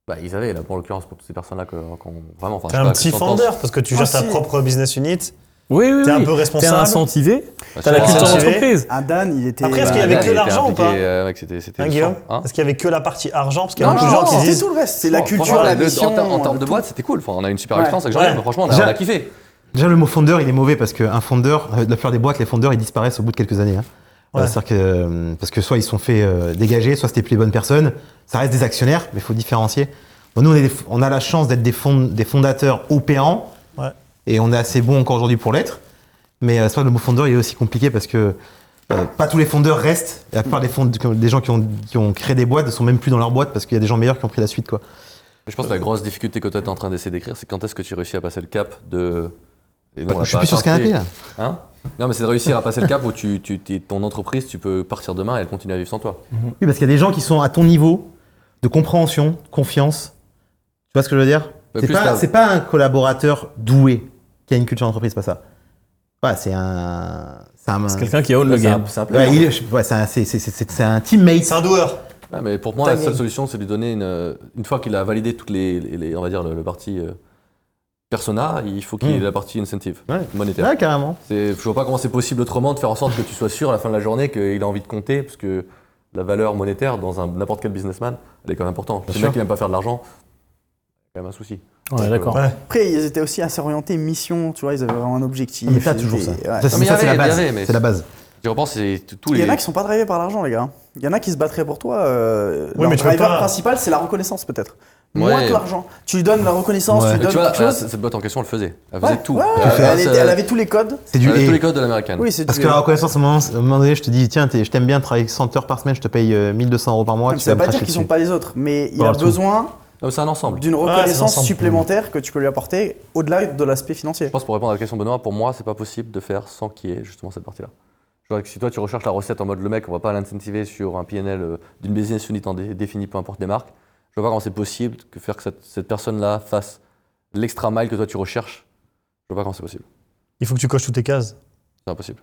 Speaker 4: bah, ils avaient, là, pour l'occurrence, pour toutes ces personnes-là, que- qu'on vraiment. enfin, je
Speaker 3: T'es
Speaker 4: sais
Speaker 3: un
Speaker 4: pas,
Speaker 3: petit
Speaker 4: qu'est-ce que t'en penses
Speaker 3: founder parce que tu
Speaker 5: Ah,
Speaker 3: gères ta
Speaker 5: si.
Speaker 3: propre business unit.
Speaker 1: Oui, oui,
Speaker 3: T'es un
Speaker 1: oui.
Speaker 3: peu
Speaker 1: T'es
Speaker 3: responsable. Hein,
Speaker 1: incentivé,
Speaker 4: Bah,
Speaker 1: t'as la
Speaker 4: sur-
Speaker 3: Ah,
Speaker 1: culture
Speaker 3: tu sais.
Speaker 1: d'entreprise.
Speaker 5: Un Dan, il était.
Speaker 3: Après, est-ce qu'il y
Speaker 4: Ah,
Speaker 3: avait
Speaker 4: là,
Speaker 3: que
Speaker 4: il était
Speaker 3: l'argent ou
Speaker 4: impliqué,
Speaker 3: pas
Speaker 4: euh, mec, c'était c'était
Speaker 3: Hein,
Speaker 4: le
Speaker 3: Guillaume
Speaker 4: sang, hein.
Speaker 3: Est-ce qu'il y avait que la partie argent Parce qu'il y a
Speaker 5: Non,
Speaker 3: beaucoup de gens qui disent.
Speaker 5: tout le reste. C'est la
Speaker 4: Bon, franchement,
Speaker 5: culture, la
Speaker 4: les deux,
Speaker 5: mission. euh,
Speaker 4: En, ter- en termes de
Speaker 5: tout.
Speaker 4: boîte, c'était cool. Enfin, on a une super
Speaker 5: Ouais.
Speaker 4: expérience avec Jean-Yves.
Speaker 3: Ouais.
Speaker 4: Franchement, on a,
Speaker 2: Déjà-
Speaker 4: on a kiffé.
Speaker 2: Déjà, le mot fondeur, il est mauvais parce qu'un fondeur, euh, de la fleur des boîtes, les fondeurs, ils disparaissent au bout de quelques années. hein. Euh,
Speaker 3: Ouais.
Speaker 2: C'est-à-dire que, euh, parce que soit ils se sont fait euh, dégager, soit c'était plus les bonnes personnes. Ça reste des actionnaires, mais il faut différencier. Bon, nous, on, est des- on a la chance d'être des, fond- des fondateurs opérants.
Speaker 3: Ouais.
Speaker 2: Et on est assez bon encore aujourd'hui pour l'être. Mais euh, c'est vrai que le mot fondeur, il est aussi compliqué parce que euh, pas tous les fondeurs restent. Et la plupart des, fond- des gens qui ont, qui ont créé des boîtes ne sont même plus dans leur boîte parce qu'il y a des gens meilleurs qui ont pris la suite. Quoi.
Speaker 4: Je pense que la grosse difficulté que toi, t'es en train d'essayer d'écrire, c'est quand est-ce que tu réussis à passer le cap de. Et non, on l'a
Speaker 2: Bah, je suis
Speaker 4: pas
Speaker 2: plus sur ce
Speaker 4: atteint,
Speaker 2: canapé
Speaker 4: c'est-
Speaker 2: là.
Speaker 4: Hein non, mais c'est de réussir à passer le cap où tu, tu, t'es- ton entreprise, tu peux partir demain et elle continue à vivre sans toi.
Speaker 2: Oui, parce qu'il y a des gens qui sont à ton niveau de compréhension, confiance. Tu vois ce que je veux dire
Speaker 4: Mais
Speaker 2: C'est
Speaker 4: plus
Speaker 2: pas,
Speaker 4: la-
Speaker 2: c'est pas un collaborateur doué qui a une culture d'entreprise, c'est pas ça. Ouais, c'est un. C'est un.
Speaker 1: C'est quelqu'un qui own le
Speaker 4: C'est un-
Speaker 1: game.
Speaker 4: c'est un peu-
Speaker 2: Ouais, il est- je- ouais, c'est un, c'est- c'est- c'est- c'est un teammate.
Speaker 3: C'est un doueur.
Speaker 4: Ouais, mais pour moi, la seule solution, c'est de lui donner une. euh, Une fois qu'il a validé toutes les, les- les- on va dire, le, le parti euh, persona, il faut qu'il ait
Speaker 2: Mm.
Speaker 4: la partie incentive
Speaker 2: Ouais.
Speaker 4: monétaire.
Speaker 2: Ouais, carrément.
Speaker 4: C'est, je vois pas comment c'est possible autrement de faire en sorte que tu sois sûr à la fin de la journée qu'il a envie de compter, parce que la valeur monétaire dans un, n'importe quel businessman, elle est quand même importante. Si le
Speaker 2: sûr.
Speaker 4: mec il aime pas faire de l'argent, c'est quand même un souci.
Speaker 1: Ouais, d'accord.
Speaker 3: Ouais.
Speaker 5: Après, ils étaient aussi assez orientés mission, tu vois, ils avaient vraiment un objectif.
Speaker 2: Mais t'as
Speaker 5: ils
Speaker 2: toujours ça.
Speaker 5: étaient-
Speaker 2: Ça,
Speaker 5: ouais.
Speaker 2: c'est-
Speaker 4: Non, mais il y
Speaker 2: ça, c'est la
Speaker 4: avait, il y
Speaker 2: base.
Speaker 4: avait, mais-
Speaker 2: C'est la base.
Speaker 4: Je repense, c'est t- tous
Speaker 5: Il
Speaker 4: les.
Speaker 5: y en a qui sont pas drivés par l'argent, les gars. Il y en a qui se battraient pour toi. Euh,
Speaker 3: Oui,
Speaker 5: leur
Speaker 3: mais tu peux
Speaker 5: driver
Speaker 3: pas-
Speaker 5: principal, c'est la reconnaissance, peut-être. Moins
Speaker 4: Ouais.
Speaker 5: que l'argent. Tu lui donnes la reconnaissance,
Speaker 2: Ouais.
Speaker 5: tu lui
Speaker 4: Mais
Speaker 5: donnes
Speaker 4: tu vois,
Speaker 5: quelque chose.
Speaker 4: euh, cette boîte en question, elle faisait. Elle
Speaker 5: Ouais,
Speaker 4: faisait tout.
Speaker 5: ouais,
Speaker 4: Elle-
Speaker 5: elle,
Speaker 4: elle-
Speaker 5: était- elle avait tous les codes.
Speaker 2: C'est
Speaker 4: elle
Speaker 2: du.
Speaker 4: avait Euh, tous
Speaker 2: et-
Speaker 4: les codes de l'américaine.
Speaker 5: Oui, c'est
Speaker 2: Parce
Speaker 5: du-
Speaker 2: que la reconnaissance, à un moment, à un moment donné, je te dis, tiens, t'es- je t'aime bien, travailler 100 heures par semaine, je te paye euh, 1200 euros par mois.
Speaker 5: Même
Speaker 2: tu
Speaker 5: ça
Speaker 2: vas
Speaker 5: veut
Speaker 2: me
Speaker 5: pas dire
Speaker 2: cracher
Speaker 5: qu'ils sont
Speaker 2: dessus.
Speaker 5: pas les autres, mais il
Speaker 2: Pas
Speaker 5: a
Speaker 2: du tout.
Speaker 5: besoin
Speaker 4: Non, mais c'est un ensemble.
Speaker 5: d'une
Speaker 3: c'est
Speaker 5: reconnaissance
Speaker 3: ensemble.
Speaker 5: supplémentaire que tu peux lui apporter au-delà de l'aspect financier.
Speaker 4: Je pense pour répondre à la question de Benoît, pour moi, c'est pas possible de faire sans qu'il y ait justement cette partie-là. Genre que si toi tu recherches la recette en mode le mec, on va pas l'incentiver sur un PNL euh, d'une business unit en dé- défini, peu importe les marques, je vois pas comment c'est possible que faire que cette, cette personne-là fasse l'extra mile que toi tu recherches. Je vois pas comment c'est possible.
Speaker 3: Il faut que tu coches toutes tes cases.
Speaker 4: C'est impossible.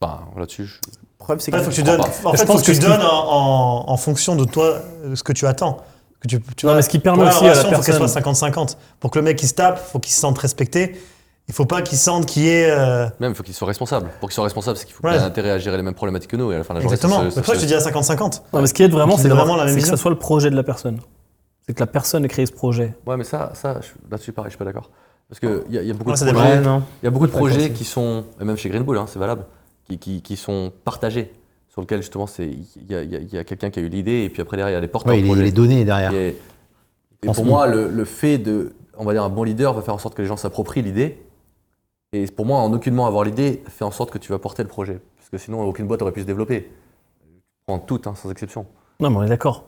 Speaker 4: Enfin, là-dessus, je-
Speaker 5: Le problème, c'est que
Speaker 3: Il faut que tu
Speaker 4: comprends
Speaker 3: donnes,
Speaker 4: pas.
Speaker 3: en
Speaker 1: Je
Speaker 3: fait, faut
Speaker 1: pense
Speaker 3: que tu
Speaker 1: que ce
Speaker 3: donnes en, en- en fonction de toi, de ce que tu attends. Que tu, tu
Speaker 1: Non,
Speaker 3: vois,
Speaker 1: mais ce qui
Speaker 3: pour
Speaker 1: permet
Speaker 3: la
Speaker 1: aussi à la
Speaker 3: relation, faut qu'elle
Speaker 1: personne.
Speaker 3: soit 50-50. Pour que le mec qui se tape, faut qu'il se sente respecté. Il faut pas qu'il sente qu'il est. euh,
Speaker 4: même il faut qu'il soit responsable. Pour qu'il soit responsable, c'est qu'il faut
Speaker 3: Ouais.
Speaker 4: qu'il ait intérêt à gérer les mêmes problématiques que nous et à la fin de la journée.
Speaker 3: Exactement.
Speaker 4: ça
Speaker 3: C'est
Speaker 4: se-
Speaker 3: pour ça que je
Speaker 4: se-
Speaker 3: te dis à 50-50.
Speaker 1: Non, mais ce qui aide vraiment,
Speaker 3: Qui
Speaker 1: c'est
Speaker 3: est
Speaker 1: de-
Speaker 3: vraiment la même
Speaker 1: c'est que
Speaker 3: vision.
Speaker 1: ça soit le projet de la personne. C'est que la personne ait créé ce projet.
Speaker 4: Ouais, mais ça, ça je- là-dessus, pareil, je suis pas d'accord. Parce qu'il y, a- il y a beaucoup
Speaker 3: Ouais,
Speaker 4: de
Speaker 3: ça dépend.
Speaker 4: projets-
Speaker 2: Ouais, non.
Speaker 4: Il y a beaucoup de
Speaker 2: D'accord,
Speaker 4: projets
Speaker 2: c'est-
Speaker 4: qui sont, et même chez Green Bull, hein, c'est valable, qui, qui- qui sont partagés, sur lesquels justement c'est- il y a, il y a- il y a quelqu'un qui a eu l'idée et puis après derrière il y a les porteurs
Speaker 2: Ouais,
Speaker 4: de
Speaker 2: il est-
Speaker 4: projet.
Speaker 2: les données derrière.
Speaker 4: Et, et pour
Speaker 2: Transmis.
Speaker 4: moi, le, le fait de, on va dire, un bon leader va faire en sorte que les gens s'approprient l'idée. Et pour moi, en aucunement avoir l'idée fait en sorte que tu vas porter le projet. Parce que sinon, aucune boîte aurait pu se développer. En toutes, hein, sans exception.
Speaker 1: Non, mais on est d'accord.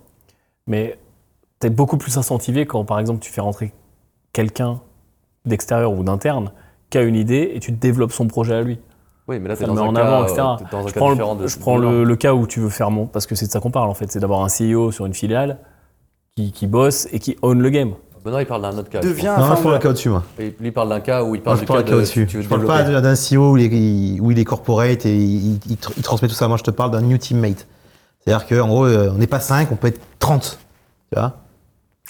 Speaker 1: Mais t'es beaucoup plus incentivé quand, par exemple, tu fais rentrer quelqu'un d'extérieur ou d'interne qui a une idée et tu développes son projet à lui.
Speaker 4: Oui, mais là,
Speaker 1: Ça
Speaker 4: t'es
Speaker 1: le
Speaker 4: dans,
Speaker 1: met
Speaker 4: un
Speaker 1: en
Speaker 4: cas,
Speaker 1: avant,
Speaker 4: euh,
Speaker 1: etc.
Speaker 4: t'es dans un
Speaker 1: Je
Speaker 4: cas
Speaker 1: prends,
Speaker 4: différent
Speaker 1: le,
Speaker 4: de.
Speaker 1: je prends le- le cas où tu veux faire mon, parce que c'est de ça qu'on parle en fait, c'est d'avoir un CEO sur une filiale qui, qui bosse et qui own le game.
Speaker 4: Benoît, il parle d'un autre cas. je
Speaker 5: devient
Speaker 2: Non,
Speaker 5: un
Speaker 2: moi, je parle
Speaker 5: formulaire.
Speaker 2: le cas au-dessus, moi.
Speaker 4: pense. Et Il parle d'un cas où il
Speaker 2: Moi,
Speaker 4: parle
Speaker 2: je
Speaker 4: du
Speaker 2: parle
Speaker 4: cas
Speaker 2: le cas
Speaker 4: de.
Speaker 2: au-dessus.
Speaker 4: tu veux
Speaker 2: Je parle
Speaker 4: développer.
Speaker 2: pas d'un d'un CEO où il, est, où il est corporate et il, il- il transmet tout ça. Moi, je te parle d'un new teammate. C'est-à-dire qu'en gros, euh, on n'est pas 5, on peut être 30. Tu vois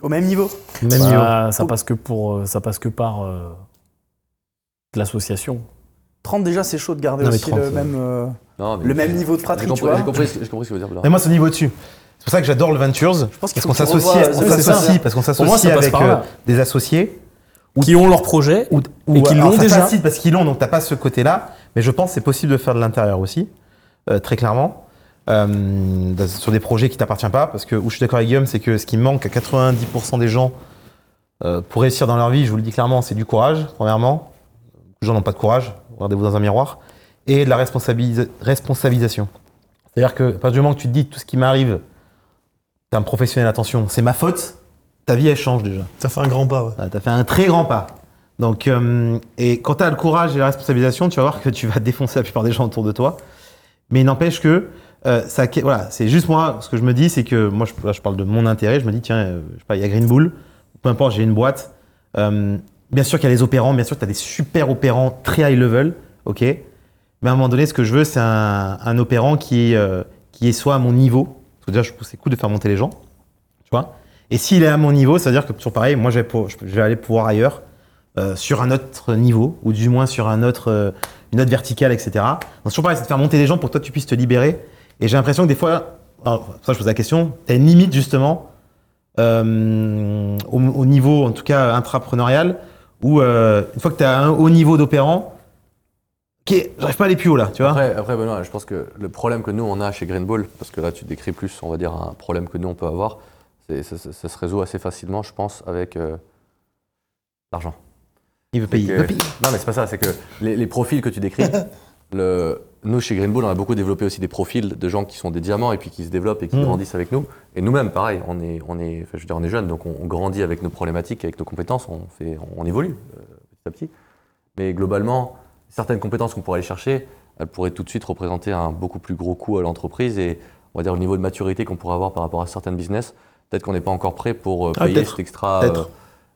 Speaker 5: Au même niveau.
Speaker 2: Même
Speaker 1: Bah,
Speaker 2: niveau.
Speaker 1: ça passe que pour, euh, ça passe que par euh, de l'association.
Speaker 5: 30 déjà, c'est chaud de garder
Speaker 2: Non, mais
Speaker 5: aussi
Speaker 2: 30,
Speaker 5: le,
Speaker 2: euh,
Speaker 5: même, euh,
Speaker 4: Non, mais-
Speaker 5: le même niveau de
Speaker 4: J'ai
Speaker 5: fratrie, tu
Speaker 4: compris,
Speaker 5: vois.
Speaker 4: j'ai compris ce- j'ai compris ce que vous dire.
Speaker 2: Mais moi, c'est au niveau dessus. C'est pour ça que j'adore le Ventures.
Speaker 5: pense
Speaker 2: Parce
Speaker 5: qu'il faut
Speaker 2: qu'on
Speaker 5: que tu
Speaker 2: s'associe,
Speaker 5: revoies-
Speaker 2: on
Speaker 5: Oui, c'est ça.
Speaker 2: s'associe, parce qu'on
Speaker 1: Pour moi, ça
Speaker 2: s'associe
Speaker 1: passe
Speaker 2: avec
Speaker 1: par là.
Speaker 2: euh, des associés.
Speaker 1: Qui ont leur projet.
Speaker 2: Ou,
Speaker 1: Et qu'ils
Speaker 2: alors,
Speaker 1: l'ont
Speaker 2: ça
Speaker 1: déjà.
Speaker 2: facilite parce qu'ils l'ont, donc t'as pas ce côté-là. Mais je pense que c'est possible de faire de l'intérieur aussi, euh, très clairement, euh, dans- sur des projets qui t'appartiennent pas. Parce que où je suis d'accord avec Guillaume, c'est que ce qui manque à 90% des gens euh, pour réussir dans leur vie, je vous le dis clairement, c'est du courage, premièrement. Les gens n'ont pas de courage, regardez-vous dans un miroir. Et de la responsabilis- responsabilisation. C'est-à-dire que, à partir du moment que tu te dis tout ce qui m'arrive, t'es un professionnel, attention, c'est ma faute, ta vie elle change déjà.
Speaker 3: Ça fait un grand pas. ouais.
Speaker 2: Ah, t'as fait un très grand pas. Donc, euh, et quand t'as le courage et la responsabilisation, tu vas voir que tu vas défoncer la plupart des gens autour de toi. Mais il n'empêche que, euh, ça, voilà, c'est juste moi, ce que je me dis, c'est que moi, je, là, je parle de mon intérêt, je me dis, tiens, euh, je sais pas, il y a Green Bull, peu importe, j'ai une boîte. Euh, bien sûr qu'il y a les opérants, bien sûr, tu as des super opérants très high level, ok Mais à un moment donné, ce que je veux, c'est un, un opérant qui est, euh, qui est soit à mon niveau, parce que déjà, je trouve que c'est cool de faire monter les gens, tu vois Et s'il est à mon niveau, c'est-à-dire que toujours pareil, moi, je vais, pour- je vais aller pouvoir ailleurs, euh, sur un autre niveau, ou du moins sur un autre, euh, une autre verticale, etc. Donc, c'est toujours pareil, c'est de faire monter les gens pour que toi, tu puisses te libérer. Et j'ai l'impression que des fois, alors, pour ça, je pose la question, t'as une limite, justement, euh, au, au niveau, en tout cas, intrapreneurial, où euh, une fois que tu as un haut niveau d'opérant, ok, j'arrive pas à aller plus haut là, tu vois.
Speaker 4: Après, après, Benoît, je pense que le problème que nous on a chez Green Bull, parce que là tu décris plus, on va dire, un problème que nous on peut avoir, c'est- ça, ça- ça se résout assez facilement, je pense, avec euh, l'argent.
Speaker 2: il veut payer.
Speaker 4: que-
Speaker 2: Il veut payer.
Speaker 4: Non, mais c'est pas ça, c'est que les, les profils que tu
Speaker 5: <laughs>
Speaker 4: décris, le, nous chez Green Bull, on a beaucoup développé aussi des profils de gens qui sont des diamants et puis qui se développent et qui
Speaker 2: Mm.
Speaker 4: grandissent avec nous. Et nous-mêmes, pareil, on est, on est, enfin, je veux dire, on est jeunes, donc on, on grandit avec nos problématiques, avec nos compétences, on, fait, on évolue euh, petit à petit. Mais globalement, certaines compétences qu'on pourrait aller chercher, elles pourraient tout de suite représenter un beaucoup plus gros coût à l'entreprise et on va dire le niveau de maturité qu'on pourrait avoir par rapport à certaines business, peut-être qu'on n'est pas encore prêt pour euh,
Speaker 2: Ah,
Speaker 4: payer
Speaker 2: peut-être.
Speaker 4: cet extra.
Speaker 2: Peut-être.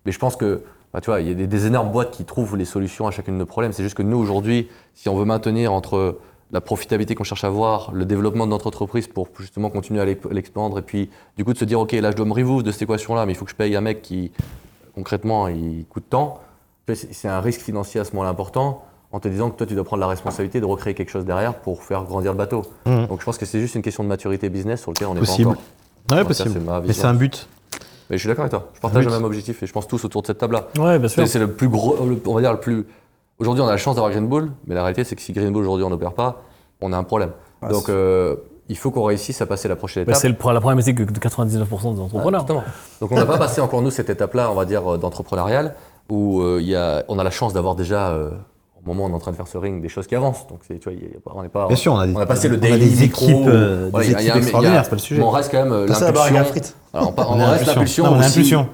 Speaker 4: mais je pense que, bah, tu vois, il y a des, des énormes boîtes qui trouvent les solutions à chacune de nos problèmes. C'est juste que nous, aujourd'hui, si on veut maintenir entre la profitabilité qu'on cherche à avoir, le développement de notre entreprise pour justement continuer à l'ép- l'expandre et puis du coup de se dire, OK, là, je dois me remove de cette équation-là, mais il faut que je paye un mec qui, concrètement, il coûte tant. Tu vois, C'est c'est un risque financier à ce moment-là important en te disant que toi, tu dois prendre la responsabilité de recréer quelque chose derrière pour faire grandir le bateau.
Speaker 2: Mhm.
Speaker 4: Donc je pense que c'est juste une question de maturité business sur lequel on n'est pas
Speaker 2: Possible.
Speaker 4: encore.
Speaker 2: Ouais,
Speaker 4: ça,
Speaker 2: possible.
Speaker 4: c'est ma
Speaker 2: Mais
Speaker 4: vision.
Speaker 2: c'est un but.
Speaker 4: Mais je suis d'accord avec toi. Je partage
Speaker 2: but.
Speaker 4: le même objectif et je pense tous autour de cette table-là.
Speaker 1: Ouais, bien
Speaker 4: C'est c'est le plus gros, le- on va dire le plus. Aujourd'hui, on a la chance d'avoir Green Bull, mais la réalité, c'est que si Green Bull aujourd'hui on n'opère pas, on a un problème.
Speaker 5: Ah,
Speaker 4: Donc,
Speaker 5: c'est-
Speaker 4: euh, il faut qu'on réussisse à passer la prochaine étape.
Speaker 1: Bah, c'est le- la problématique de 99% des
Speaker 4: Ah,
Speaker 1: entrepreneurs.
Speaker 4: justement. Donc, on n'a pas passé encore nous cette étape-là, on va dire euh, d'entrepreneurial, où euh, il y a, on a la chance d'avoir déjà, euh, au moment où on est en train de faire ce ring, des choses qui avancent. Donc, c'est- tu vois, il y a- il y a pas- on n'est pas.
Speaker 2: Bien sûr, on a des,
Speaker 4: On a passé le
Speaker 2: on a
Speaker 4: daily
Speaker 2: des
Speaker 4: micro,
Speaker 2: équipes, euh,
Speaker 4: voilà,
Speaker 2: des
Speaker 4: il y a- il
Speaker 2: équipes
Speaker 4: y a- il y a-
Speaker 2: extraordinaires, c'est pas le sujet.
Speaker 4: mais on reste quand même euh,
Speaker 3: Passer la barrière
Speaker 4: l'impulsion.
Speaker 3: frites.
Speaker 4: Alors, on, pa- on
Speaker 2: a
Speaker 4: reste
Speaker 2: l'impulsion.
Speaker 4: l'impulsion
Speaker 2: Non, on a
Speaker 4: aussi.
Speaker 2: l'impulsion.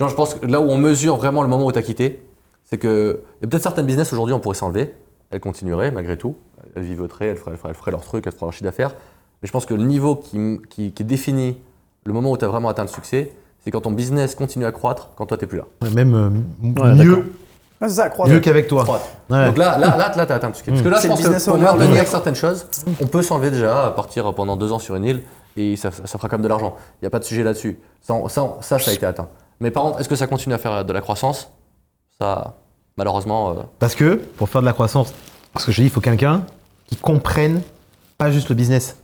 Speaker 4: Genre, je pense que là où on mesure vraiment le moment où t'as quitté, c'est que. Il y a peut-être certaines business aujourd'hui, on pourrait s'enlever. Elles continueraient malgré tout. Elles vivoteraient, elles feraient, elles feraient, elles feraient leur truc, elles feraient leur chiffre d'affaires. Mais je pense que le niveau qui, m- qui, qui définit le moment où t'as vraiment atteint le succès, c'est quand ton business continue à croître, quand toi t'es plus là.
Speaker 2: Même euh, m-
Speaker 1: Ouais, d'accord.
Speaker 2: mieux,
Speaker 5: Ah, c'est ça, croire.
Speaker 2: mieux qu'avec toi. Ouais.
Speaker 4: Donc là, là, là, là t'as atteint le succès. Parce que là,
Speaker 5: C'est
Speaker 4: je pense
Speaker 5: le business
Speaker 4: que pour
Speaker 5: owner,
Speaker 4: meilleur
Speaker 5: ouais.
Speaker 4: devenir certaines choses, on peut s'enlever déjà, à partir pendant deux ans sur une île, et ça, ça fera quand même de l'argent. Il n'y a pas de sujet là-dessus. Ça, on- ça, on- ça, ça a été atteint. Mais par contre, est-ce que ça continue à faire de la croissance Ça, malheureusement, euh,
Speaker 2: Parce que pour faire de la croissance, ce que je dis, il faut quelqu'un qui comprenne pas juste le business.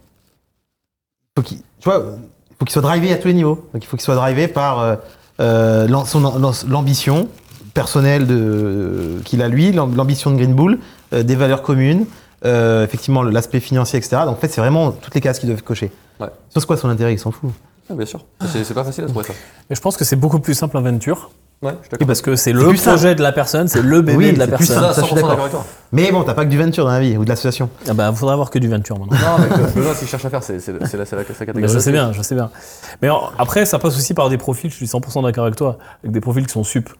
Speaker 2: Faut qu'il- tu vois, il faut qu'il soit drivé à tous les niveaux. Donc il faut qu'il soit drivé par euh, euh, l'am- son am- l'ambition personnelle de- euh, qu'il a lui, l'am- l'ambition de Green Bull, euh, des valeurs communes, euh, effectivement l'aspect financier, etc. Donc en fait, c'est vraiment toutes les cases qu'ils doivent cocher.
Speaker 4: Ouais.
Speaker 2: Sinon, c'est quoi son intérêt Il s'en fout.
Speaker 4: ouais, bien sûr. C'est c'est pas facile à trouver ça.
Speaker 1: Mais je pense que c'est beaucoup plus simple Aventure.
Speaker 4: Ouais, je suis
Speaker 1: Oui,
Speaker 4: d'accord.
Speaker 1: parce que c'est
Speaker 2: C'est
Speaker 1: le
Speaker 2: plus
Speaker 1: projet de la personne, c'est le bébé
Speaker 2: Oui,
Speaker 1: de la
Speaker 2: c'est plus
Speaker 1: personne.
Speaker 2: ça, je suis
Speaker 4: 100%
Speaker 2: d'accord.
Speaker 4: avec toi.
Speaker 2: Mais bon, t'as pas que du venture dans la vie ou de l'association.
Speaker 1: Ah bah, faudra avoir que du Venture maintenant.
Speaker 4: Non, mais le- Benoît, ce qu'il cherche à faire, c'est c'est la, c'est la, c'est la c'est la catégorie.
Speaker 1: Mais je sais bien, je sais bien. Mais en- après, ça passe aussi par des profils, je suis 100% d'accord avec toi, avec des profils qui sont sup.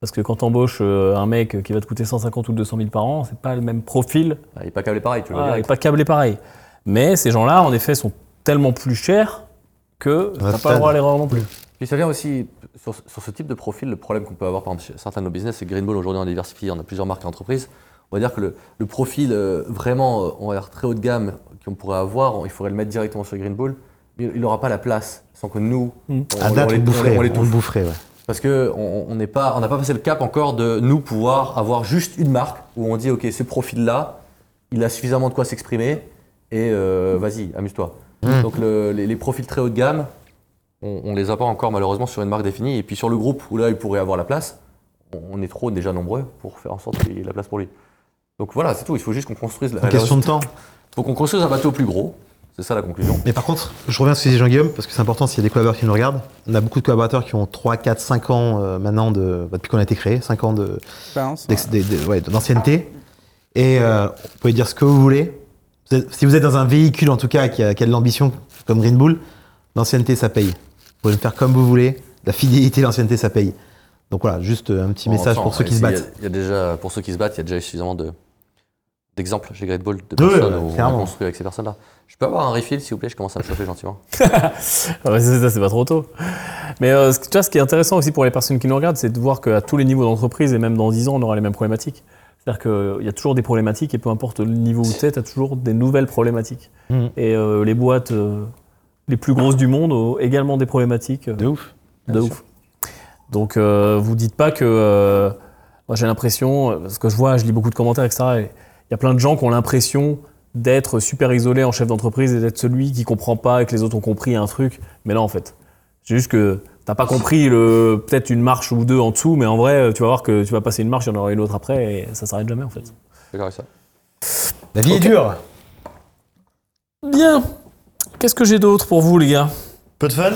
Speaker 1: Parce que quand t'embauches euh, un mec qui va te coûter 150 ou 200 000 par an, c'est pas le même profil,
Speaker 4: Ah, Il n'est pas câblé pareil, tu le vois
Speaker 1: ah, il est
Speaker 4: direct.
Speaker 1: pas câblé pareil. Mais ces gens-là, en effet, sont tellement plus chers que t'as pas
Speaker 2: stade.
Speaker 1: le droit à l'erreur non plus.
Speaker 4: Puis ça vient aussi, sur, sur ce type de profil, le problème qu'on peut avoir par exemple, chez certains de nos business, c'est que Green Bull aujourd'hui on est diversifié, on a plusieurs marques et entreprises. On va dire que le, le profil euh, vraiment, euh, on va dire très haut de gamme qu'on pourrait avoir, on- il faudrait le mettre directement sur Green Bull, mais il n'aura pas la place sans que nous,
Speaker 1: Mm.
Speaker 2: Mmh. À date, on,
Speaker 4: les
Speaker 2: le boufferait.
Speaker 4: on les
Speaker 2: On le
Speaker 4: bouffe.
Speaker 2: boufferait, ouais.
Speaker 4: Parce que on on n'est pas, on n'a pas passé le cap encore de nous pouvoir avoir juste une marque où on dit ok ce profil là, il a suffisamment de quoi s'exprimer et euh, vas-y amuse-toi.
Speaker 2: Mm.
Speaker 4: Donc le- les, les profils très haut de gamme, on, on les a pas encore malheureusement sur une marque définie et puis sur le groupe où là il pourrait avoir la place, on, on est trop déjà nombreux pour faire en sorte qu'il y ait la place pour lui. Donc voilà c'est tout, il faut juste qu'on construise la,
Speaker 2: En question de temps.
Speaker 4: faut qu'on construise un bateau plus gros, c'est ça la conclusion.
Speaker 2: Mais par contre, je reviens sur ce que disait Jean-Guillaume, parce que c'est important s'il y a des collaborateurs qui nous regardent. On a beaucoup de collaborateurs qui ont 3, 4, 5 ans euh, maintenant, de, bah, depuis qu'on a été créé, 5 ans de-
Speaker 5: Expérience.
Speaker 2: d'ex- des- des- ouais, d'ancienneté. Et euh, vous pouvez dire ce que vous voulez. Vous êtes- si vous êtes dans un véhicule, en tout cas, qui a, qui a de l'ambition, comme Green Bull, l'ancienneté, ça paye. Vous pouvez le faire comme vous voulez. La fidélité, l'ancienneté, ça paye. Donc voilà, juste euh, un petit
Speaker 4: Bon,
Speaker 2: message
Speaker 4: attends,
Speaker 2: pour ceux qui
Speaker 4: il
Speaker 2: se
Speaker 4: y a-
Speaker 2: battent.
Speaker 4: il y a déjà, pour ceux qui se battent, il y a déjà eu suffisamment de- d'exemples chez Great Ball de
Speaker 2: Ouais,
Speaker 4: personnes
Speaker 2: ouais,
Speaker 4: où on a
Speaker 2: clairement.
Speaker 4: construit avec ces personnes-là. Je peux avoir un refill, s'il vous plaît, je commence à me chauffer gentiment.
Speaker 1: Ah <laughs> ouais, c'est ça, c'est pas trop tôt. Mais euh, ce, que- tu vois, ce qui est intéressant aussi pour les personnes qui nous regardent, c'est de voir qu'à tous les niveaux d'entreprise, et même dans 10 ans, on aura les mêmes problématiques. C'est-à-dire qu'il y a toujours des problématiques, et peu importe le niveau où tu es, tu as toujours des nouvelles problématiques.
Speaker 2: Mhm.
Speaker 1: Et euh, les boîtes euh, les plus grosses du monde ont également des problématiques euh,
Speaker 2: De ouf.
Speaker 1: de ouf. Donc, euh, vous dites pas que. euh, moi, j'ai l'impression, euh, parce que je vois, je lis beaucoup de commentaires, etc. et Il y a plein de gens qui ont l'impression d'être super isolé en chef d'entreprise et d'être celui qui comprend pas et que les autres ont compris un truc. Mais là, en fait, c'est juste que t'as pas compris le peut-être une marche ou deux en dessous, mais en vrai, tu vas voir que tu vas passer une marche, il y en aura une autre après et ça s'arrête jamais, en fait.
Speaker 4: D'accord avec ça.
Speaker 2: La vie est dure.
Speaker 1: Bien. Qu'est-ce que j'ai d'autre pour vous, les gars
Speaker 3: Peu de fun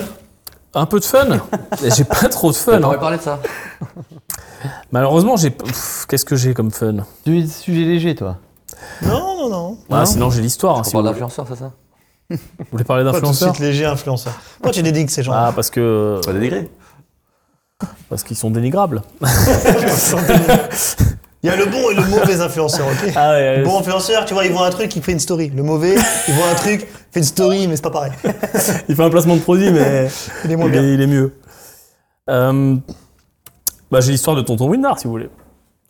Speaker 1: Un peu de fun <laughs> J'ai pas trop de fun. hein.
Speaker 4: On aurait parlé de ça.
Speaker 2: Ah,
Speaker 1: Malheureusement, j'ai. pff, Qu'est-ce que j'ai comme fun
Speaker 2: Tu sujet léger, toi.
Speaker 3: Non, non, non.
Speaker 1: Ah, sinon, j'ai l'histoire. hein,
Speaker 4: On
Speaker 1: si
Speaker 4: parle
Speaker 1: vous
Speaker 4: d'influenceurs, c'est ça
Speaker 1: vous voulez parler
Speaker 3: Pas tout de
Speaker 1: d'influenceurs
Speaker 3: suite léger influenceur. Pourquoi tu dédigues ces gens
Speaker 1: Ah, parce que. euh,
Speaker 4: Pas dénigré.
Speaker 1: Parce qu'ils sont dénigrables.
Speaker 3: <laughs> Il y a le bon et le mauvais influenceur, ok
Speaker 1: Ah ouais,
Speaker 3: Le
Speaker 1: ouais,
Speaker 3: bon influenceur, tu vois, il voit un truc, il fait une story. Le mauvais, il voit un truc, il fait une story, mais c'est pas pareil.
Speaker 1: il fait un placement de produit,
Speaker 3: <laughs>
Speaker 1: mais
Speaker 3: Il est moins
Speaker 1: il,
Speaker 3: bien.
Speaker 1: est, il est mieux. Euh, bah, j'ai l'histoire de Tonton Windar, si vous voulez.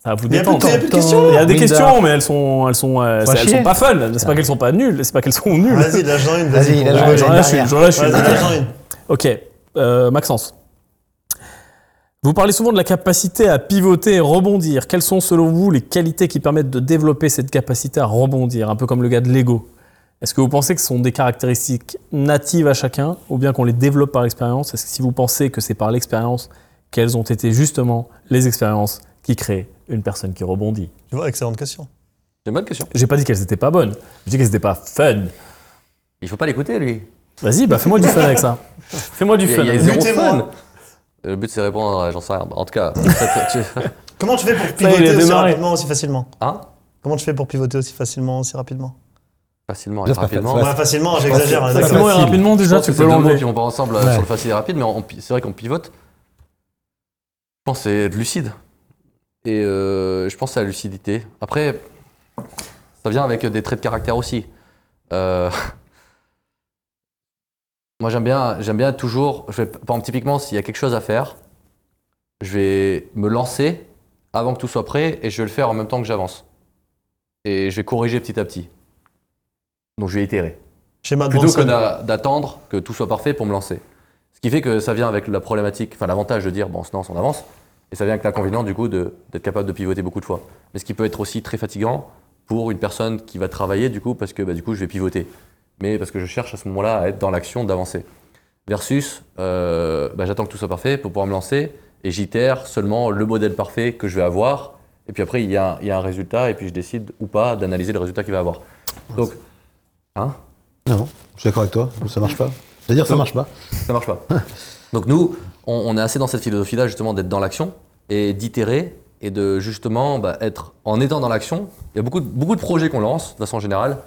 Speaker 1: Ça va vous
Speaker 3: Il y a plus
Speaker 1: détendre.
Speaker 3: de- il y a plus de questions
Speaker 1: Il y a des
Speaker 2: Windar.
Speaker 1: questions, mais elles sont, elles sont, euh,
Speaker 2: Faut
Speaker 1: elles
Speaker 2: chier.
Speaker 1: sont pas fun. C'est pas qu'elles sont pas nulles, c'est pas qu'elles sont nulles.
Speaker 3: Vas-y, lâche-en une,
Speaker 2: Vas-y,
Speaker 3: vas-y.
Speaker 2: lâche-en
Speaker 1: Ouais,
Speaker 2: une.
Speaker 1: genre là, je suis- genre là, je suis-
Speaker 3: Vas-y, lâche-en une.
Speaker 1: Ok, euh, Maxence. Vous parlez souvent de la capacité à pivoter et rebondir. Quelles sont selon vous les qualités qui permettent de développer cette capacité à rebondir, un peu comme le gars de l'ego Est-ce que vous pensez que ce sont des caractéristiques natives à chacun ou bien qu'on les développe par l'expérience Est-ce que si vous pensez que c'est par l'expérience qu'elles ont été justement les expériences qui créent une personne qui rebondit
Speaker 3: Tu vois, excellente question.
Speaker 4: C'est une bonne question.
Speaker 1: J'ai pas dit qu'elles étaient pas bonnes, j'ai dit qu'elles étaient pas fun.
Speaker 4: Il faut pas l'écouter, lui.
Speaker 1: Vas-y, bah fais-moi du fun avec ça. Fais-moi du
Speaker 4: <laughs> Il y a,
Speaker 1: fun.
Speaker 4: il y a
Speaker 1: avec ça.
Speaker 4: zéro
Speaker 3: Butez-moi.
Speaker 4: fun. Le but, c'est répondre, à- j'en sais rien. En
Speaker 2: <laughs>
Speaker 4: tout cas, tu-
Speaker 3: Comment tu fais pour
Speaker 1: il a
Speaker 3: pivoter aussi
Speaker 1: démarré.
Speaker 3: rapidement, aussi facilement
Speaker 4: hein
Speaker 3: Comment tu fais pour pivoter aussi facilement, aussi rapidement
Speaker 4: Facilement
Speaker 2: Ça,
Speaker 4: et
Speaker 2: c'est pas fait,
Speaker 4: rapidement.
Speaker 2: ça,
Speaker 4: Je
Speaker 3: Ouais, facilement, j'exagère. hein,
Speaker 1: Facilement
Speaker 3: d'accord.
Speaker 1: et
Speaker 2: facile.
Speaker 1: rapidement
Speaker 4: pense
Speaker 1: déjà,
Speaker 4: que
Speaker 1: tu
Speaker 4: c'est
Speaker 1: peux
Speaker 4: deux mots
Speaker 1: l'enlever.
Speaker 4: qui vont pas ensemble euh,
Speaker 2: Ouais.
Speaker 4: sur le facile et rapide, mais on- on pi- c'est vrai qu'on pivote. pense que c'est être lucide. Et euh, je pense à la lucidité. Après, ça vient avec des traits de caractère aussi. Euh, <laughs> Moi, j'aime bien, j'aime bien toujours. Je vais, par exemple, typiquement, s'il y a quelque chose à faire, je vais me lancer avant que tout soit prêt et je vais le faire en même temps que j'avance. Et je vais corriger petit à petit. Donc, je vais itérer.
Speaker 3: Schéma de
Speaker 4: Plutôt que
Speaker 3: Bronson.
Speaker 4: d'a- d'attendre que tout soit parfait pour me lancer. Ce qui fait que ça vient avec la problématique, enfin l'avantage de dire bon, on se lance, on avance. Et ça vient avec l'inconvénient du coup de- d'être capable de pivoter beaucoup de fois. Mais ce qui peut être aussi très fatigant pour une personne qui va travailler du coup parce que bah, du coup je vais pivoter. Mais parce que je cherche à ce moment-là à être dans l'action d'avancer. Versus euh, bah, j'attends que tout soit parfait pour pouvoir me lancer et j'itère seulement le modèle parfait que je vais avoir. Et puis après il y, a, il y a un résultat et puis je décide ou pas d'analyser le résultat qu'il va avoir. Donc, hein
Speaker 2: Non, je suis d'accord avec toi, ça marche pas. C'est-à-dire, ça marche pas.
Speaker 4: ça marche pas. Donc nous, on, on est assez dans cette philosophie-là justement d'être dans l'action et d'itérer et de justement bah, être en étant dans l'action. Il y a beaucoup de, beaucoup de projets qu'on lance, de façon générale.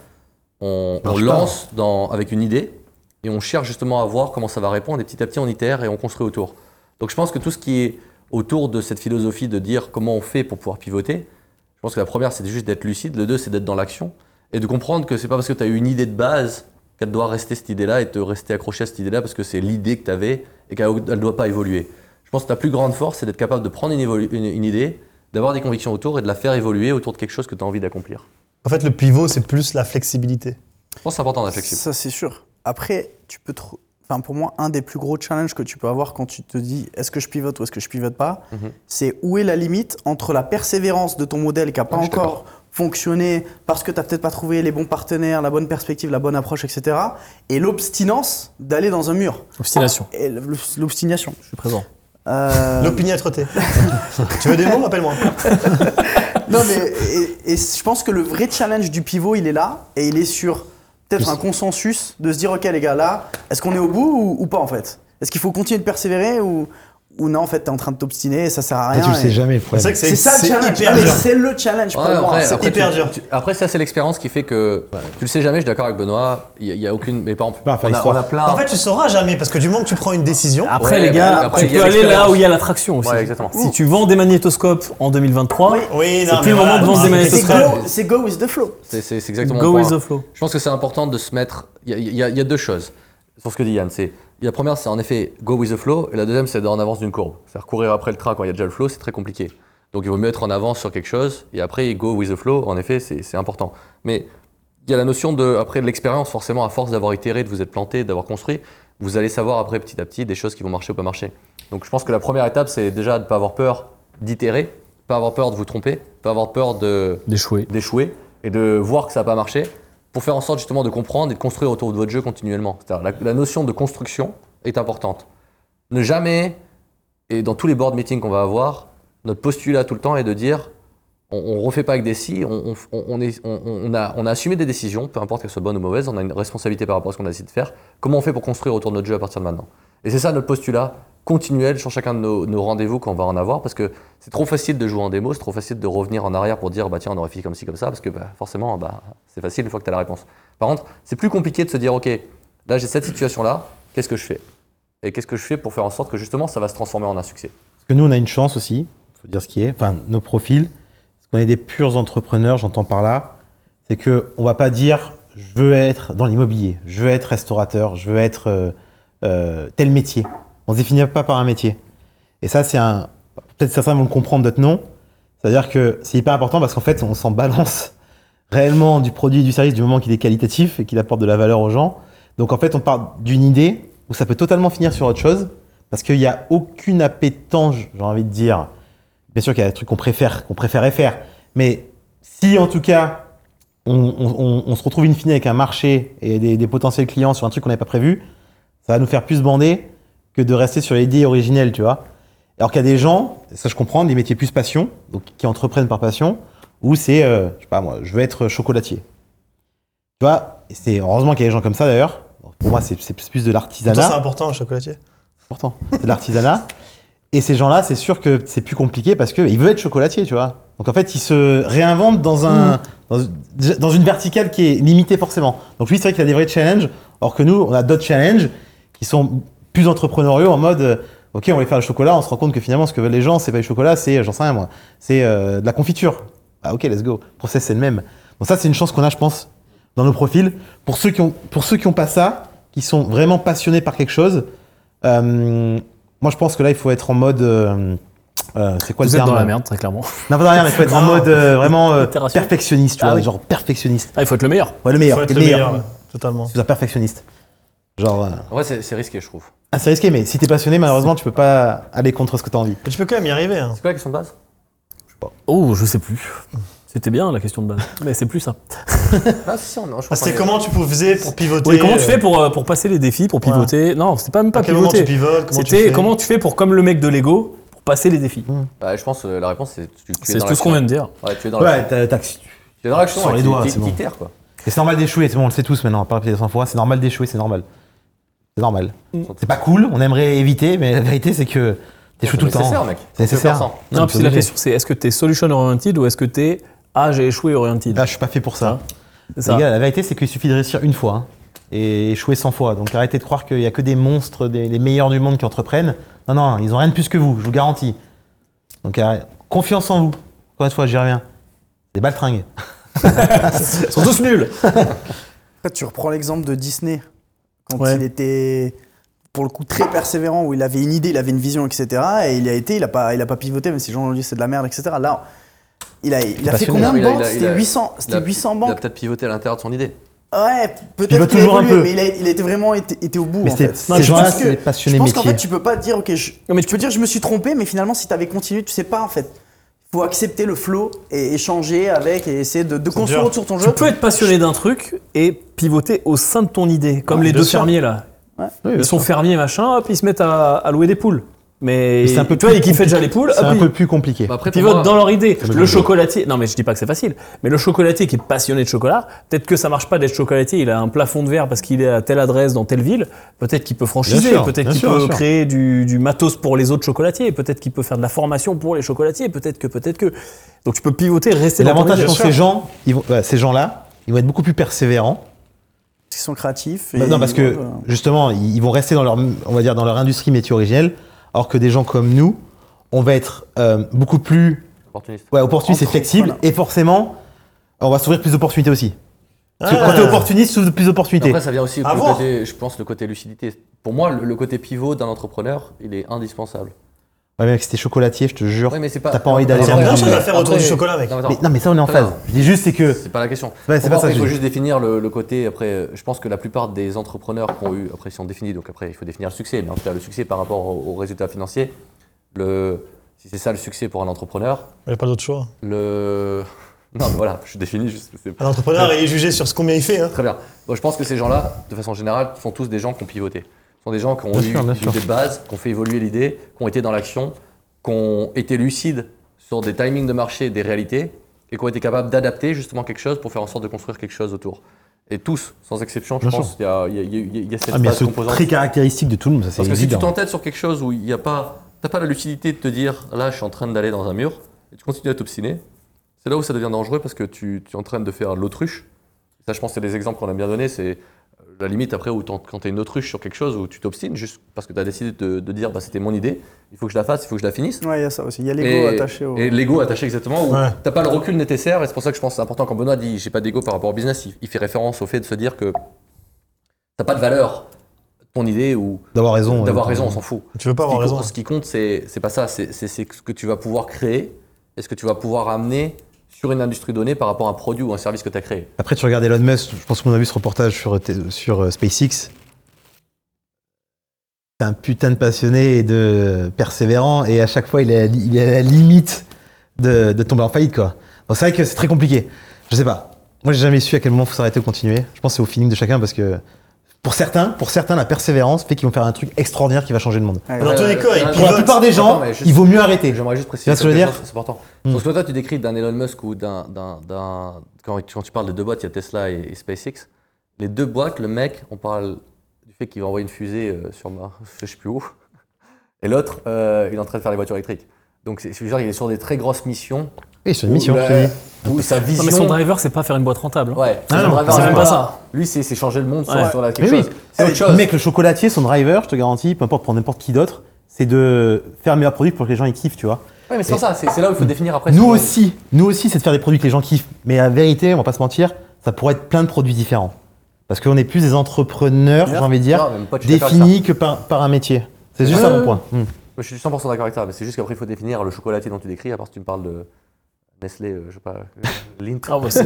Speaker 4: On, on
Speaker 2: Marche pas.
Speaker 4: lance dans, avec une idée et on cherche justement à voir comment ça va répondre et petit à petit on itère et on construit autour. Donc je pense que tout ce qui est autour de cette philosophie de dire comment on fait pour pouvoir pivoter, je pense que la première c'est juste d'être lucide, le deux c'est d'être dans l'action et de comprendre que c'est pas parce que tu as eu une idée de base qu'elle doit rester cette idée-là et te rester accroché à cette idée-là parce que c'est l'idée que tu avais et qu'elle ne doit pas évoluer. Je pense que ta plus grande force, c'est d'être capable de prendre une, évolu- une- une idée, d'avoir des convictions autour et de la faire évoluer autour de quelque chose que tu as envie d'accomplir.
Speaker 3: En fait, le pivot, c'est plus la flexibilité.
Speaker 4: Je pense que c'est important d'être flexible.
Speaker 5: Ça, c'est sûr. Après, tu peux trop. Enfin, pour moi, un des plus gros challenges que tu peux avoir quand tu te dis est-ce que je pivote ou est-ce que je pivote pas,
Speaker 4: Mhm.
Speaker 5: c'est où est la limite entre la persévérance de ton modèle qui n'a pas
Speaker 4: Ouais, je suis
Speaker 5: encore fonctionné parce que tu n'as peut-être pas trouvé les bons partenaires, la bonne perspective, la bonne approche, etc. et l'obstinence d'aller dans un mur.
Speaker 1: Obstination.
Speaker 5: Et l'obs- L'obstination.
Speaker 1: Je suis présent.
Speaker 5: Euh,
Speaker 3: L'opiniâtreté. <laughs> tu veux des mots Appelle-moi.
Speaker 5: Non, mais et, et je pense que le vrai challenge du pivot, il est là et il est sur peut-être un consensus de se dire ok les gars là, est-ce qu'on est au bout ou, ou pas en fait Est-ce qu'il faut continuer de persévérer ou ou non en fait t'es en train de t'obstiner et ça sert à
Speaker 2: Toi,
Speaker 5: rien
Speaker 2: tu le sais
Speaker 5: et-
Speaker 2: jamais, le
Speaker 3: C'est vrai
Speaker 2: problème.
Speaker 3: que
Speaker 5: C'est ça le challenge.
Speaker 3: hyper
Speaker 5: Ah, mais
Speaker 3: dur.
Speaker 5: C'est le challenge pour
Speaker 4: Ouais,
Speaker 5: moi.
Speaker 4: après,
Speaker 5: C'est-
Speaker 4: après,
Speaker 3: hyper
Speaker 4: tu-
Speaker 3: dur.
Speaker 4: tu- après, ça, c'est l'expérience qui fait que. Tu le sais jamais, je suis d'accord avec Benoît. Il n'y a, aucune. Mais par exemple,
Speaker 2: Bah, enfin,
Speaker 4: on, a,
Speaker 2: histoire.
Speaker 4: on a plein.
Speaker 3: En fait, tu sauras jamais parce que du moment que tu prends une décision,
Speaker 1: Après,
Speaker 4: Ouais,
Speaker 1: les
Speaker 4: bah,
Speaker 1: gars,
Speaker 4: après,
Speaker 1: tu
Speaker 4: il y a
Speaker 1: peux aller là
Speaker 4: l'expérience.
Speaker 1: où il y a l'attraction aussi.
Speaker 4: Ouais, exactement.
Speaker 1: Si tu vends des magnétoscopes en 2023,
Speaker 3: oui,
Speaker 1: C'est plus le moment de vendre des
Speaker 3: c'est-
Speaker 5: c'est
Speaker 1: manifestations.
Speaker 3: c'est-
Speaker 5: go- C'est go with the flow.
Speaker 4: c'est c'est- c'est exactement
Speaker 1: go
Speaker 4: le
Speaker 1: with
Speaker 4: point.
Speaker 1: the flow.
Speaker 4: Je pense que c'est important de se mettre. Il y, a- il y a- il y a deux choses sur ce que dit Yann. C'est la première, c'est en effet go with the flow, et la deuxième, c'est d'être en avance d'une courbe. C'est-à-dire courir après le train quand il y a déjà le flow, c'est très compliqué. Donc il vaut mieux être en avance sur quelque chose, et après go with the flow. En effet, c'est c'est important. Mais il y a la notion de après de l'expérience forcément à force d'avoir itéré, de vous être planté, d'avoir construit, vous allez savoir après petit à petit des choses qui vont marcher ou pas marcher. Donc je pense que la première étape, c'est déjà de ne pas avoir peur d'itérer, pas avoir peur de vous tromper, pas avoir peur de
Speaker 1: D'échouer.
Speaker 4: d'échouer et de voir que ça n'a pas marché pour faire en sorte justement de comprendre et de construire autour de votre jeu continuellement. C'est-à-dire la, la notion de construction est importante. Ne jamais, et dans tous les board meetings qu'on va avoir, notre postulat tout le temps est de dire on ne refait pas avec des si, on, on- on est- on- on a, on a assumé des décisions, peu importe qu'elles soient bonnes ou mauvaises, on a une responsabilité par rapport à ce qu'on a décidé de faire. Comment on fait pour construire autour de notre jeu à partir de maintenant Et c'est ça notre postulat continuel sur chacun de nos, nos rendez-vous qu'on va en avoir, parce que c'est trop facile de jouer en démo, c'est trop facile de revenir en arrière pour dire bah tiens on aurait fait comme ci comme ça parce que bah, forcément bah, c'est facile une fois que tu as la réponse. Par contre, c'est plus compliqué de se dire ok, là j'ai cette situation là, qu'est-ce que je fais Et qu'est-ce que je fais pour faire en sorte que justement ça va se transformer en un succès
Speaker 2: Parce que nous, on a une chance aussi, faut dire ce qui est, enfin, nos profils, parce qu'on est des purs entrepreneurs, j'entends par là, c'est que on va pas dire je veux être dans l'immobilier, je veux être restaurateur, je veux être euh, euh, tel métier. On se définit pas par un métier. Et ça, c'est un. Peut-être certains vont le comprendre, d'autres non. C'est-à-dire que c'est hyper important parce qu'en fait, on s'en balance réellement du produit et du service du moment qu'il est qualitatif et qu'il apporte de la valeur aux gens. Donc en fait, on part d'une idée où ça peut totalement finir sur autre chose parce qu'il n'y a aucune appétence, j'ai envie de dire. Bien sûr qu'il y a des trucs qu'on préfère, qu'on préférait faire, mais si en tout cas on, on- on- on se retrouve in fine avec un marché et des, des potentiels clients sur un truc qu'on n'avait pas prévu, ça va nous faire plus bander que de rester sur l'idée originelle, tu vois. Alors qu'il y a des gens, ça je comprends, des métiers plus passion, donc qui entreprennent par passion, où c'est, euh, je sais pas moi, je veux être chocolatier. Tu vois, et c'est heureusement qu'il y a des gens comme ça d'ailleurs. Pour moi, c'est c'est plus de
Speaker 3: Pourtant,
Speaker 2: l'artisanat
Speaker 3: c'est important, un chocolatier.
Speaker 2: important. C'est de l'artisanat. Et ces gens-là, c'est sûr que c'est plus compliqué parce qu'ils veulent être chocolatier, tu vois. Donc en fait, ils se réinventent dans, un, dans, dans une verticale qui est limitée forcément. Donc lui, c'est vrai qu'il a des vrais challenges, alors que nous, on a d'autres challenges qui sont plus entrepreneuriaux en mode euh, Ok, on va faire le chocolat, on se rend compte que finalement, ce que veulent les gens, c'est pas du chocolat, c'est, euh, j'en sais rien moi, c'est euh, de la confiture. Ah ok, let's go. Le process, c'est le même. Bon, ça, c'est une chance qu'on a, je pense, dans nos profils. Pour ceux qui ont, pour ceux qui ont pas ça, qui sont vraiment passionnés par quelque chose, euh, moi, je pense que là, il faut être en mode. euh, euh, c'est quoi le
Speaker 1: Vous êtes
Speaker 2: terme
Speaker 1: dans la merde, très clairement. <laughs>
Speaker 2: Non, pas dans la merde, mais il faut être en
Speaker 1: Ah.
Speaker 2: mode euh, vraiment euh,
Speaker 1: Itération.
Speaker 2: perfectionniste, tu vois,
Speaker 1: Ah oui.
Speaker 2: genre perfectionniste.
Speaker 1: Ah, il faut être le meilleur.
Speaker 2: Ouais, le meilleur.
Speaker 3: Faut être
Speaker 2: et
Speaker 3: le meilleur,
Speaker 2: meilleur.
Speaker 3: ouais, totalement.
Speaker 2: C'est un perfectionniste. Genre. euh,
Speaker 4: En vrai, c'est c'est risqué, je trouve.
Speaker 2: Ah, c'est risqué, mais si t'es passionné, malheureusement, tu peux pas aller contre ce que t'as envie.
Speaker 3: Mais tu peux quand même y arriver. hein.
Speaker 4: C'est quoi la question de base
Speaker 1: Oh, je sais plus. C'était bien la question de base, mais c'est plus ça.
Speaker 4: Ah, si, si, on, je
Speaker 3: Ah,
Speaker 4: crois
Speaker 3: C'était
Speaker 4: qu'on-
Speaker 3: comment tu faisais pour pivoter
Speaker 1: Oui, comment tu
Speaker 3: euh,
Speaker 1: fais pour, euh, pour passer les défis, pour pivoter Non, c'était pas même pas
Speaker 3: À quel moment tu
Speaker 1: pivoter.
Speaker 3: pivotes comment tu
Speaker 1: C'était
Speaker 3: fais
Speaker 1: comment tu fais pour, comme le mec de Lego, pour passer les défis.
Speaker 4: Bah, Je pense euh, la réponse, c'est tu, tu es
Speaker 1: C'est
Speaker 4: dans
Speaker 1: tout ce qu'on vient de dire.
Speaker 4: l'action. Ouais, tu es dans
Speaker 2: Ouais,
Speaker 4: l'action.
Speaker 2: t'as- t'as-
Speaker 4: Tu es dans l'action.
Speaker 2: Sur
Speaker 4: ouais,
Speaker 2: les
Speaker 4: tu-
Speaker 2: doigts,
Speaker 4: tu-
Speaker 2: c'est bon.
Speaker 4: tu terres, quoi.
Speaker 2: Et c'est normal d'échouer, c'est bon, on le sait tous maintenant, on va pas répéter 100 fois, c'est normal d'échouer, c'est normal. C'est normal.
Speaker 4: Mm.
Speaker 2: C'est pas cool, on aimerait éviter, mais la vérité c'est que t'échoues
Speaker 4: C'est
Speaker 2: tout le temps. hein.
Speaker 4: nécessaire, mec.
Speaker 2: C'est nécessaire.
Speaker 4: Faut faire ça.
Speaker 1: Non,
Speaker 2: mais
Speaker 1: puis
Speaker 2: c'est
Speaker 1: la
Speaker 2: obligé.
Speaker 1: question c'est est-ce que t'es solution oriented ou est-ce que t'es ah j'ai échoué oriented
Speaker 4: Bah,
Speaker 2: Là, je suis pas fait pour ça.
Speaker 1: C'est Hein, ça.
Speaker 2: Les gars, la vérité c'est qu'il suffit de réussir une fois hein, et échouer 100 fois. Donc arrêtez de croire qu'il y a que des monstres, des, les meilleurs du monde qui entreprennent. Non, non, ils ont rien de plus que vous, je vous garantis. Donc arrête- confiance en vous. Encore une fois, j'y reviens. Des baltringues.
Speaker 1: Ils sont tous nuls.
Speaker 5: Après, tu reprends l'exemple de Disney, quand
Speaker 1: Ouais.
Speaker 5: il était, pour le coup, très persévérant, où il avait une idée, il avait une vision, etc. Et il a été, il a pas, il a pas pivoté, même si les gens ont dit c'est de la merde, etc. Là, il a, il a fait
Speaker 2: passionné.
Speaker 5: combien de
Speaker 4: Il a- il a-
Speaker 5: banques
Speaker 4: il a-
Speaker 5: C'était 800,
Speaker 4: Il a-
Speaker 5: c'était 800
Speaker 4: Il a
Speaker 5: banques.
Speaker 4: peut-être pivoté à l'intérieur de son idée.
Speaker 2: Il
Speaker 5: Ouais,
Speaker 2: va
Speaker 5: peut-être qu'il a
Speaker 2: toujours un
Speaker 5: évolué,
Speaker 2: peu.
Speaker 5: mais il a, il a été vraiment été, été au bout.
Speaker 2: Mais
Speaker 5: en
Speaker 2: c'est-
Speaker 5: fait.
Speaker 2: ces
Speaker 5: Je
Speaker 2: gens-là,
Speaker 5: pense
Speaker 2: c'est
Speaker 5: que-
Speaker 2: des passionnés
Speaker 5: Je pense qu'en
Speaker 2: métiers.
Speaker 5: fait, tu peux pas dire, ok, je,
Speaker 1: Non, mais
Speaker 5: tu peux dire, je me suis trompé, mais finalement, si tu avais continué, tu sais pas en fait. Faut accepter le flow et échanger avec et essayer de, de construire
Speaker 3: dur.
Speaker 5: autour de ton
Speaker 1: Tu
Speaker 5: jeu.
Speaker 1: peux être passionné d'un truc et pivoter au sein de ton idée, comme
Speaker 3: Ouais,
Speaker 1: les
Speaker 3: bien
Speaker 1: deux
Speaker 3: sûr.
Speaker 1: fermiers là.
Speaker 2: Oui,
Speaker 1: Ils sont fermiers machin, hop ils se mettent à, à louer des poules. Mais,
Speaker 2: Mais c'est un peu
Speaker 1: tu vois,
Speaker 2: plus
Speaker 1: ils kiffaient déjà les
Speaker 2: compliqué.
Speaker 1: poules, Ah hop,
Speaker 2: C'est un
Speaker 1: ils-
Speaker 2: peu plus compliqué.
Speaker 4: Bah, après, pour
Speaker 1: pivote
Speaker 4: moi-
Speaker 1: dans leur idée.
Speaker 2: me
Speaker 1: Le
Speaker 2: compliqué.
Speaker 1: chocolatier, non mais je dis pas que c'est facile, mais le chocolatier qui est passionné de chocolat, peut-être que ça marche pas d'être chocolatier, il a un plafond de verre parce qu'il est à telle adresse dans telle ville, peut-être qu'il peut franchiser,
Speaker 2: sûr,
Speaker 1: peut-être
Speaker 2: bien
Speaker 1: qu'il
Speaker 2: sûr,
Speaker 1: peut
Speaker 2: bien sûr.
Speaker 1: créer du, du matos pour les autres chocolatiers, peut-être qu'il peut faire de la formation pour les chocolatiers, peut-être que, peut-être que. Donc tu peux pivoter, rester
Speaker 2: Et
Speaker 1: dans ton
Speaker 2: l'avantage, je
Speaker 1: idée.
Speaker 2: pense que ces gens, ils vont- ouais, ces gens-là, ils vont être beaucoup plus persévérants.
Speaker 5: Ils sont créatifs.
Speaker 2: Bah,
Speaker 5: et- euh,
Speaker 2: non, parce que justement, ils ils vont rester dans leur, on va dire, dans leur industrie métier originelle, alors que des gens comme nous, on va être euh, beaucoup plus
Speaker 4: Opportuniste.
Speaker 2: ouais, opportuniste et
Speaker 5: Entrepreneur.
Speaker 2: flexible, et forcément, on va s'ouvrir plus d'opportunités aussi. Parce que
Speaker 3: Ah.
Speaker 2: quand t'es opportuniste, s'ouvre plus d'opportunités.
Speaker 4: Après, ça vient aussi,
Speaker 3: À
Speaker 4: le
Speaker 3: voir.
Speaker 4: côté, je pense, le côté lucidité. Pour moi, le, le côté pivot d'un entrepreneur, il est indispensable.
Speaker 2: Ouais, mec, si t'es chocolatier, je te jure.
Speaker 4: Ouais, mais c'est pas.
Speaker 2: T'as pas envie d'aller
Speaker 4: Après,
Speaker 2: en
Speaker 4: après,
Speaker 2: Grèce,
Speaker 3: on va faire autour
Speaker 4: après-
Speaker 3: du chocolat, mec.
Speaker 4: Non, mais attends.
Speaker 2: Mais, non, mais ça, on est en
Speaker 4: Attends.
Speaker 2: phase. Je dis juste, c'est que.
Speaker 4: C'est pas la question.
Speaker 2: Ouais, c'est
Speaker 4: Pour
Speaker 2: pas
Speaker 4: moi,
Speaker 2: ça
Speaker 4: après,
Speaker 2: que
Speaker 4: il faut
Speaker 2: je-
Speaker 4: juste définir le, le côté. Après, euh, je pense que la plupart des entrepreneurs qui ont eu, après, ils sont définis. Donc après, il faut définir le succès. Mais en tout cas, le succès par rapport aux, résultats financiers. Le, si c'est ça le succès pour un entrepreneur,
Speaker 3: Il n'y a pas d'autre choix. le-
Speaker 4: le. <laughs> Non, mais voilà, je définis juste. c'est-
Speaker 3: Un entrepreneur, il est jugé sur ce combien il fait. hein.
Speaker 4: Très bien. Bon, je pense que ces gens-là, de façon générale, sont tous des gens qui ont pivoté. Ce sont des gens qui ont
Speaker 2: Bien
Speaker 4: eu
Speaker 2: sûr, bien
Speaker 4: une
Speaker 2: sûr.
Speaker 4: idée de base, qui ont fait évoluer l'idée, qui ont été dans l'action, qui ont été lucides sur des timings de marché, des réalités, et qui ont été capables d'adapter justement quelque chose pour faire en sorte de construire quelque chose autour. Et tous, sans exception, je
Speaker 2: Bien
Speaker 4: pense, il y a, il y a- il y a- il y a cette
Speaker 2: Ah, mais il y a
Speaker 4: phase
Speaker 2: ce
Speaker 4: composante.
Speaker 2: très caractéristique de tout le monde, ça c'est
Speaker 4: Parce que si tu
Speaker 2: évident.
Speaker 4: t'entêtes sur quelque chose où il n'y a pas, t'as pas la lucidité de te dire là, je suis en train d'aller dans un mur, et tu continues à t'obstiner, c'est là où ça devient dangereux parce que tu, tu es en train de faire l'autruche. Ça, je pense, que c'est des exemples qu'on a bien donnés. C'est la limite après où t'en- quand tu es une autruche sur quelque chose où tu t'obstines juste parce que tu as décidé de, de dire bah, c'était mon idée, il faut que je la fasse, il faut que je la finisse.
Speaker 5: Ouais, il y a ça aussi. Il y a l'ego
Speaker 4: Et-
Speaker 5: attaché au.
Speaker 4: Et l'ego attaché exactement, où
Speaker 3: Ouais.
Speaker 4: t'as pas le recul nécessaire, et c'est pour ça que je pense que c'est important quand Benoît dit j'ai pas d'ego par rapport au business, il, il fait référence au fait de se dire que t'as pas de valeur ton idée ou
Speaker 2: D'avoir raison.
Speaker 4: d'avoir
Speaker 2: euh,
Speaker 4: raison, on s'en fout.
Speaker 3: Tu veux pas
Speaker 4: Ce qui
Speaker 3: avoir raison.
Speaker 4: compte- Ce qui compte, c'est c'est pas ça, c'est c'est- c'est ce que tu vas pouvoir créer et ce que tu vas pouvoir amener sur une industrie donnée par rapport à un produit ou un service que tu as créé.
Speaker 3: Euh,
Speaker 2: Après, tu regardes Elon Musk, je pense qu'on a vu ce reportage sur, T- sur euh, SpaceX. C'est un putain de passionné et de persévérant, et à chaque fois, il est à, li- il est à la limite de, de tomber en faillite, quoi. Donc, c'est vrai que c'est très compliqué. Je sais pas. Moi, j'ai jamais su à quel moment faut s'arrêter ou continuer. Je pense que c'est au feeling de chacun, parce que pour certains, pour certains, la persévérance fait qu'ils vont faire un truc extraordinaire qui va changer le monde.
Speaker 5: Ouais,
Speaker 3: Dans
Speaker 4: Euh,
Speaker 5: ouais.
Speaker 3: tous les cas, il
Speaker 2: Pour
Speaker 4: Pour
Speaker 2: la
Speaker 3: pivote.
Speaker 2: plupart des gens,
Speaker 4: Attends, mais juste-
Speaker 2: il vaut mieux arrêter.
Speaker 4: J'aimerais juste
Speaker 2: Tu
Speaker 4: préciser.
Speaker 2: vois ce que je veux
Speaker 4: quelque
Speaker 2: dire
Speaker 4: chose, C'est important.
Speaker 2: Hmm.
Speaker 4: Parce que toi, tu décris d'un Elon Musk ou d'un. d'un- d'un- Quand, quand tu parles des deux boîtes, il y a Tesla et, et SpaceX. Les deux boîtes, le mec, on parle du fait qu'il va envoyer une fusée euh, sur Mars, <laughs> je sais plus où. Et l'autre, euh, il est en train de faire les voitures électriques. Donc, c'est- je veux dire, il est sur des très grosses missions.
Speaker 2: Oui, c'est une mission.
Speaker 4: Où,
Speaker 2: je te
Speaker 4: la-
Speaker 2: dis.
Speaker 4: où sa
Speaker 1: Non,
Speaker 4: vision.
Speaker 1: mais son driver, c'est pas faire une boîte rentable. hein.
Speaker 4: Ouais,
Speaker 2: Ah
Speaker 4: c'est
Speaker 2: non,
Speaker 4: vraiment-
Speaker 2: c'est
Speaker 4: c'est
Speaker 1: même
Speaker 4: pas
Speaker 1: pas
Speaker 4: ça. Lui, c'est c'est changer le monde sur,
Speaker 1: Ouais.
Speaker 4: sur la, quelque
Speaker 2: Mais oui,
Speaker 4: chose. C'est autre chose.
Speaker 2: Mec, le chocolatier, son driver, je te garantis, peu importe pour n'importe qui d'autre, c'est de faire le meilleur produit pour que les gens y kiffent, tu vois.
Speaker 4: Oui, mais c'est pour ça, c'est c'est là où il faut définir après.
Speaker 2: Mm. Nous
Speaker 4: c'est-
Speaker 2: aussi, nous aussi, c'est de faire des produits que les gens kiffent. Mais à vérité, on va pas se mentir, ça pourrait être plein de produits différents. Parce qu'on est plus des entrepreneurs, j'ai envie de dire,
Speaker 4: Non, même pas, je suis d'accord avec Euh.
Speaker 2: définis que par, par un métier. C'est juste
Speaker 4: Ouais,
Speaker 2: ça
Speaker 4: ouais,
Speaker 2: mon point.
Speaker 4: <laughs>
Speaker 2: Mm.
Speaker 4: Moi, Je suis 100% d'accord avec toi, mais c'est juste qu'après, il faut définir le chocolatier dont tu décris, à part si tu me parles de Nestlé, euh, je sais pas, euh, Lint.
Speaker 1: Ah, bah, c'est-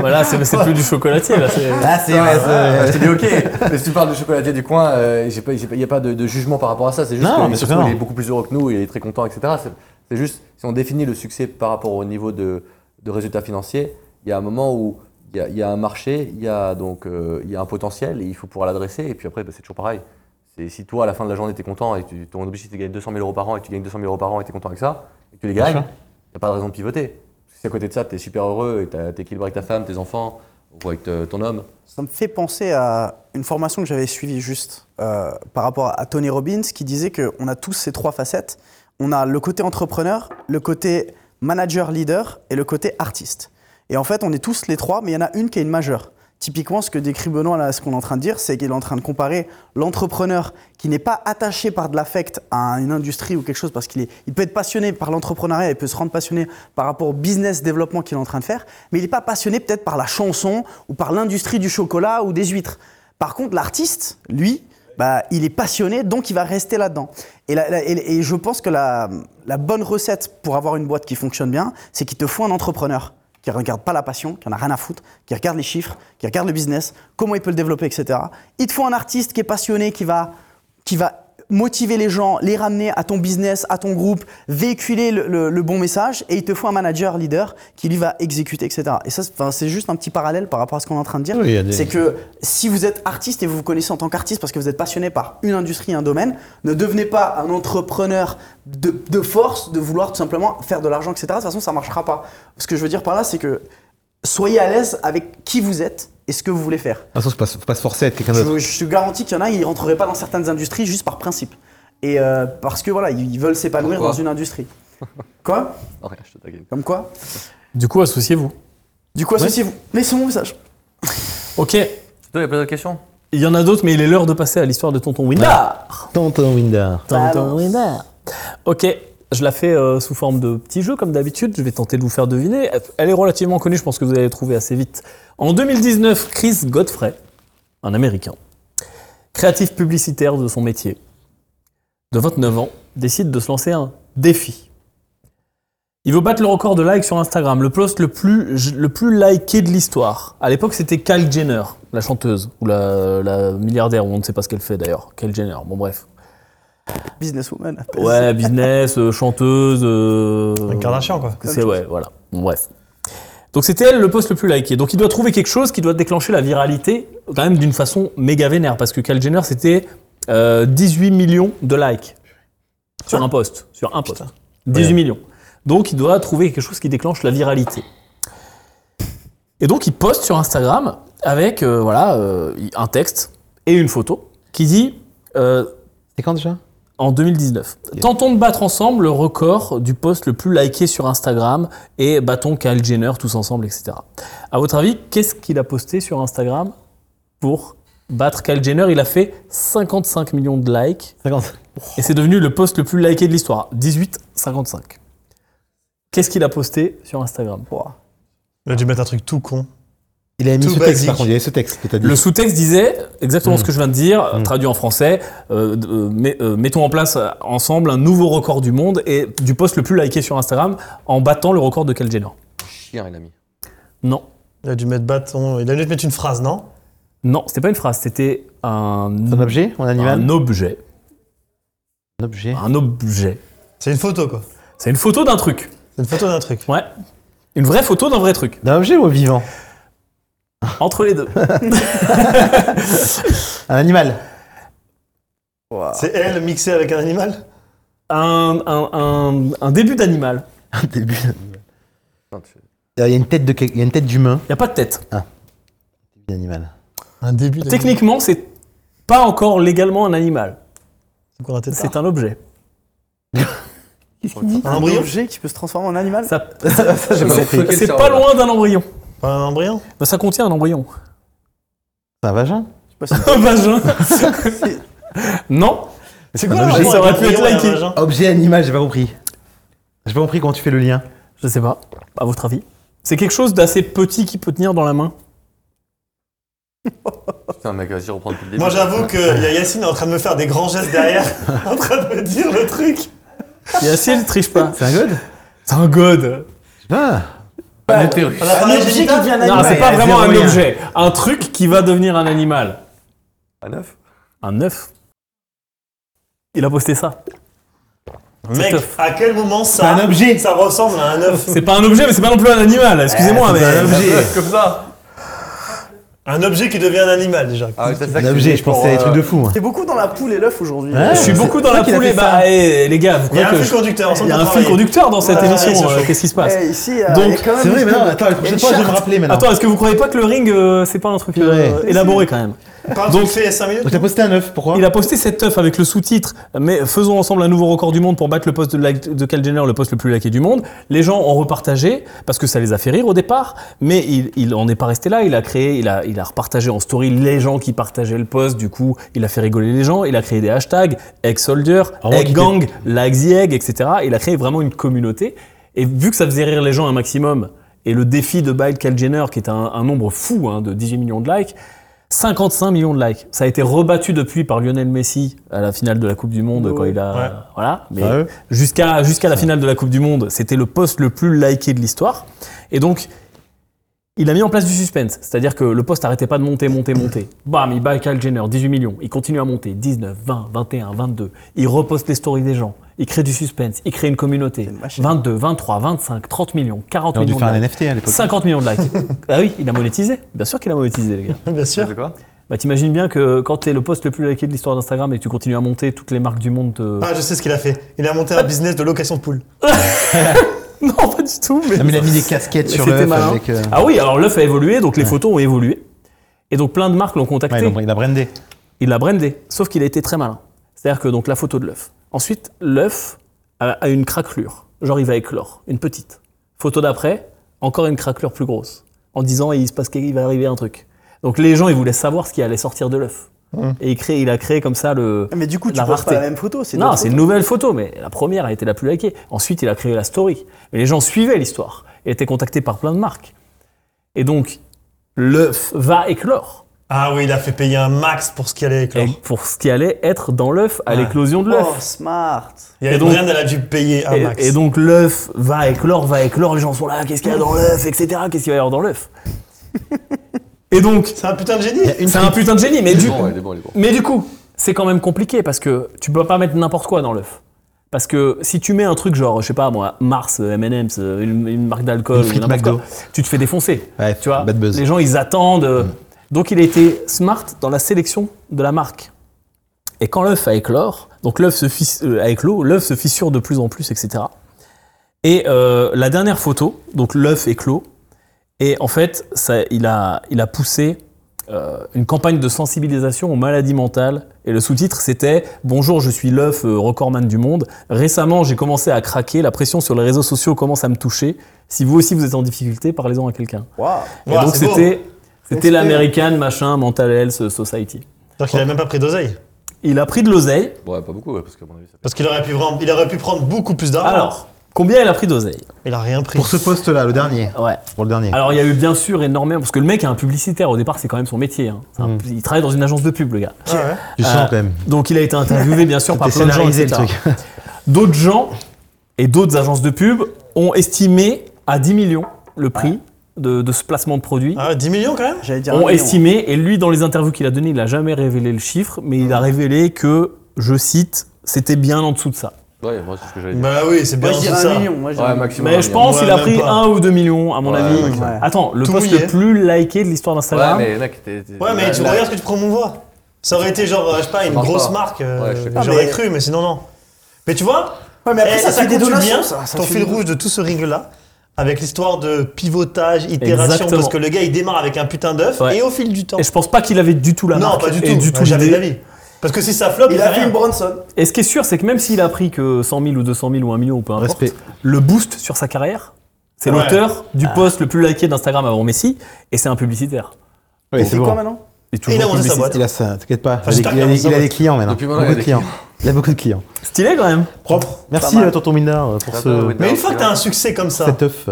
Speaker 1: voilà, c'est c'est plus du chocolatier là. c'est-
Speaker 2: Euh, Ah, c'est
Speaker 4: Ah,
Speaker 2: vrai,
Speaker 4: ouais,
Speaker 2: c'est-
Speaker 4: je t'ai dit ok, mais si tu parles du chocolatier du coin, euh, j'ai pas- j'ai pas- il n'y a pas de, de jugement par rapport à ça. C'est juste
Speaker 2: Non,
Speaker 4: que
Speaker 2: mais
Speaker 4: il se
Speaker 2: sûr que
Speaker 4: trouve,
Speaker 2: non.
Speaker 4: il est beaucoup plus heureux que nous, il est très content, etc. C'est- C'est juste, si on définit le succès par rapport au niveau de, de résultats financiers, il y a un moment où il y a, il y a un marché, il y a donc euh, il y a un potentiel et il faut pouvoir l'adresser. Et puis après, bah, c'est toujours pareil. C'est si toi, à la fin de la journée, tu es content et tu, ton objectif, c'est de gagner 200 000 euros par an et que tu gagnes 200 000 euros par an et tu es content avec ça, et que tu les
Speaker 2: Bien
Speaker 4: gagnes,
Speaker 2: sûr.
Speaker 4: il n'y a pas de raison de pivoter. Parce que si à côté de ça, tu es super heureux et tu es équilibré avec ta femme, tes enfants, ou avec te- ton homme,
Speaker 5: Ça me fait penser à une formation que j'avais suivie juste euh, par rapport à Tony Robbins qui disait qu'on a tous ces trois facettes. On a le côté entrepreneur, le côté manager-leader et le côté artiste. Et en fait, on est tous les trois, mais il y en a une qui est une majeure. Typiquement, ce que décrit Benoît, là, ce qu'on est en train de dire, c'est qu'il est en train de comparer l'entrepreneur qui n'est pas attaché par de l'affect à une industrie ou quelque chose, parce qu'il est- il peut être passionné par l'entrepreneuriat, il peut se rendre passionné par rapport au business développement qu'il est en train de faire, mais il n'est pas passionné peut-être par la chanson ou par l'industrie du chocolat ou des huîtres. Par contre, l'artiste, lui, bah, il est passionné, donc il va rester là-dedans. Et, la- la- et- et je pense que la, la bonne recette pour avoir une boîte qui fonctionne bien, c'est qu'il te faut un entrepreneur qui ne regarde pas la passion, qui en a rien à foutre, qui regarde les chiffres, qui regarde le business, comment il peut le développer, etc. Il te faut un artiste qui est passionné, qui va, qui va motiver les gens, les ramener à ton business, à ton groupe, véhiculer le, le- le bon message, et il te faut un manager, leader, qui lui va exécuter, etc. Et ça, c'est- enfin, c'est juste un petit parallèle par rapport à ce qu'on est en train de dire.
Speaker 2: Oui, il y a des-
Speaker 5: C'est que si vous êtes artiste et vous vous connaissez en tant qu'artiste parce que vous êtes passionné par une industrie, un domaine, ne devenez pas un entrepreneur de, de force, de vouloir tout simplement faire de l'argent, etc. De toute façon, ça ne marchera pas. Ce que je veux dire par là, c'est que soyez à l'aise avec qui vous êtes et ce que vous voulez faire.
Speaker 2: De toute façon, faut pas se- faut pas se forcer à être quelqu'un d'autre.
Speaker 5: Je, je te garantis qu'il y en a, ils ne rentreraient pas dans certaines industries juste par principe. Et euh, parce que voilà, ils ils veulent s'épanouir
Speaker 4: Pourquoi
Speaker 5: dans une industrie. Quoi
Speaker 4: Non, rien, je te taquine.
Speaker 5: Comme quoi
Speaker 1: Du coup, associez-vous.
Speaker 5: Du coup, associez-vous. Laissez mon message.
Speaker 1: Ok, il
Speaker 4: Toi, il y a plein d'autres questions
Speaker 1: y en a d'autres, mais il est l'heure de passer à l'histoire de Tonton Winner.
Speaker 5: Ah
Speaker 2: Tonton Winder.
Speaker 1: Tonton Winner. Ok, je la fais euh, sous forme de petit jeu comme d'habitude. Je vais tenter de vous faire deviner. Elle est relativement connue, je pense que vous allez la trouver assez vite. En 2019, Chris Godfrey, un Américain, créatif publicitaire de son métier, de 29 ans, décide de se lancer un défi. Il veut battre le record de likes sur Instagram, le post le plus, le plus liké de l'histoire. À l'époque, c'était Kyle Jenner, la chanteuse, ou la, la milliardaire, on ne sait pas ce qu'elle fait d'ailleurs. Kyle Jenner, bon bref.
Speaker 5: Businesswoman. appelle ça.
Speaker 1: Ouais, business, euh, chanteuse. euh,
Speaker 3: Un Kardashian, quoi.
Speaker 1: C'est ouais, voilà. Bon, Bref. Donc c'était elle le post le plus liké. Donc il doit trouver quelque chose qui doit déclencher la viralité quand même d'une façon méga vénère parce que Kyle Jenner c'était euh, 18 millions de likes sur un post, sur un post. 18 millions. Donc il doit trouver quelque chose qui déclenche la viralité. Et donc il poste sur Instagram avec euh, voilà euh, un texte et une photo qui dit euh,
Speaker 2: C'est quand déjà
Speaker 1: en 2019. Tentons de battre ensemble le record du post le plus liké sur Instagram et battons Kyle Jenner tous ensemble, etc. À votre avis, qu'est-ce qu'il a posté sur Instagram pour battre Kyle Jenner Il a fait 55 millions de likes
Speaker 2: 50.
Speaker 1: et c'est devenu le post le plus liké de l'histoire. 18,55. Qu'est-ce qu'il a posté sur Instagram
Speaker 5: Ouah.
Speaker 3: Il a dû mettre un truc tout con.
Speaker 2: Il avait mis
Speaker 3: Tout
Speaker 2: ce texte
Speaker 3: basique.
Speaker 2: par contre, il y avait ce texte que t'as dit.
Speaker 1: Le sous-texte disait exactement ce que je viens de dire,
Speaker 2: Mm.
Speaker 1: traduit en français. euh, d- euh, met- euh, mettons en place euh, ensemble un nouveau record du monde et du post le plus liké sur Instagram en battant le record de Kyle Jenner.
Speaker 4: Chien, il a mis.
Speaker 1: Non,
Speaker 3: Il a dû mettre bâton. Il a dû mettre une phrase, non
Speaker 1: non, c'était pas une phrase, c'était un,
Speaker 2: C'est un objet Un animal
Speaker 4: Ah,
Speaker 1: un objet,
Speaker 2: Un objet.
Speaker 1: un objet.
Speaker 3: C'est une photo, quoi.
Speaker 1: C'est une photo d'un truc.
Speaker 3: C'est une photo d'un truc.
Speaker 1: Ouais, une vraie photo d'un vrai truc.
Speaker 2: D'un objet ou vivant
Speaker 1: Entre
Speaker 2: <laughs>
Speaker 1: les deux.
Speaker 2: Un animal.
Speaker 3: C'est elle mixée avec un animal
Speaker 1: un, un- un- un début d'animal.
Speaker 2: Un début.
Speaker 4: Putain, tu-
Speaker 2: Il y a une tête de quel- il y a une tête d'humain.
Speaker 1: Il y a pas de tête.
Speaker 2: Animal.
Speaker 3: Un début de
Speaker 1: Techniquement, c'est pas encore légalement un animal.
Speaker 3: C'est quoi, un tête
Speaker 1: C'est un objet.
Speaker 3: Un
Speaker 5: Un
Speaker 3: embryon
Speaker 5: objet qui peut se transformer en animal
Speaker 1: Ça-
Speaker 2: j'ai pas compris.
Speaker 1: c'est pas loin d'un embryon.
Speaker 3: Pas un embryon
Speaker 1: Ben, ça contient un embryon. Oh, bah,
Speaker 2: C'est un vagin
Speaker 1: Un vagin. non,
Speaker 3: C'est
Speaker 2: quoi
Speaker 3: quoi
Speaker 2: le
Speaker 3: le
Speaker 2: rapport
Speaker 1: Ça aurait pu être liké.
Speaker 2: Objet, animal, j'ai pas compris. J'ai pas compris comment tu fais le lien.
Speaker 1: Je sais pas, à votre avis. C'est quelque chose d'assez petit qui peut tenir dans la main.
Speaker 4: Putain, mec, vas-y, reprends depuis le début.
Speaker 3: Moi j'avoue que y a Yacine en train de me faire des grands gestes derrière, <laughs> en train de me dire le truc.
Speaker 1: Et assez, elle triche pas.
Speaker 2: C'est un god
Speaker 1: C'est un god.
Speaker 2: Ah
Speaker 4: Pas de théorie.
Speaker 3: On a
Speaker 5: Un
Speaker 3: parlé
Speaker 5: objet qui
Speaker 3: génital.
Speaker 5: devient un
Speaker 1: Non,
Speaker 5: animal.
Speaker 1: c'est pas
Speaker 2: ouais,
Speaker 1: vraiment
Speaker 2: zéro
Speaker 1: un
Speaker 2: lien.
Speaker 1: objet. Un truc qui va devenir un animal.
Speaker 4: À neuf
Speaker 1: Un œuf. Il a posté ça.
Speaker 3: Mec,
Speaker 1: tough.
Speaker 3: à quel moment
Speaker 2: C'est
Speaker 3: ça,
Speaker 2: un objet
Speaker 3: ça ressemble à un
Speaker 1: <laughs>
Speaker 3: œuf
Speaker 1: C'est pas un objet, mais c'est pas non plus un animal. Excusez-moi,
Speaker 2: c'est
Speaker 1: mais
Speaker 2: pas un objet.
Speaker 1: comme ça.
Speaker 3: Un objet qui devient un animal déjà.
Speaker 4: Ah, c'est ça
Speaker 2: Un
Speaker 4: que
Speaker 2: objet,
Speaker 4: tu
Speaker 2: je
Speaker 4: pour,
Speaker 2: pensais à des trucs
Speaker 4: euh,
Speaker 2: de fou. moi.
Speaker 5: T'es beaucoup dans la poule et l'œuf aujourd'hui. Eh,
Speaker 2: Ouais.
Speaker 1: Je suis
Speaker 2: C'est-
Speaker 1: beaucoup dans
Speaker 2: c'est
Speaker 1: la
Speaker 2: toi qui l'as
Speaker 1: poule. et
Speaker 2: fait ça.
Speaker 1: Bah, eh, les gars, vous
Speaker 3: Il y
Speaker 1: croyez
Speaker 3: a un
Speaker 1: que
Speaker 3: fil
Speaker 1: je-
Speaker 3: conducteur, ensemble
Speaker 1: il y a
Speaker 3: on
Speaker 1: un fil
Speaker 3: travaille.
Speaker 1: conducteur dans cette
Speaker 3: Ouais, ouais,
Speaker 1: émission.
Speaker 3: c'est
Speaker 1: euh,
Speaker 3: chaud.
Speaker 1: Qu'est-ce qui se passe
Speaker 5: Eh, ici, euh,
Speaker 1: Donc,
Speaker 5: il y a quand même
Speaker 2: C'est vrai,
Speaker 5: une-
Speaker 2: mais non, attends, la
Speaker 5: il y a
Speaker 2: prochaine
Speaker 5: une
Speaker 2: fois, je vais me
Speaker 5: charte.
Speaker 2: rappeler maintenant.
Speaker 1: Attends, est-ce que vous croyez pas que le ring, euh, c'est pas un truc euh,
Speaker 2: Purée.
Speaker 1: élaboré quand même
Speaker 3: Pas un
Speaker 1: Donc-
Speaker 3: truc fait 5 minutes
Speaker 1: <laughs>
Speaker 2: Donc t'as posté un œuf, pourquoi
Speaker 1: Il a posté cet œuf avec le sous-titre Mais faisons ensemble un nouveau record du monde pour battre le poste de, like- de Kyle Jenner, le poste le plus liké du monde. Les gens ont repartagé parce que ça les a fait rire au départ, mais il, il en est pas resté là. Il a créé, il a, il a repartagé en story les gens qui partageaient le post. Du coup, il a fait rigoler les gens. Il a créé des hashtags ex-soldier,
Speaker 2: Ah ouais,
Speaker 1: ex-gang, like the egg, etc. Il a créé vraiment une communauté. Et vu que ça faisait rire les gens un maximum, et le défi de Bide Kyle Jenner, qui est un, un nombre fou hein, de 18 millions de likes, 55 millions de likes. Ça a été rebattu depuis par Lionel Messi à la finale de la Coupe du Monde
Speaker 5: Ouais.
Speaker 1: quand il a
Speaker 3: Ouais.
Speaker 1: voilà. Mais
Speaker 2: Sérieux
Speaker 1: jusqu'à jusqu'à la finale de la Coupe du Monde, c'était le poste le plus liké de l'histoire. Et donc il a mis en place du suspense, c'est-à-dire que le poste n'arrêtait pas de monter, monter, monter. Bam, il bat Kyle Jenner, 18 millions. Il continue à monter, 19, 20, 21, 22. Il reposte les stories des gens. Il crée du suspense, il crée une communauté.
Speaker 5: une machine.
Speaker 1: 22, 23, 25, 30 millions, 40
Speaker 2: Ils ont dû
Speaker 1: millions
Speaker 2: faire
Speaker 1: de
Speaker 2: un
Speaker 1: likes.
Speaker 2: NFT hein, à l'époque.
Speaker 1: 50 millions de likes. <laughs> ah oui, il a monétisé. Bien sûr qu'il a monétisé, les gars.
Speaker 3: Bien sûr.
Speaker 4: C'est euh, quoi
Speaker 1: Bah t'imagines bien que quand t'es le post le plus liké de l'histoire d'Instagram et que tu continues à monter, toutes les marques du monde te...
Speaker 3: Ah, je sais ce qu'il a fait. Il a monté un business de location de poules.
Speaker 1: <laughs> non, pas du tout, mais...
Speaker 2: Non, Ah, mais il a
Speaker 1: <laughs>
Speaker 2: mis des casquettes sur
Speaker 1: C'était
Speaker 2: l'œuf
Speaker 1: malin.
Speaker 2: avec. euh,
Speaker 1: Ah oui, alors l'œuf a évolué, donc les photos ont évolué. Et donc plein de marques l'ont contacté.
Speaker 2: ouais, il a- il a brandé.
Speaker 1: Il l'a brandé, sauf qu'il a été très malin. C'est-à-dire que donc la photo de l'œuf. Ensuite, l'œuf a, a une craquelure. Genre il va éclore, une petite. Photo d'après, encore une craquelure plus grosse. En disant il se passe qu'il va arriver un truc. Donc les gens ils voulaient savoir ce qui allait sortir de l'œuf.
Speaker 2: Hum.
Speaker 1: Et il, crée, il a créé comme ça le.
Speaker 5: Mais du coup, tu
Speaker 1: La
Speaker 5: poses pas
Speaker 1: rareté.
Speaker 5: la même photo. c'est
Speaker 1: Non,
Speaker 5: d'autres
Speaker 1: c'est une
Speaker 5: photos.
Speaker 1: nouvelle photo, mais la première a été la plus likée. Ensuite, il a créé la story. Mais les gens suivaient l'histoire et étaient contactés par plein de marques. Et donc, l'œuf va éclore
Speaker 3: Ah oui, il a fait payer un max pour ce qu'il allait éclore.
Speaker 1: et pour ce qui allait être dans l'œuf à l'éclosion de
Speaker 5: Oh,
Speaker 1: l'œuf.
Speaker 5: smart.
Speaker 3: Il y
Speaker 1: et
Speaker 3: a
Speaker 1: donc-
Speaker 3: rien, elle a dû payer un
Speaker 1: Et-
Speaker 3: ah, max.
Speaker 1: et, donc, l'œuf va éclore, va éclore. Les gens sont là, qu'est-ce qu'il y a dans l'œuf, etc. Qu'est-ce qu'il va y avoir dans l'œuf Et donc,
Speaker 3: C'est un putain de génie.
Speaker 1: c'est un putain de génie, mais
Speaker 4: Il
Speaker 1: du
Speaker 4: est bon, il est bon, il est bon.
Speaker 1: Mais du coup, c'est quand même compliqué parce que tu peux pas mettre n'importe quoi dans l'œuf. Parce que si tu mets un truc genre, je sais pas moi, Mars, euh, M&M's, euh, une, une marque d'alcool,
Speaker 2: Une
Speaker 1: ou
Speaker 2: frite
Speaker 1: n'importe
Speaker 2: McDo.
Speaker 1: quoi, tu te fais défoncer.
Speaker 2: Ouais,
Speaker 1: tu vois,
Speaker 2: bad buzz.
Speaker 1: les gens ils attendent. euh, Donc il a été smart dans la sélection de la marque. Et quand l'œuf a éclore, donc l'œuf se fiss- euh, a éclos, l'œuf se fissure de plus en plus, etc. Et euh, la dernière photo, donc l'œuf éclos, et en fait, ça, il, a, il a poussé euh, une campagne de sensibilisation aux maladies mentales. Et le sous-titre, c'était Bonjour, je suis l'œuf euh, recordman du monde. Récemment, j'ai commencé à craquer. La pression sur les réseaux sociaux commence à me toucher. Si vous aussi vous êtes en difficulté, parlez-en à quelqu'un.
Speaker 5: Waouh.
Speaker 1: Et
Speaker 3: Ouah,
Speaker 1: donc,
Speaker 3: c'est beau. hein.
Speaker 1: c'était, c'était
Speaker 5: Respect.
Speaker 1: l'American machin Mental Health euh, Society.
Speaker 3: Donc il a même pas pris d'oseille.
Speaker 1: Il a pris de l'oseille.
Speaker 4: Ouais, pas beaucoup, ouais, parce qu'à mon avis, ça fait.
Speaker 3: Parce qu'il aurait pu vraiment- il aurait pu prendre beaucoup plus d'argent.
Speaker 1: Alors, combien il a pris d'oseille
Speaker 3: Il a rien pris.
Speaker 2: Pour ce poste-là, le dernier.
Speaker 1: Ouais.
Speaker 2: Pour le dernier.
Speaker 1: Alors il y a eu bien sûr énormément, parce que le mec est un publicitaire, au départ c'est quand même son métier. hein. C'est un-
Speaker 2: Mm.
Speaker 1: Il travaille dans une agence de pub, le gars.
Speaker 3: Ah ouais.
Speaker 2: Tu sens
Speaker 1: Euh,
Speaker 2: quand même.
Speaker 1: Donc il a été interviewé bien
Speaker 2: <laughs>
Speaker 1: sûr par
Speaker 2: T'es
Speaker 1: plein de gens,
Speaker 2: scénarisé le
Speaker 1: etc.
Speaker 2: truc. <laughs>
Speaker 1: D'autres gens et d'autres agences de pub ont estimé à 10 millions le prix de, de ce placement de produit.
Speaker 3: Ah ouais, 10 millions quand même
Speaker 5: J'allais dire. un
Speaker 1: ont
Speaker 5: million.
Speaker 1: estimé, et lui dans les interviews qu'il a données, il n'a jamais révélé le chiffre, mais il a révélé que, je cite, c'était bien en dessous de ça.
Speaker 4: Ouais, moi, c'est ce que j'allais dire.
Speaker 3: Bah oui, c'est bien
Speaker 5: Moi, je
Speaker 3: tout
Speaker 5: dirais
Speaker 3: ça.
Speaker 5: un million. Moi, je dirais
Speaker 4: Ouais,
Speaker 5: un
Speaker 4: maximum.
Speaker 1: Mais je pense
Speaker 3: Ouais,
Speaker 1: qu'il a
Speaker 3: même
Speaker 1: pris
Speaker 3: pas.
Speaker 1: 1 ou 2 millions, à mon
Speaker 4: Ouais,
Speaker 1: avis.
Speaker 4: ouais,
Speaker 5: ouais.
Speaker 1: Attends, le
Speaker 3: Tout
Speaker 1: poste
Speaker 3: mouillé.
Speaker 1: le plus liké de l'histoire
Speaker 4: Ouais,
Speaker 1: d'Instagram.
Speaker 4: mais mec, t'es. t'es-
Speaker 3: Ouais, mais
Speaker 4: là-
Speaker 3: tu
Speaker 4: là-
Speaker 3: regardes ce que tu promouvois. Ça aurait été genre, euh, je sais pas, une
Speaker 4: marche
Speaker 3: grosse
Speaker 4: pas.
Speaker 3: marque. euh,
Speaker 4: Ouais, je sais.
Speaker 5: Ah,
Speaker 3: J'aurais
Speaker 5: mais-
Speaker 3: cru, mais sinon, non. Mais tu vois,
Speaker 5: million. Ouais, mais après,
Speaker 3: eh,
Speaker 5: ça,
Speaker 3: ça
Speaker 5: fait des
Speaker 3: continue
Speaker 5: donations.
Speaker 3: bien
Speaker 5: ça, ça
Speaker 3: ton
Speaker 5: fait
Speaker 3: fil
Speaker 5: des-
Speaker 3: rouge de tout ce ring-là. Avec l'histoire de pivotage, itération,
Speaker 1: Exactement.
Speaker 3: parce que le gars il démarre avec un putain d'œuf
Speaker 1: Ouais.
Speaker 3: et au fil du temps.
Speaker 1: Et je pense pas qu'il avait du tout la
Speaker 3: non,
Speaker 1: marque.
Speaker 3: pas du
Speaker 1: et
Speaker 3: tout.
Speaker 1: du tout
Speaker 3: J'avais
Speaker 1: l'idée.
Speaker 3: l'avis. Parce que si ça flop,
Speaker 5: Il
Speaker 3: fait
Speaker 5: a fait
Speaker 3: rien.
Speaker 5: une Bronson.
Speaker 1: Et ce qui est sûr, c'est que même s'il a pris que 100 000 ou 200 000 ou 1 million ou peu importe,
Speaker 2: Respect.
Speaker 1: le boost sur sa carrière, c'est
Speaker 3: Ouais.
Speaker 1: l'auteur du post le plus liké d'Instagram avant Messi, et c'est un publicitaire.
Speaker 2: Ouais,
Speaker 5: C'est
Speaker 2: c'est
Speaker 5: quoi
Speaker 2: bon.
Speaker 5: maintenant
Speaker 1: Et
Speaker 3: Et il a monté sa boîte.
Speaker 2: Il a ça, t'inquiète pas.
Speaker 3: j'espère
Speaker 2: Il a,
Speaker 3: qu'il
Speaker 2: des- il
Speaker 3: a
Speaker 2: a des
Speaker 3: ça, ouais.
Speaker 2: clients maintenant.
Speaker 4: Depuis maintenant, il a
Speaker 2: Beaucoup de
Speaker 4: des
Speaker 2: clients. Il y a beaucoup de clients.
Speaker 1: Stylé quand même.
Speaker 2: Propre. Merci,
Speaker 5: Pas mal.
Speaker 2: euh, tonton Minard, pour
Speaker 4: Pas mal,
Speaker 2: ce,
Speaker 4: oui.
Speaker 3: Mais une fois que t'as un succès comme ça,
Speaker 2: cette œuf.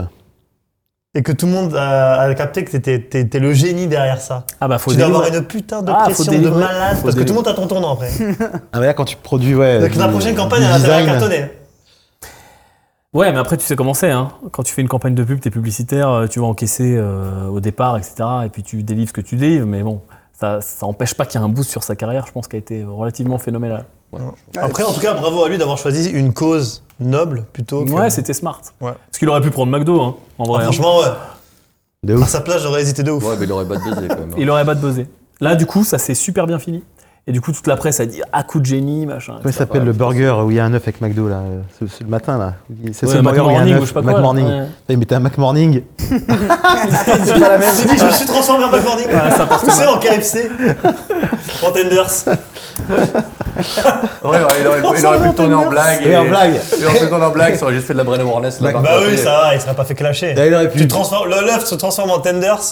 Speaker 3: et que tout le monde a, a capté que t'étais- t'es t'es le génie derrière ça,
Speaker 1: Ah bah faut
Speaker 3: tu dois avoir
Speaker 1: délivrer.
Speaker 3: une putain de
Speaker 1: Ah, faut
Speaker 3: pression de
Speaker 1: délivrer.
Speaker 3: malade,
Speaker 1: Faut
Speaker 3: parce que tout le
Speaker 1: délivrer.
Speaker 3: monde attend ton nom après.
Speaker 2: Ah, mais là, quand tu produis, ouais.
Speaker 1: Euh,
Speaker 3: Donc la
Speaker 2: du-
Speaker 3: prochaine
Speaker 2: du
Speaker 3: campagne, elle va
Speaker 2: design.
Speaker 3: cartonner.
Speaker 1: Ouais, mais après, tu sais comment c'est. Hein. Quand tu fais une campagne de pub, t'es publicitaire, euh, tu vas encaisser euh, au départ, etc. Et puis tu délivres ce que tu délivres. Mais bon, ça, ça empêche pas qu'il y ait un boost sur sa carrière, je pense, qui a été relativement phénoménal.
Speaker 3: Après, en tout cas, bravo à lui d'avoir choisi une cause noble plutôt que.
Speaker 1: Ouais, c'était smart.
Speaker 3: Ouais.
Speaker 1: Parce qu'il aurait pu prendre McDo, hein, en
Speaker 3: Ah,
Speaker 1: vrai. hein.
Speaker 3: Franchement, ouais.
Speaker 2: De
Speaker 3: À
Speaker 2: ouf.
Speaker 3: sa place, j'aurais hésité de ouf.
Speaker 4: Ouais, mais il aurait pas de baiser quand même. hein.
Speaker 1: Il aurait pas de buzzer. Là, du coup, ça s'est super bien fini. Et du coup, toute la presse a dit à coup de génie, machin.
Speaker 2: Comment il s'appelle le burger où il y a un œuf avec McDo, là euh, C'est c'est le matin, là. C'est
Speaker 1: Ouais,
Speaker 2: ce burger où il y a
Speaker 1: McMorning ou
Speaker 2: un
Speaker 1: je
Speaker 2: œuf.
Speaker 1: sais pas quoi,
Speaker 2: McMorning.
Speaker 1: ouais.
Speaker 2: Il mettait un McMorning.
Speaker 5: C'est pas la même.
Speaker 3: J'ai dit, Eh, je me suis transformé en Backboarding.
Speaker 1: ça part
Speaker 3: Tu sais, en KFC. en Tenders.
Speaker 4: Ouais, ouais, il aurait, il aurait pu le tourner en blague.
Speaker 2: Et Eh, en blague.
Speaker 4: Il aurait pu le tourner en blague, ça aurait juste fait de la Brennan Warness là.
Speaker 2: Bah
Speaker 3: Bah oui, ça va, il serait pas fait clasher.
Speaker 2: Là, il aurait pu.
Speaker 3: Tu transformes, le love se transforme en Tenders.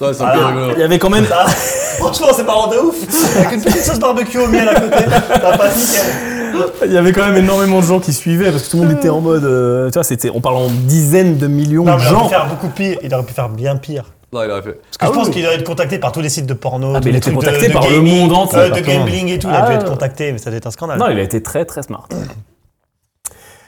Speaker 4: Ouais, c'est un peu rigolo.
Speaker 1: Il y avait quand même.
Speaker 3: Ah, franchement, c'est parent de ouf. Avec une petite sauce barbecue au miel à côté. Ça passe nickel.
Speaker 1: Il y avait quand même énormément de gens qui suivaient parce que tout le monde était en mode. euh, tu vois, c'était, on parle en dizaines de millions
Speaker 3: Non,
Speaker 1: de
Speaker 3: mais il aurait pu
Speaker 1: gens.
Speaker 3: faire beaucoup pire. Il aurait pu faire bien pire.
Speaker 4: Non, il aurait fait.
Speaker 3: Parce que
Speaker 1: Ah
Speaker 3: je pense
Speaker 1: oui.
Speaker 3: qu'il aurait été contacté par tous les sites de porno.
Speaker 1: Ah,
Speaker 3: tous
Speaker 1: mais il
Speaker 3: les
Speaker 1: était
Speaker 3: trucs de-
Speaker 1: contacté
Speaker 3: de
Speaker 1: par le
Speaker 3: gaming,
Speaker 1: monde entier,
Speaker 3: euh,
Speaker 1: par
Speaker 3: de
Speaker 1: tout le monde.
Speaker 3: gambling et tout. Il
Speaker 1: Ah,
Speaker 3: a dû être
Speaker 1: ouais.
Speaker 3: contacté, mais ça doit être un scandale.
Speaker 1: Non, il a été très très smart.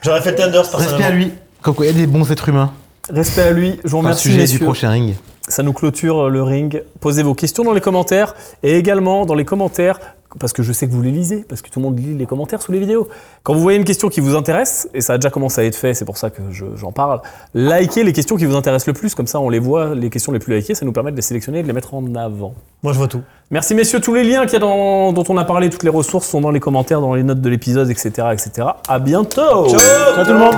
Speaker 3: J'aurais fait Tenders
Speaker 2: Respect à
Speaker 3: personnellement.
Speaker 2: lui. Comme quoi, il y a des bons êtres humains.
Speaker 1: Respect à lui. Je vous
Speaker 2: Enfin,
Speaker 1: remercie.
Speaker 2: sujet du
Speaker 1: messieurs.
Speaker 2: prochain ring.
Speaker 1: Ça nous clôture euh, le ring. Posez vos questions dans les commentaires et également dans les commentaires, parce que je sais que vous les lisez, parce que tout le monde lit les commentaires sous les vidéos. Quand vous voyez une question qui vous intéresse, et ça a déjà commencé à être fait, c'est pour ça que je- j'en parle, likez les questions qui vous intéressent le plus, comme ça on les voit, les questions les plus likées, ça nous permet de les sélectionner et de les mettre en avant.
Speaker 3: Moi, je vois tout.
Speaker 1: Merci messieurs, tous les liens qu'il y a dans- dont on a parlé, toutes les ressources sont dans les commentaires, dans les notes de l'épisode, etc. etc. À bientôt Ciao tout le monde